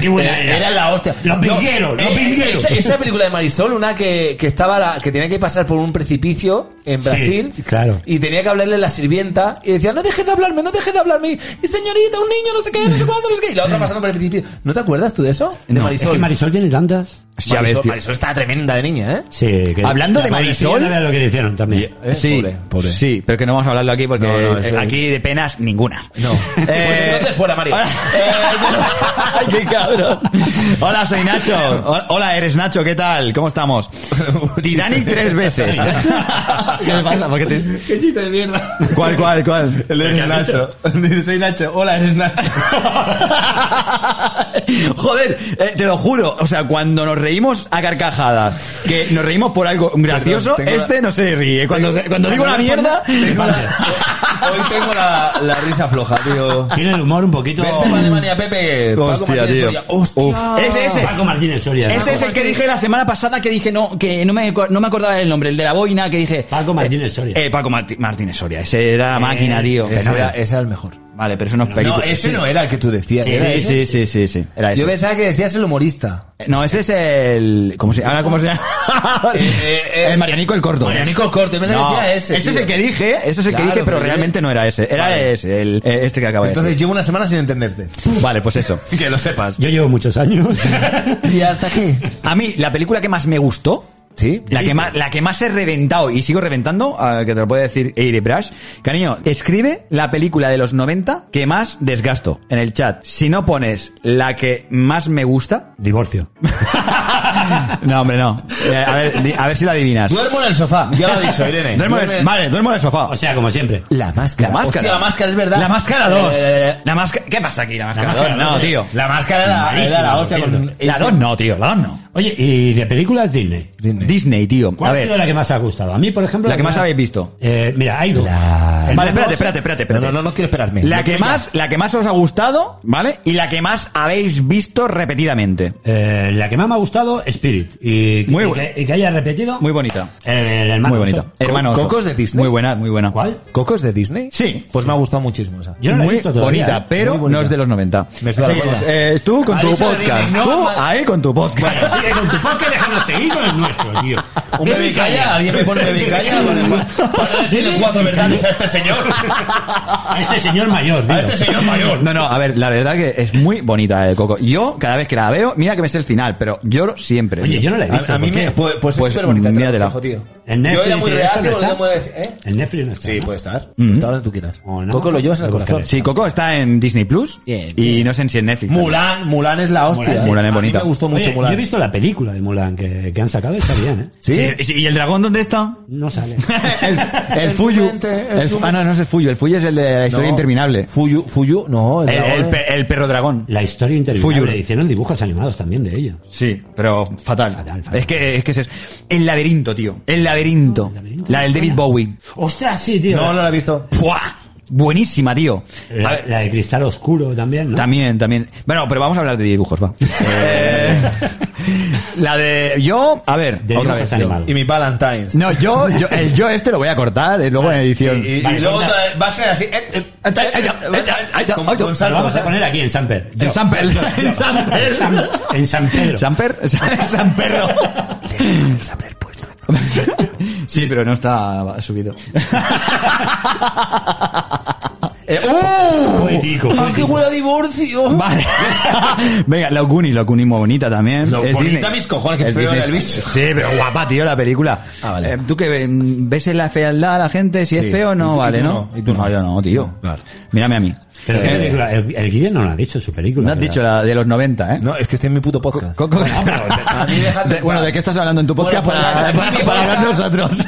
Speaker 2: Qué
Speaker 1: Eh,
Speaker 2: buena
Speaker 4: Eh, Era,
Speaker 2: era.
Speaker 4: la hostia.
Speaker 2: Los
Speaker 4: No,
Speaker 2: vingueros, los
Speaker 4: eh,
Speaker 2: vingueros.
Speaker 4: Esa, esa película de Marisol, una que, que estaba la- que tenía que pasar por un precipicio en
Speaker 2: Sí,
Speaker 4: Brasil.
Speaker 2: sí, claro.
Speaker 4: Y tenía que hablarle la sirvienta y decía, no dejes de hablarme, no dejes de hablarme. Y señorita, un niño, no sé qué, no sé cuándo, no sé qué. Y la otra pasando por el precipicio. ¿No te acuerdas tú de eso? De
Speaker 2: Es que Marisol tiene tantas.
Speaker 1: Sí, a ver,
Speaker 4: Marisol,
Speaker 1: tío.
Speaker 4: Marisol estaba tremenda de niña, ¿eh?
Speaker 2: Sí, que-
Speaker 1: Hablando
Speaker 2: la
Speaker 1: de
Speaker 2: pobrecilla
Speaker 1: Marisol-
Speaker 2: no era lo que le hicieron también.
Speaker 4: ¿Eh?
Speaker 1: Sí,
Speaker 4: Pobre, pobre.
Speaker 1: sí, pero que no vamos a hablarlo aquí porque
Speaker 4: No, no,
Speaker 1: eh,
Speaker 4: eso-
Speaker 1: aquí de penas ninguna. Eh,
Speaker 4: No. <laughs> Pues entonces fuera, Mario.
Speaker 1: Hola- eh,
Speaker 4: <laughs>
Speaker 1: Ay, qué cabrón. Hola, soy Nacho. Ho- Hola, eres Nacho, ¿qué tal? ¿Cómo
Speaker 4: <laughs>
Speaker 1: estamos? Titanic tres veces. ¿Qué me pasa? ¿Por qué te-
Speaker 4: <laughs> Qué chiste de mierda.
Speaker 1: ¿Cuál, cuál, cuál?
Speaker 4: El de Nacho. <laughs> Dice, Soy Nacho. Hola, eres <laughs> Nacho.
Speaker 1: <laughs> Joder, eh, te lo juro, o sea, cuando nos reímos a carcajadas, que nos reímos por algo gracioso,
Speaker 4: Perdón, tengo
Speaker 1: este no se ríe. Cuando, cuando digo la mierda, <laughs>
Speaker 4: <laughs> Tengo la- hoy tengo la, la risa floja, tío.
Speaker 2: Tiene el humor un poquito.
Speaker 4: Vente para Alemania, Pepe. Paco
Speaker 1: Hostia,
Speaker 4: Martínez
Speaker 1: tío.
Speaker 4: Soria. Hostia.
Speaker 1: Uf. Ese, ese.
Speaker 2: Paco Martínez Soria. ¿no?
Speaker 1: Ese es el que dije la semana pasada que dije no, que no me, no me acordaba del nombre, el de la boina que dije.
Speaker 2: Paco Martínez Soria.
Speaker 1: Eh, Paco Marti- Martínez Soria, ese era la
Speaker 2: Eh,
Speaker 1: máquina, tío.
Speaker 4: Ese
Speaker 1: Fenómeno.
Speaker 4: era, ese era el mejor.
Speaker 1: Vale, pero eso no es
Speaker 4: No,
Speaker 1: película.
Speaker 4: ese no era el que tú decías.
Speaker 1: Sí,
Speaker 4: ¿era
Speaker 1: sí,
Speaker 4: ese?
Speaker 1: sí, sí, sí, sí. Era ese.
Speaker 4: Yo pensaba que decías el humorista.
Speaker 1: Eh, No, ese es el. ¿Cómo se llama? ¿Cómo se llama?
Speaker 4: <laughs> Eh, eh,
Speaker 1: <laughs>
Speaker 4: eh.
Speaker 1: el Marianico el Corto.
Speaker 4: Marianico el Corto, yo pensaba que
Speaker 1: No,
Speaker 4: decía
Speaker 1: Ese
Speaker 4: ese,
Speaker 1: es
Speaker 4: tío.
Speaker 1: el que dije, ese es el
Speaker 4: Claro,
Speaker 1: que dije, pero
Speaker 4: pero
Speaker 1: realmente
Speaker 4: es-
Speaker 1: no era ese. Era
Speaker 4: Vale.
Speaker 1: ese, el, eh, este que acaba de
Speaker 4: Entonces llevo una semana sin entenderte.
Speaker 1: decir. Vale, pues eso.
Speaker 4: <laughs> Que lo sepas.
Speaker 2: Yo llevo
Speaker 1: <laughs>
Speaker 2: muchos años.
Speaker 4: ¿Y hasta qué?
Speaker 1: A mí, la película que más me gustó
Speaker 4: Sí.
Speaker 1: La que, más, la que más he reventado y sigo reventando, ah, que te lo puede decir Eire Brash. Cariño, escribe la película de los 90 que más desgasto en el chat. Si no pones la que más me gusta, <laughs>
Speaker 2: Divorcio.
Speaker 1: No, hombre, no. Eh, a, ver, di- a ver si la adivinas.
Speaker 4: Duermo en el sofá. Ya lo he dicho, Irene.
Speaker 1: Duermo en el- vale, duermo en el sofá.
Speaker 2: O sea, como siempre.
Speaker 4: La máscara.
Speaker 1: La máscara.
Speaker 4: Hostia, la máscara, es verdad.
Speaker 1: La máscara 2.
Speaker 4: Eh,
Speaker 1: La máscara. ¿Qué pasa aquí? La máscara
Speaker 2: máscara
Speaker 1: 2. No,
Speaker 2: dos,
Speaker 1: tío.
Speaker 4: La máscara era la,
Speaker 2: Malísimo,
Speaker 4: era la hostia.
Speaker 2: por
Speaker 4: Con,
Speaker 2: cierto.
Speaker 1: La 2 no, tío. La 2 no.
Speaker 2: Oye, ¿y de películas Disney?
Speaker 1: Disney, tío.
Speaker 2: ¿Cuál
Speaker 1: A
Speaker 2: ha sido
Speaker 1: ver.
Speaker 2: la que más ha gustado? A mí, por ejemplo...
Speaker 1: La que más habéis visto.
Speaker 2: Eh, mira, hay dos.
Speaker 4: La-
Speaker 2: El
Speaker 1: Vale,
Speaker 2: más
Speaker 1: espérate,
Speaker 2: famoso-
Speaker 1: espérate, espérate,
Speaker 4: No,
Speaker 1: espérate.
Speaker 4: no, no, no quiero esperarme.
Speaker 1: La
Speaker 4: No
Speaker 1: que
Speaker 4: quiero-
Speaker 1: más, la que más os ha gustado, ¿vale? Y la que más habéis visto repetidamente.
Speaker 2: Eh, la que más me ha gustado, Spirit. Y,
Speaker 1: Muy
Speaker 2: y
Speaker 1: bu-
Speaker 2: que, y que haya repetido...
Speaker 1: Muy bonita.
Speaker 2: El, el hermano.
Speaker 1: Muy bonita.
Speaker 2: Oso.
Speaker 1: Hermano Oso.
Speaker 4: ¿Cocos de Disney?
Speaker 1: Muy buena, muy buena.
Speaker 2: ¿Cuál?
Speaker 4: ¿Cocos de Disney?
Speaker 1: Sí.
Speaker 4: Pues me ha gustado muchísimo esa.
Speaker 2: Yo no la he
Speaker 1: muy
Speaker 2: visto todavía,
Speaker 1: bonita,
Speaker 2: ¿eh?
Speaker 1: pero
Speaker 4: Muy bonita.
Speaker 1: no es de los 90.
Speaker 4: Me suda la
Speaker 1: Seguimos.
Speaker 4: polla.
Speaker 1: Eh, tú con
Speaker 4: Ha
Speaker 1: tu
Speaker 4: dicho de
Speaker 1: podcast.
Speaker 4: Disney, no,
Speaker 1: tú
Speaker 4: ma-
Speaker 1: ahí con tu podcast.
Speaker 4: <laughs>
Speaker 2: Bueno, sigue con tu podcast, déjanos seguir con el nuestro, tío.
Speaker 4: Un bebé calla, alguien me pone bebé calla para, para decirle cuatro verdades a este señor.
Speaker 2: A este señor mayor,
Speaker 4: A
Speaker 2: dilo.
Speaker 4: este señor mayor.
Speaker 1: No, no, a ver, la verdad que es muy bonita el Coco. Yo, cada vez que la veo, mira que me sé el final, pero lloro siempre.
Speaker 2: Oye,
Speaker 1: tío.
Speaker 2: yo no la he visto.
Speaker 4: A, a mí
Speaker 2: ¿por qué?
Speaker 4: me. Pues, pues es
Speaker 1: Pues,
Speaker 4: súper bonita, te lo
Speaker 1: míratela.
Speaker 4: aconsejo, tío.
Speaker 2: El Netflix
Speaker 4: Yo era muy
Speaker 2: y esto
Speaker 4: real,
Speaker 2: no
Speaker 4: pero
Speaker 2: está.
Speaker 4: no me decir, ¿eh? Mm.
Speaker 2: El Netflix no está.
Speaker 4: Sí,
Speaker 2: ¿no?
Speaker 4: puede estar. Hasta ahora tú quieras.
Speaker 2: O no.
Speaker 4: Coco lo llevas en el
Speaker 2: Lo
Speaker 4: corazón.
Speaker 2: cogeré.
Speaker 1: Sí, Coco está en Disney Plus.
Speaker 4: Bien,
Speaker 1: Y no sé si en Netflix.
Speaker 4: Mulan, Mulan es la hostia. ¿eh?
Speaker 2: Mulan,
Speaker 1: sí. Mulan es
Speaker 4: A mí
Speaker 1: bonita.
Speaker 4: Me gustó mucho
Speaker 2: Oye,
Speaker 4: Mulan.
Speaker 2: Yo he visto la película de Mulan que, que han sacado, está bien, ¿eh?
Speaker 4: ¿Sí?
Speaker 1: Sí, ¿Y el dragón dónde está?
Speaker 2: No
Speaker 4: <laughs>
Speaker 2: sale.
Speaker 1: el, el
Speaker 4: El
Speaker 1: Fuyu.
Speaker 4: sumente, el
Speaker 1: El-
Speaker 4: sumente.
Speaker 1: ah, no, no es el Fuyu. El Fuyu es el de la historia
Speaker 4: No.
Speaker 1: interminable.
Speaker 4: Fuyu, Fuyu, no, el,
Speaker 1: El,
Speaker 4: dragón
Speaker 1: el
Speaker 4: es-
Speaker 1: pe- el perro dragón.
Speaker 2: La historia interminable.
Speaker 1: Fuyur.
Speaker 2: Hicieron dibujos animados también de ellos.
Speaker 1: Sí, pero fatal.
Speaker 2: Fatal, fatal.
Speaker 1: Es que es que es eso. El laberinto, tío. El laberinto.
Speaker 2: laberinto.
Speaker 1: La del David Bowie.
Speaker 2: ¡Ostras, sí, tío!
Speaker 4: No, no la he visto.
Speaker 1: ¡Fua! Buenísima, tío. A
Speaker 2: La,
Speaker 1: ver,
Speaker 2: la de cristal oscuro también, ¿no?
Speaker 1: También, también. Bueno, pero vamos a hablar de dibujos, va. Eh, <laughs> la de yo, a ver,
Speaker 2: De
Speaker 1: otra vez.
Speaker 2: dibujos
Speaker 1: yo.
Speaker 2: animados.
Speaker 4: Y mi Valentine's.
Speaker 1: No, yo, yo- el yo este lo voy a cortar eh, luego en edición.
Speaker 4: Y, y
Speaker 2: Vale,
Speaker 1: pues
Speaker 4: luego
Speaker 2: corta.
Speaker 4: otra vez va a ser así. eh, eh, eh, eh, eh, con- con
Speaker 2: Lo
Speaker 4: saltos,
Speaker 2: vamos a
Speaker 4: ¿eh?
Speaker 2: poner aquí en San Pedro.
Speaker 1: En San Pedro. En San
Speaker 2: En <laughs> San,
Speaker 1: Pedro.
Speaker 2: en San Pedro.
Speaker 1: San Per- San Perro. Sí, pero no está subido.
Speaker 4: <laughs> Eh, ¡uh!
Speaker 1: Pues
Speaker 2: Poético,
Speaker 4: ¡Ah, qué
Speaker 2: poético.
Speaker 4: huele a
Speaker 1: <laughs>
Speaker 4: divorcio!
Speaker 1: Vale. Venga, la Okuni, la Okuni muy bonita también.
Speaker 4: Lo
Speaker 1: Es
Speaker 4: bonita,
Speaker 1: Disney.
Speaker 4: mis cojones, que
Speaker 1: Es
Speaker 4: feo era
Speaker 1: Disney.
Speaker 4: el bicho.
Speaker 1: Sí, pero guapa, tío, la película.
Speaker 4: Ah, vale.
Speaker 1: Eh, ¿Tú que ve- ves en la fealdad a la gente? Si
Speaker 4: Sí.
Speaker 1: es feo o
Speaker 4: ¿Y
Speaker 1: no,
Speaker 4: tú- y
Speaker 1: vale,
Speaker 4: tú
Speaker 1: ¿no?
Speaker 4: no? ¿Y tú no?
Speaker 1: yo no, tío.
Speaker 4: Claro.
Speaker 1: Mírame a mí.
Speaker 2: Pero ¿qué
Speaker 1: Eh,
Speaker 2: película? el, el Guille no lo ha dicho, su película.
Speaker 1: no has
Speaker 2: ¿verdad?
Speaker 1: dicho la de los 90, ¿eh?
Speaker 4: No, es que estoy en mi puto podcast.
Speaker 1: Coco- <laughs>
Speaker 4: a mí déjate
Speaker 1: De- bueno,
Speaker 4: en paz.
Speaker 1: ¿de qué estás hablando en tu podcast?
Speaker 4: Bueno, pues,
Speaker 1: para,
Speaker 4: hasta aquí
Speaker 1: para,
Speaker 4: mi
Speaker 1: para hablar
Speaker 4: podcast.
Speaker 1: nosotros.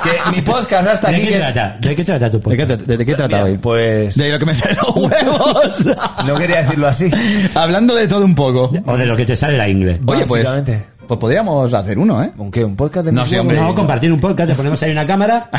Speaker 4: <laughs> que mi podcast hasta
Speaker 2: ¿De
Speaker 4: aquí
Speaker 2: qué,
Speaker 4: que es-
Speaker 2: trata? ¿De qué trata tu
Speaker 1: ¿De qué,
Speaker 2: podcast?
Speaker 1: tra- de- de qué trata
Speaker 4: Mira,
Speaker 1: hoy?
Speaker 4: pues-
Speaker 1: De lo que me salen los huevos.
Speaker 4: No quería decirlo así.
Speaker 1: Hablando de todo un poco.
Speaker 2: O de lo que te sale la inglés.
Speaker 1: Oye, pues,
Speaker 4: Básicamente.
Speaker 1: pues podríamos hacer uno, ¿eh?
Speaker 4: ¿Un qué? ¿Un podcast de
Speaker 1: No,
Speaker 4: mis
Speaker 1: sí,
Speaker 4: huevos?
Speaker 1: hombre.
Speaker 2: Vamos a compartir un podcast, te ponemos ahí una cámara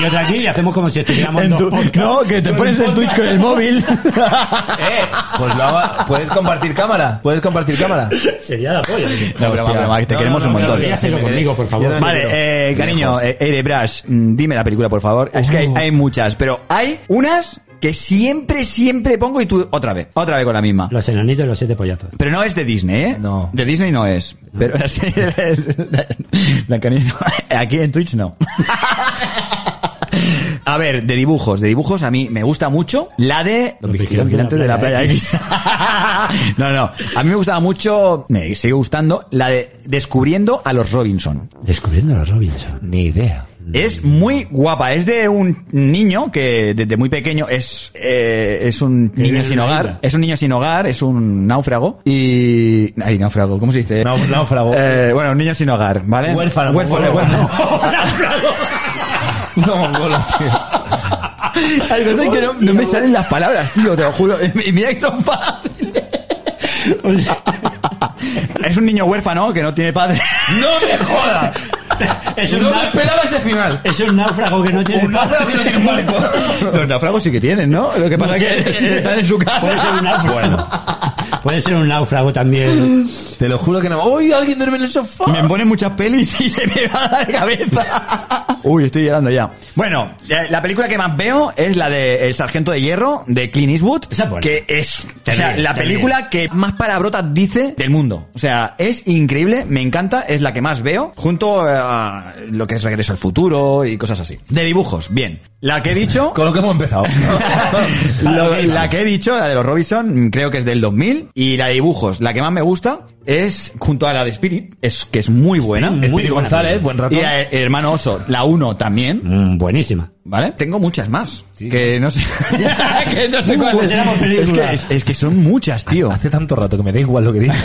Speaker 2: y otra aquí y hacemos como si estuviéramos
Speaker 1: En
Speaker 2: dos
Speaker 1: tu-
Speaker 2: podcasts.
Speaker 1: no, que te
Speaker 2: Con
Speaker 1: pones
Speaker 2: un
Speaker 1: el Twitch
Speaker 2: podcast.
Speaker 1: con el móvil.
Speaker 4: <laughs> Eh, pues lo hago- puedes compartir cámara. Puedes compartir cámara.
Speaker 2: Sería la polla. tío.
Speaker 1: No, broma, broma, que te
Speaker 4: No,
Speaker 1: queremos
Speaker 4: no,
Speaker 1: un
Speaker 4: no,
Speaker 1: montón.
Speaker 4: no, no,
Speaker 2: Hazlo conmigo, por favor.
Speaker 4: Yo no quiero.
Speaker 1: Vale, eh, cariño, eh, Airbrush, mm, dime la película, por favor. Es que hay,
Speaker 4: Uh.
Speaker 1: hay muchas, pero hay unas que siempre, siempre pongo y tú otra vez, otra vez con la misma.
Speaker 2: Los enanitos y los siete pollazos.
Speaker 1: Pero no es de Disney, ¿eh?
Speaker 4: No.
Speaker 1: De Disney no es. Pero la serie de- de- Blancanieves- Aquí en Twitch <laughs> no. A ver, de dibujos. De dibujos a mí me gusta mucho la de... Los vigilantes de la playa X. <laughs> No, no. A mí me gustaba mucho, me sigue gustando, la de Descubriendo a los Robinson.
Speaker 2: Descubriendo a los Robinson.
Speaker 4: Ni idea.
Speaker 1: Es muy guapa. Es de un niño que desde muy pequeño es, eh, es un niño
Speaker 2: vive en
Speaker 1: sin
Speaker 2: una
Speaker 1: hogar.
Speaker 2: isla.
Speaker 1: Es un niño sin hogar, es un náufrago. Y. Ay, náufrago, ¿cómo se dice?
Speaker 4: Nau- náufrago.
Speaker 1: Eh, bueno, un niño sin hogar, ¿vale?
Speaker 4: Huérfano.
Speaker 1: Huérfano,
Speaker 4: <laughs>
Speaker 1: huérfano. <laughs>
Speaker 4: No, mongolo, tío.
Speaker 1: Ay, verdad que no, no me salen las palabras, tío, te lo juro. <laughs> Y mira que son fáciles.
Speaker 4: <laughs>
Speaker 1: Es un niño huérfano que no tiene padre.
Speaker 4: ¡No
Speaker 1: <laughs>
Speaker 4: me jodas!
Speaker 2: Es un,
Speaker 4: No me
Speaker 2: nau-
Speaker 4: esperaba ese final.
Speaker 2: es un náufrago que no tiene
Speaker 1: <laughs>
Speaker 4: Un náufrago que
Speaker 2: <laughs>
Speaker 4: no tiene barco.
Speaker 1: Los náufragos sí que tienen, ¿no? Lo que pasa es que están en su
Speaker 2: Puede ser
Speaker 1: casa.
Speaker 2: un náufrago. Puede ser un náufrago también.
Speaker 4: Te lo juro que no. ¡Uy, alguien duerme en el sofá!
Speaker 1: Me ponen muchas pelis y se me va la cabeza.
Speaker 2: <laughs>
Speaker 1: Uy, estoy llorando ya. Bueno, eh, la película que más veo es la de El Sargento de Hierro de Clint Eastwood,
Speaker 2: Esa es buena.
Speaker 1: que es o
Speaker 2: Te
Speaker 1: sea,
Speaker 2: ríes,
Speaker 1: la
Speaker 2: te
Speaker 1: película que más palabrotas dice del mundo. O sea, es increíble, me encanta, es la que más veo, junto eh, a lo que es Regreso al Futuro y cosas así. De dibujos, bien. La que he
Speaker 2: <laughs>
Speaker 1: dicho...
Speaker 4: Con lo que hemos
Speaker 1: <laughs>
Speaker 4: empezado.
Speaker 1: Lo- la que he dicho, la de los Robinson, creo que es del 2000. Y la de dibujos, la que más me gusta es junto a la de Spirit, es que es muy buena.
Speaker 2: Spirit,
Speaker 4: Muy
Speaker 2: Muy buena
Speaker 4: González,
Speaker 2: película.
Speaker 4: buen rato.
Speaker 1: Y la de Hermano Oso, la 1 también.
Speaker 2: Mm, buenísima.
Speaker 1: ¿Vale? Tengo muchas más. Que no sé. que no sé
Speaker 2: Uh,
Speaker 1: cuáles.
Speaker 2: pues éramos
Speaker 1: es, que,
Speaker 2: películas.
Speaker 1: es, es que son muchas, tío.
Speaker 4: Hace tanto rato que me da igual lo que dices.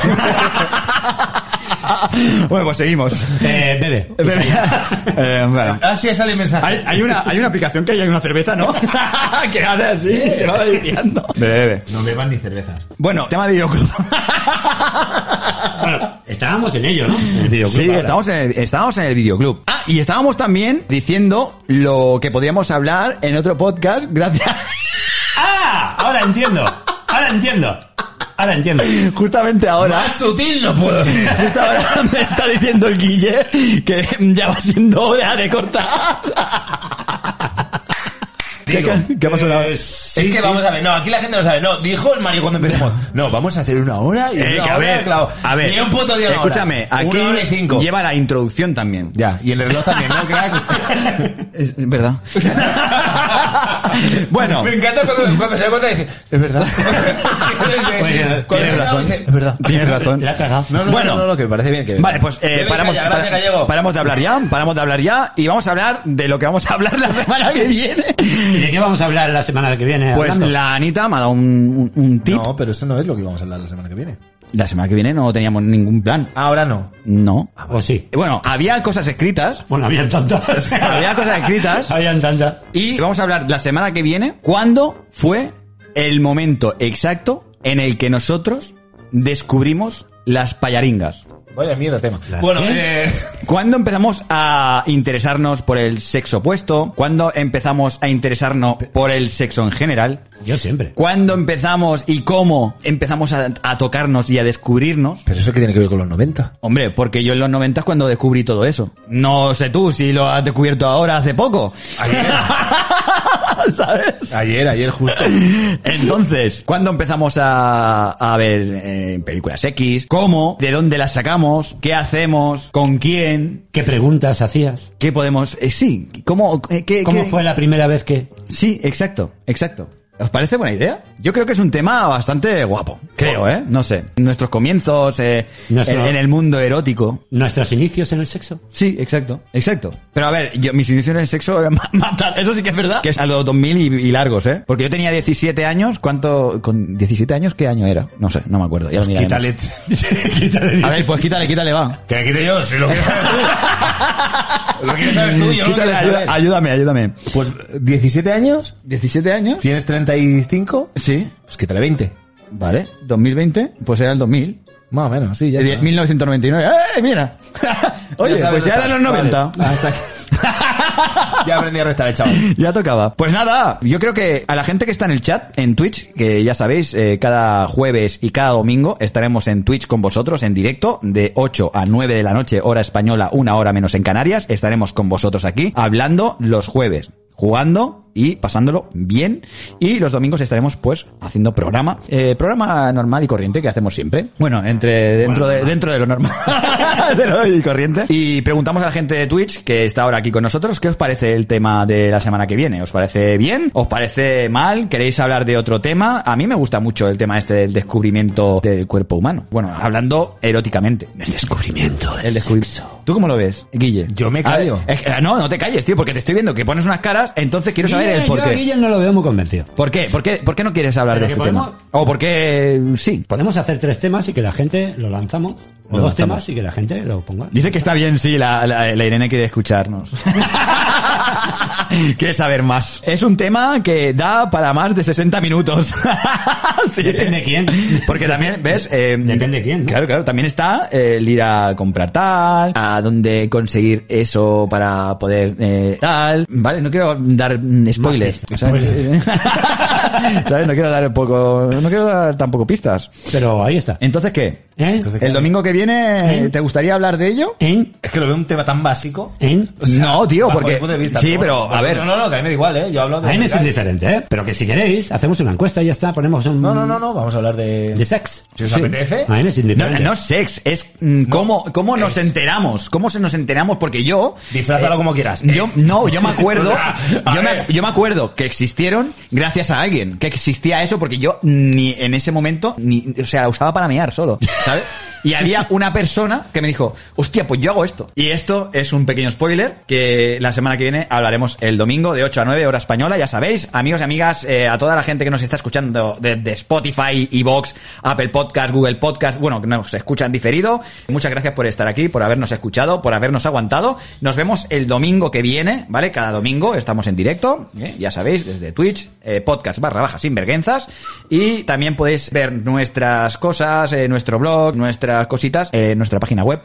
Speaker 1: <laughs> bueno, pues seguimos.
Speaker 2: <laughs>
Speaker 1: <laughs>
Speaker 2: Eh, bebe.
Speaker 1: Eh, bueno.
Speaker 4: Ah, sí, sale el mensaje.
Speaker 1: Hay, hay una, hay una aplicación que hay una cerveza, ¿no? <laughs> que hace así, que va diciendo. Bebe.
Speaker 4: No beban ni cervezas.
Speaker 1: Bueno, tema de videoclub.
Speaker 2: Bueno, estábamos en ello, ¿no? En el videoclub
Speaker 1: Sí,
Speaker 2: ahora.
Speaker 1: estábamos en, el, estábamos en el videoclub. Ah, y estábamos también diciendo lo que podíamos hablar en otro podcast gracias... <laughs>
Speaker 2: ¡Ah! Ahora entiendo. Ahora entiendo. Ahora entiendo.
Speaker 1: Justamente ahora...
Speaker 4: Más sutil no puedo ser.
Speaker 1: Justo ahora <laughs> me está diciendo el Guille que ya va siendo hora de
Speaker 4: <laughs>
Speaker 1: cortar.
Speaker 4: Digo,
Speaker 1: ¿Qué, qué ha pasado?
Speaker 2: Eh,
Speaker 4: es
Speaker 2: sí,
Speaker 4: que
Speaker 2: sí.
Speaker 4: vamos a ver, no, aquí la gente no sabe. No, dijo el Mario cuando empezamos. No, vamos a hacer una hora y
Speaker 1: Eh, que
Speaker 4: una
Speaker 1: a
Speaker 4: hora,
Speaker 1: ver,
Speaker 4: claro.
Speaker 1: a ver,
Speaker 4: Ni un puto día una hora.
Speaker 1: escúchame, aquí
Speaker 4: Una hora y cinco.
Speaker 1: lleva la introducción también.
Speaker 4: Ya, y el reloj también, ¿no, crack?
Speaker 1: <laughs> Es
Speaker 4: <laughs>
Speaker 1: verdad. bueno,
Speaker 4: Me encanta cuando, cuando se da cuenta y dice, es <laughs> verdad.
Speaker 1: <laughs> Oye,
Speaker 4: Pues, Cuando
Speaker 1: tienes
Speaker 4: se da
Speaker 1: razón.
Speaker 4: cuenta, dice, Es verdad.
Speaker 1: tienes
Speaker 4: <laughs>
Speaker 1: razón.
Speaker 2: La ha cagado.
Speaker 4: No, no,
Speaker 1: Bueno.
Speaker 4: bueno, no, no, que me parece bien. Que
Speaker 1: Vale, pues eh,
Speaker 4: Bebe,
Speaker 1: paramos,
Speaker 4: calla, gracias,
Speaker 1: para-
Speaker 4: gallego.
Speaker 1: paramos de hablar ya, paramos de hablar ya y vamos a hablar de lo que vamos a hablar la <laughs> semana que viene.
Speaker 2: ¿Y de qué vamos a hablar la semana que viene?
Speaker 1: Pues
Speaker 2: hablando?
Speaker 1: la Anita me ha dado un, un- un tip.
Speaker 4: No, pero eso no es lo que vamos a hablar la semana que viene.
Speaker 1: La semana que viene no teníamos ningún plan.
Speaker 4: Ahora no.
Speaker 1: No.
Speaker 2: O Ah, pues sí.
Speaker 1: Bueno, había cosas escritas.
Speaker 2: Bueno, había
Speaker 4: <laughs>
Speaker 2: tantas.
Speaker 1: Había cosas escritas.
Speaker 2: Habían tantas.
Speaker 1: Y vamos a hablar la semana que viene cuándo fue el momento exacto en el que nosotros descubrimos las payaringas.
Speaker 4: Vaya mierda tema.
Speaker 2: Las
Speaker 4: Bueno,
Speaker 2: que-
Speaker 4: eh,
Speaker 1: ¿Cuándo empezamos a interesarnos por el sexo opuesto? ¿Cuándo empezamos a interesarnos por el sexo en general?
Speaker 2: Yo siempre.
Speaker 1: ¿Cuándo empezamos y cómo empezamos a, a tocarnos y a descubrirnos?
Speaker 4: pero eso que tiene que ver con los 90.
Speaker 1: Hombre, porque yo en los 90 es cuando descubrí todo eso. No sé tú si lo has descubierto ahora hace poco. ¿Sabes?
Speaker 4: Ayer, ayer justo.
Speaker 1: <laughs> Entonces, ¿cuándo empezamos a, a ver eh, películas X? ¿Cómo? ¿De dónde las sacamos? ¿Qué hacemos? ¿Con quién?
Speaker 2: ¿Qué preguntas hacías?
Speaker 1: ¿Qué podemos...? eh, sí, ¿cómo, eh, qué,
Speaker 2: ¿Cómo
Speaker 1: qué-
Speaker 2: fue la primera vez que...?
Speaker 1: Sí, exacto, exacto. ¿Os parece buena idea? Yo creo que es un tema bastante guapo. Creo, ¿eh? No sé. Nuestros comienzos eh,
Speaker 2: Nuestro-
Speaker 1: en- en el mundo erótico.
Speaker 2: ¿Nuestros inicios en el sexo?
Speaker 1: Sí, exacto, exacto. Pero a ver, yo, mis inicios en el sexo eh, <laughs> ma- matan, eso sí que es verdad. Que es a los 2000 y, y largos, ¿eh? Porque yo tenía 17 años, ¿cuánto? ¿Con 17 años qué año era? No sé, no me acuerdo. Ya lo miraremos.
Speaker 4: Pues Quítale. <laughs>
Speaker 1: A ver, pues quítale, quítale, va.
Speaker 4: Que la quite yo, si lo quieres saber
Speaker 1: <laughs>
Speaker 4: tú. lo quieres saber tú, yo no
Speaker 1: Quítale,
Speaker 4: lo quiero
Speaker 1: ayuda-
Speaker 4: saber.
Speaker 1: ayúdame, ayúdame.
Speaker 4: Pues, ¿17 años?
Speaker 1: ¿17 años?
Speaker 4: ¿Tienes 35?
Speaker 1: Sí.
Speaker 4: Pues quítale 20.
Speaker 1: Vale, 2020, pues era el 2000.
Speaker 4: Más o menos, sí, ya.
Speaker 1: Eh,
Speaker 4: está.
Speaker 1: 1999. ¡Eh,
Speaker 4: <laughs>
Speaker 1: mira! Oye,
Speaker 4: Ya sabes
Speaker 1: pues ya
Speaker 4: dónde
Speaker 1: eran los
Speaker 4: está.
Speaker 1: 90.
Speaker 4: Vale. Hasta aquí. ya aprendí a restar el chaval.
Speaker 1: Ya tocaba. Pues nada, yo creo que a la gente que está en el chat, en Twitch, que ya sabéis, eh, cada jueves y cada domingo estaremos en Twitch con vosotros en directo de 8 a 9 de la noche, hora española, una hora menos en Canarias. Estaremos con vosotros aquí hablando los jueves, jugando y pasándolo bien. Y los domingos estaremos pues haciendo programa, eh, programa normal y corriente que hacemos siempre. Bueno, entre dentro de dentro de lo normal, <laughs> de lo y corriente. Y preguntamos a la gente de Twitch que está ahora aquí con nosotros, ¿qué os parece el tema de la semana que viene? ¿Os parece bien? ¿Os parece mal? ¿Queréis hablar de otro tema? A mí me gusta mucho el tema este del descubrimiento del cuerpo humano. Bueno, hablando eróticamente. El descubrimiento del sexo. ¿Tú cómo lo ves, Guille?
Speaker 4: Yo me
Speaker 1: A ver,
Speaker 4: callo.
Speaker 1: es que- no, no te calles, tío, porque te estoy viendo que pones unas caras, entonces quiero saber el
Speaker 2: Guille,
Speaker 1: por
Speaker 2: yo a
Speaker 1: qué.
Speaker 2: Guille no lo veo muy convencido.
Speaker 1: ¿Por qué? ¿Por qué, por qué no quieres hablar
Speaker 2: Pero
Speaker 1: de
Speaker 2: que
Speaker 1: este
Speaker 2: podemos-
Speaker 1: tema? ¿O por qué eh, sí?
Speaker 2: Podemos hacer tres temas y que la gente lo lanzamos. O
Speaker 1: Lo
Speaker 2: dos
Speaker 1: lanzamos.
Speaker 2: temas y que la gente lo ponga.
Speaker 1: Dice que está bien, sí, la, la- la Irene quiere escucharnos. <laughs> quiere saber más. Es un tema que da para más de 60 minutos. <laughs> Sí.
Speaker 2: Depende quién.
Speaker 1: Porque también, ¿ves? Eh,
Speaker 2: Depende quién, ¿no?
Speaker 1: Claro, claro. También está eh, el ir a comprar tal, a dónde conseguir eso para poder eh, tal. Vale, no quiero dar mm, spoilers.
Speaker 2: Más
Speaker 1: ¿sabes?
Speaker 2: spoilers.
Speaker 1: <laughs> ¿Sabes? No quiero dar poco, no quiero dar tampoco pistas.
Speaker 2: Pero ahí está.
Speaker 1: Entonces, ¿qué?
Speaker 2: ¿Eh?
Speaker 1: ¿El domingo que viene
Speaker 2: ¿Eh?
Speaker 1: te gustaría hablar de ello?
Speaker 2: ¿En?
Speaker 4: Es que lo veo un tema tan básico.
Speaker 2: ¿En?
Speaker 4: O sea,
Speaker 1: No, tío,
Speaker 4: bajo
Speaker 1: porque-
Speaker 4: mi punto de vista,
Speaker 1: sí,
Speaker 4: ¿no?
Speaker 1: pero, a ver.
Speaker 4: No, no, no, que a mí me da igual, ¿eh? Yo hablo de...
Speaker 2: A mí me es indiferente, ¿eh? Pero que si queréis, hacemos una encuesta y ya está. Ponemos un...
Speaker 4: No, no, no, no, vamos a hablar de...
Speaker 2: De sex.
Speaker 4: Si os apetece.
Speaker 2: A mí me es
Speaker 1: No,
Speaker 2: indiferente.
Speaker 1: no es sex, es mm, cómo, cómo nos enteramos, cómo se nos enteramos, porque yo...
Speaker 2: Eh,
Speaker 4: Disfrázalo como quieras.
Speaker 1: Yo, no, yo me acuerdo,
Speaker 4: <laughs> A
Speaker 1: yo me,
Speaker 4: ver.
Speaker 1: ac- yo me acuerdo que existieron gracias a alguien, que existía eso porque yo ni en ese momento, ni, o sea, la usaba para mear solo, ¿sabes? Y había una persona que me dijo, hostia, pues yo hago esto. Y esto es un pequeño spoiler que la semana que viene hablaremos el domingo de 8 a 9 hora española, ya sabéis, amigos y amigas, eh, a toda la gente que nos está escuchando desde Spotify, Evox, Apple Podcast, Google Podcast, bueno, que nos escuchan diferido. Muchas gracias por estar aquí, por habernos escuchado, por habernos aguantado. Nos vemos el domingo que viene, ¿vale? Cada domingo estamos en directo, ¿eh? ya sabéis, desde Twitch, eh, podcast barra baja sin vergüenzas. Y también podéis ver nuestras cosas, eh, nuestro blog, nuestras cositas eh, en nuestra página web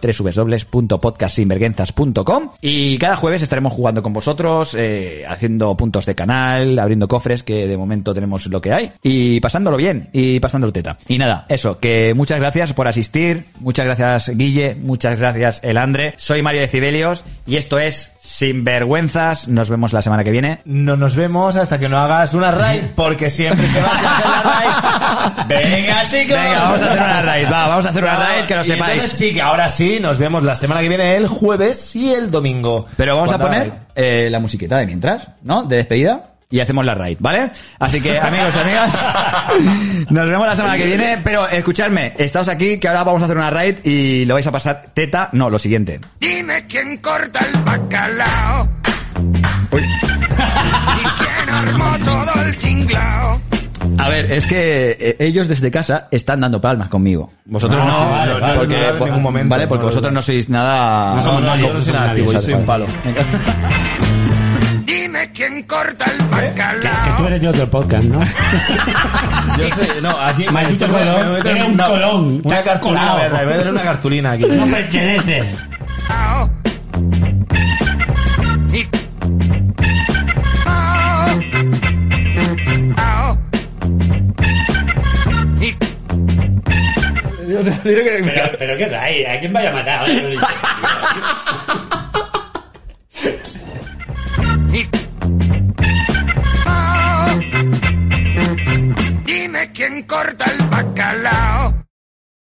Speaker 1: www.podcastsinvergüenzas.com. Y cada jueves estaremos jugando con vosotros, eh, haciendo puntos de canal, abriendo cofres, que de momento tenemos lo que hay, y pasándolo bien, y pasándolo teta. Y nada, eso, que muchas gracias por asistir, muchas gracias Guille, muchas gracias El Andre. Soy Mario de Cibelios, y esto es Sinvergüenzas. Nos vemos la semana que viene.
Speaker 4: No nos vemos hasta que no hagas
Speaker 1: <laughs>
Speaker 4: una raid, porque siempre se va a hacer la raid. Venga, chicos.
Speaker 1: Venga, vamos a hacer una raid, va, vamos a hacer una raid, que lo
Speaker 4: Y
Speaker 1: sepáis.
Speaker 4: Entonces sí, que ahora sí, nos vemos la semana que viene, el jueves y el domingo.
Speaker 1: Pero vamos a
Speaker 4: Cuando
Speaker 1: poner
Speaker 4: haga-
Speaker 1: eh, la musiqueta de mientras, ¿no? De despedida. Y hacemos la raid, ¿vale? Así que, amigos y
Speaker 4: <laughs>
Speaker 1: amigas, nos vemos la semana que viene. Pero escuchadme, estamos aquí, que ahora vamos a hacer una raid y lo vais a pasar teta. No, lo siguiente.
Speaker 9: Dime quién corta el bacalao. Y quién armó todo el chinglao.
Speaker 1: A ver, es que eh, ellos desde casa están dando palmas conmigo. Vosotros
Speaker 4: No,
Speaker 1: no,
Speaker 4: Ah, no,
Speaker 1: sois-
Speaker 4: no, no, no,
Speaker 1: porque,
Speaker 4: no, no, en ningún momento,
Speaker 1: ¿vale? Porque
Speaker 4: no, no,
Speaker 1: vosotros
Speaker 4: no.
Speaker 1: no sois nada...
Speaker 4: No somos nadie, yo no soy nadie,
Speaker 1: activos,
Speaker 4: yo soy un
Speaker 1: ¿sabes?
Speaker 9: Dime quién corta el
Speaker 2: Que, que tú
Speaker 9: bacalao.
Speaker 2: eres de otro podcast,
Speaker 4: <laughs>
Speaker 2: ¿no?
Speaker 4: Yo sé, no, aquí.
Speaker 2: Maldito colón,
Speaker 4: me meto-
Speaker 2: era un colón,
Speaker 4: Una
Speaker 2: un
Speaker 4: cartulina,
Speaker 2: colado.
Speaker 4: verdad, voy a tener una cartulina aquí.
Speaker 1: <laughs>
Speaker 2: No pertenece.
Speaker 9: Y- Ao. Ao. Y-
Speaker 2: Pero, pero ¿qué trae? ¿A quién vaya a matar?
Speaker 9: y- Ao. Dime quién corta el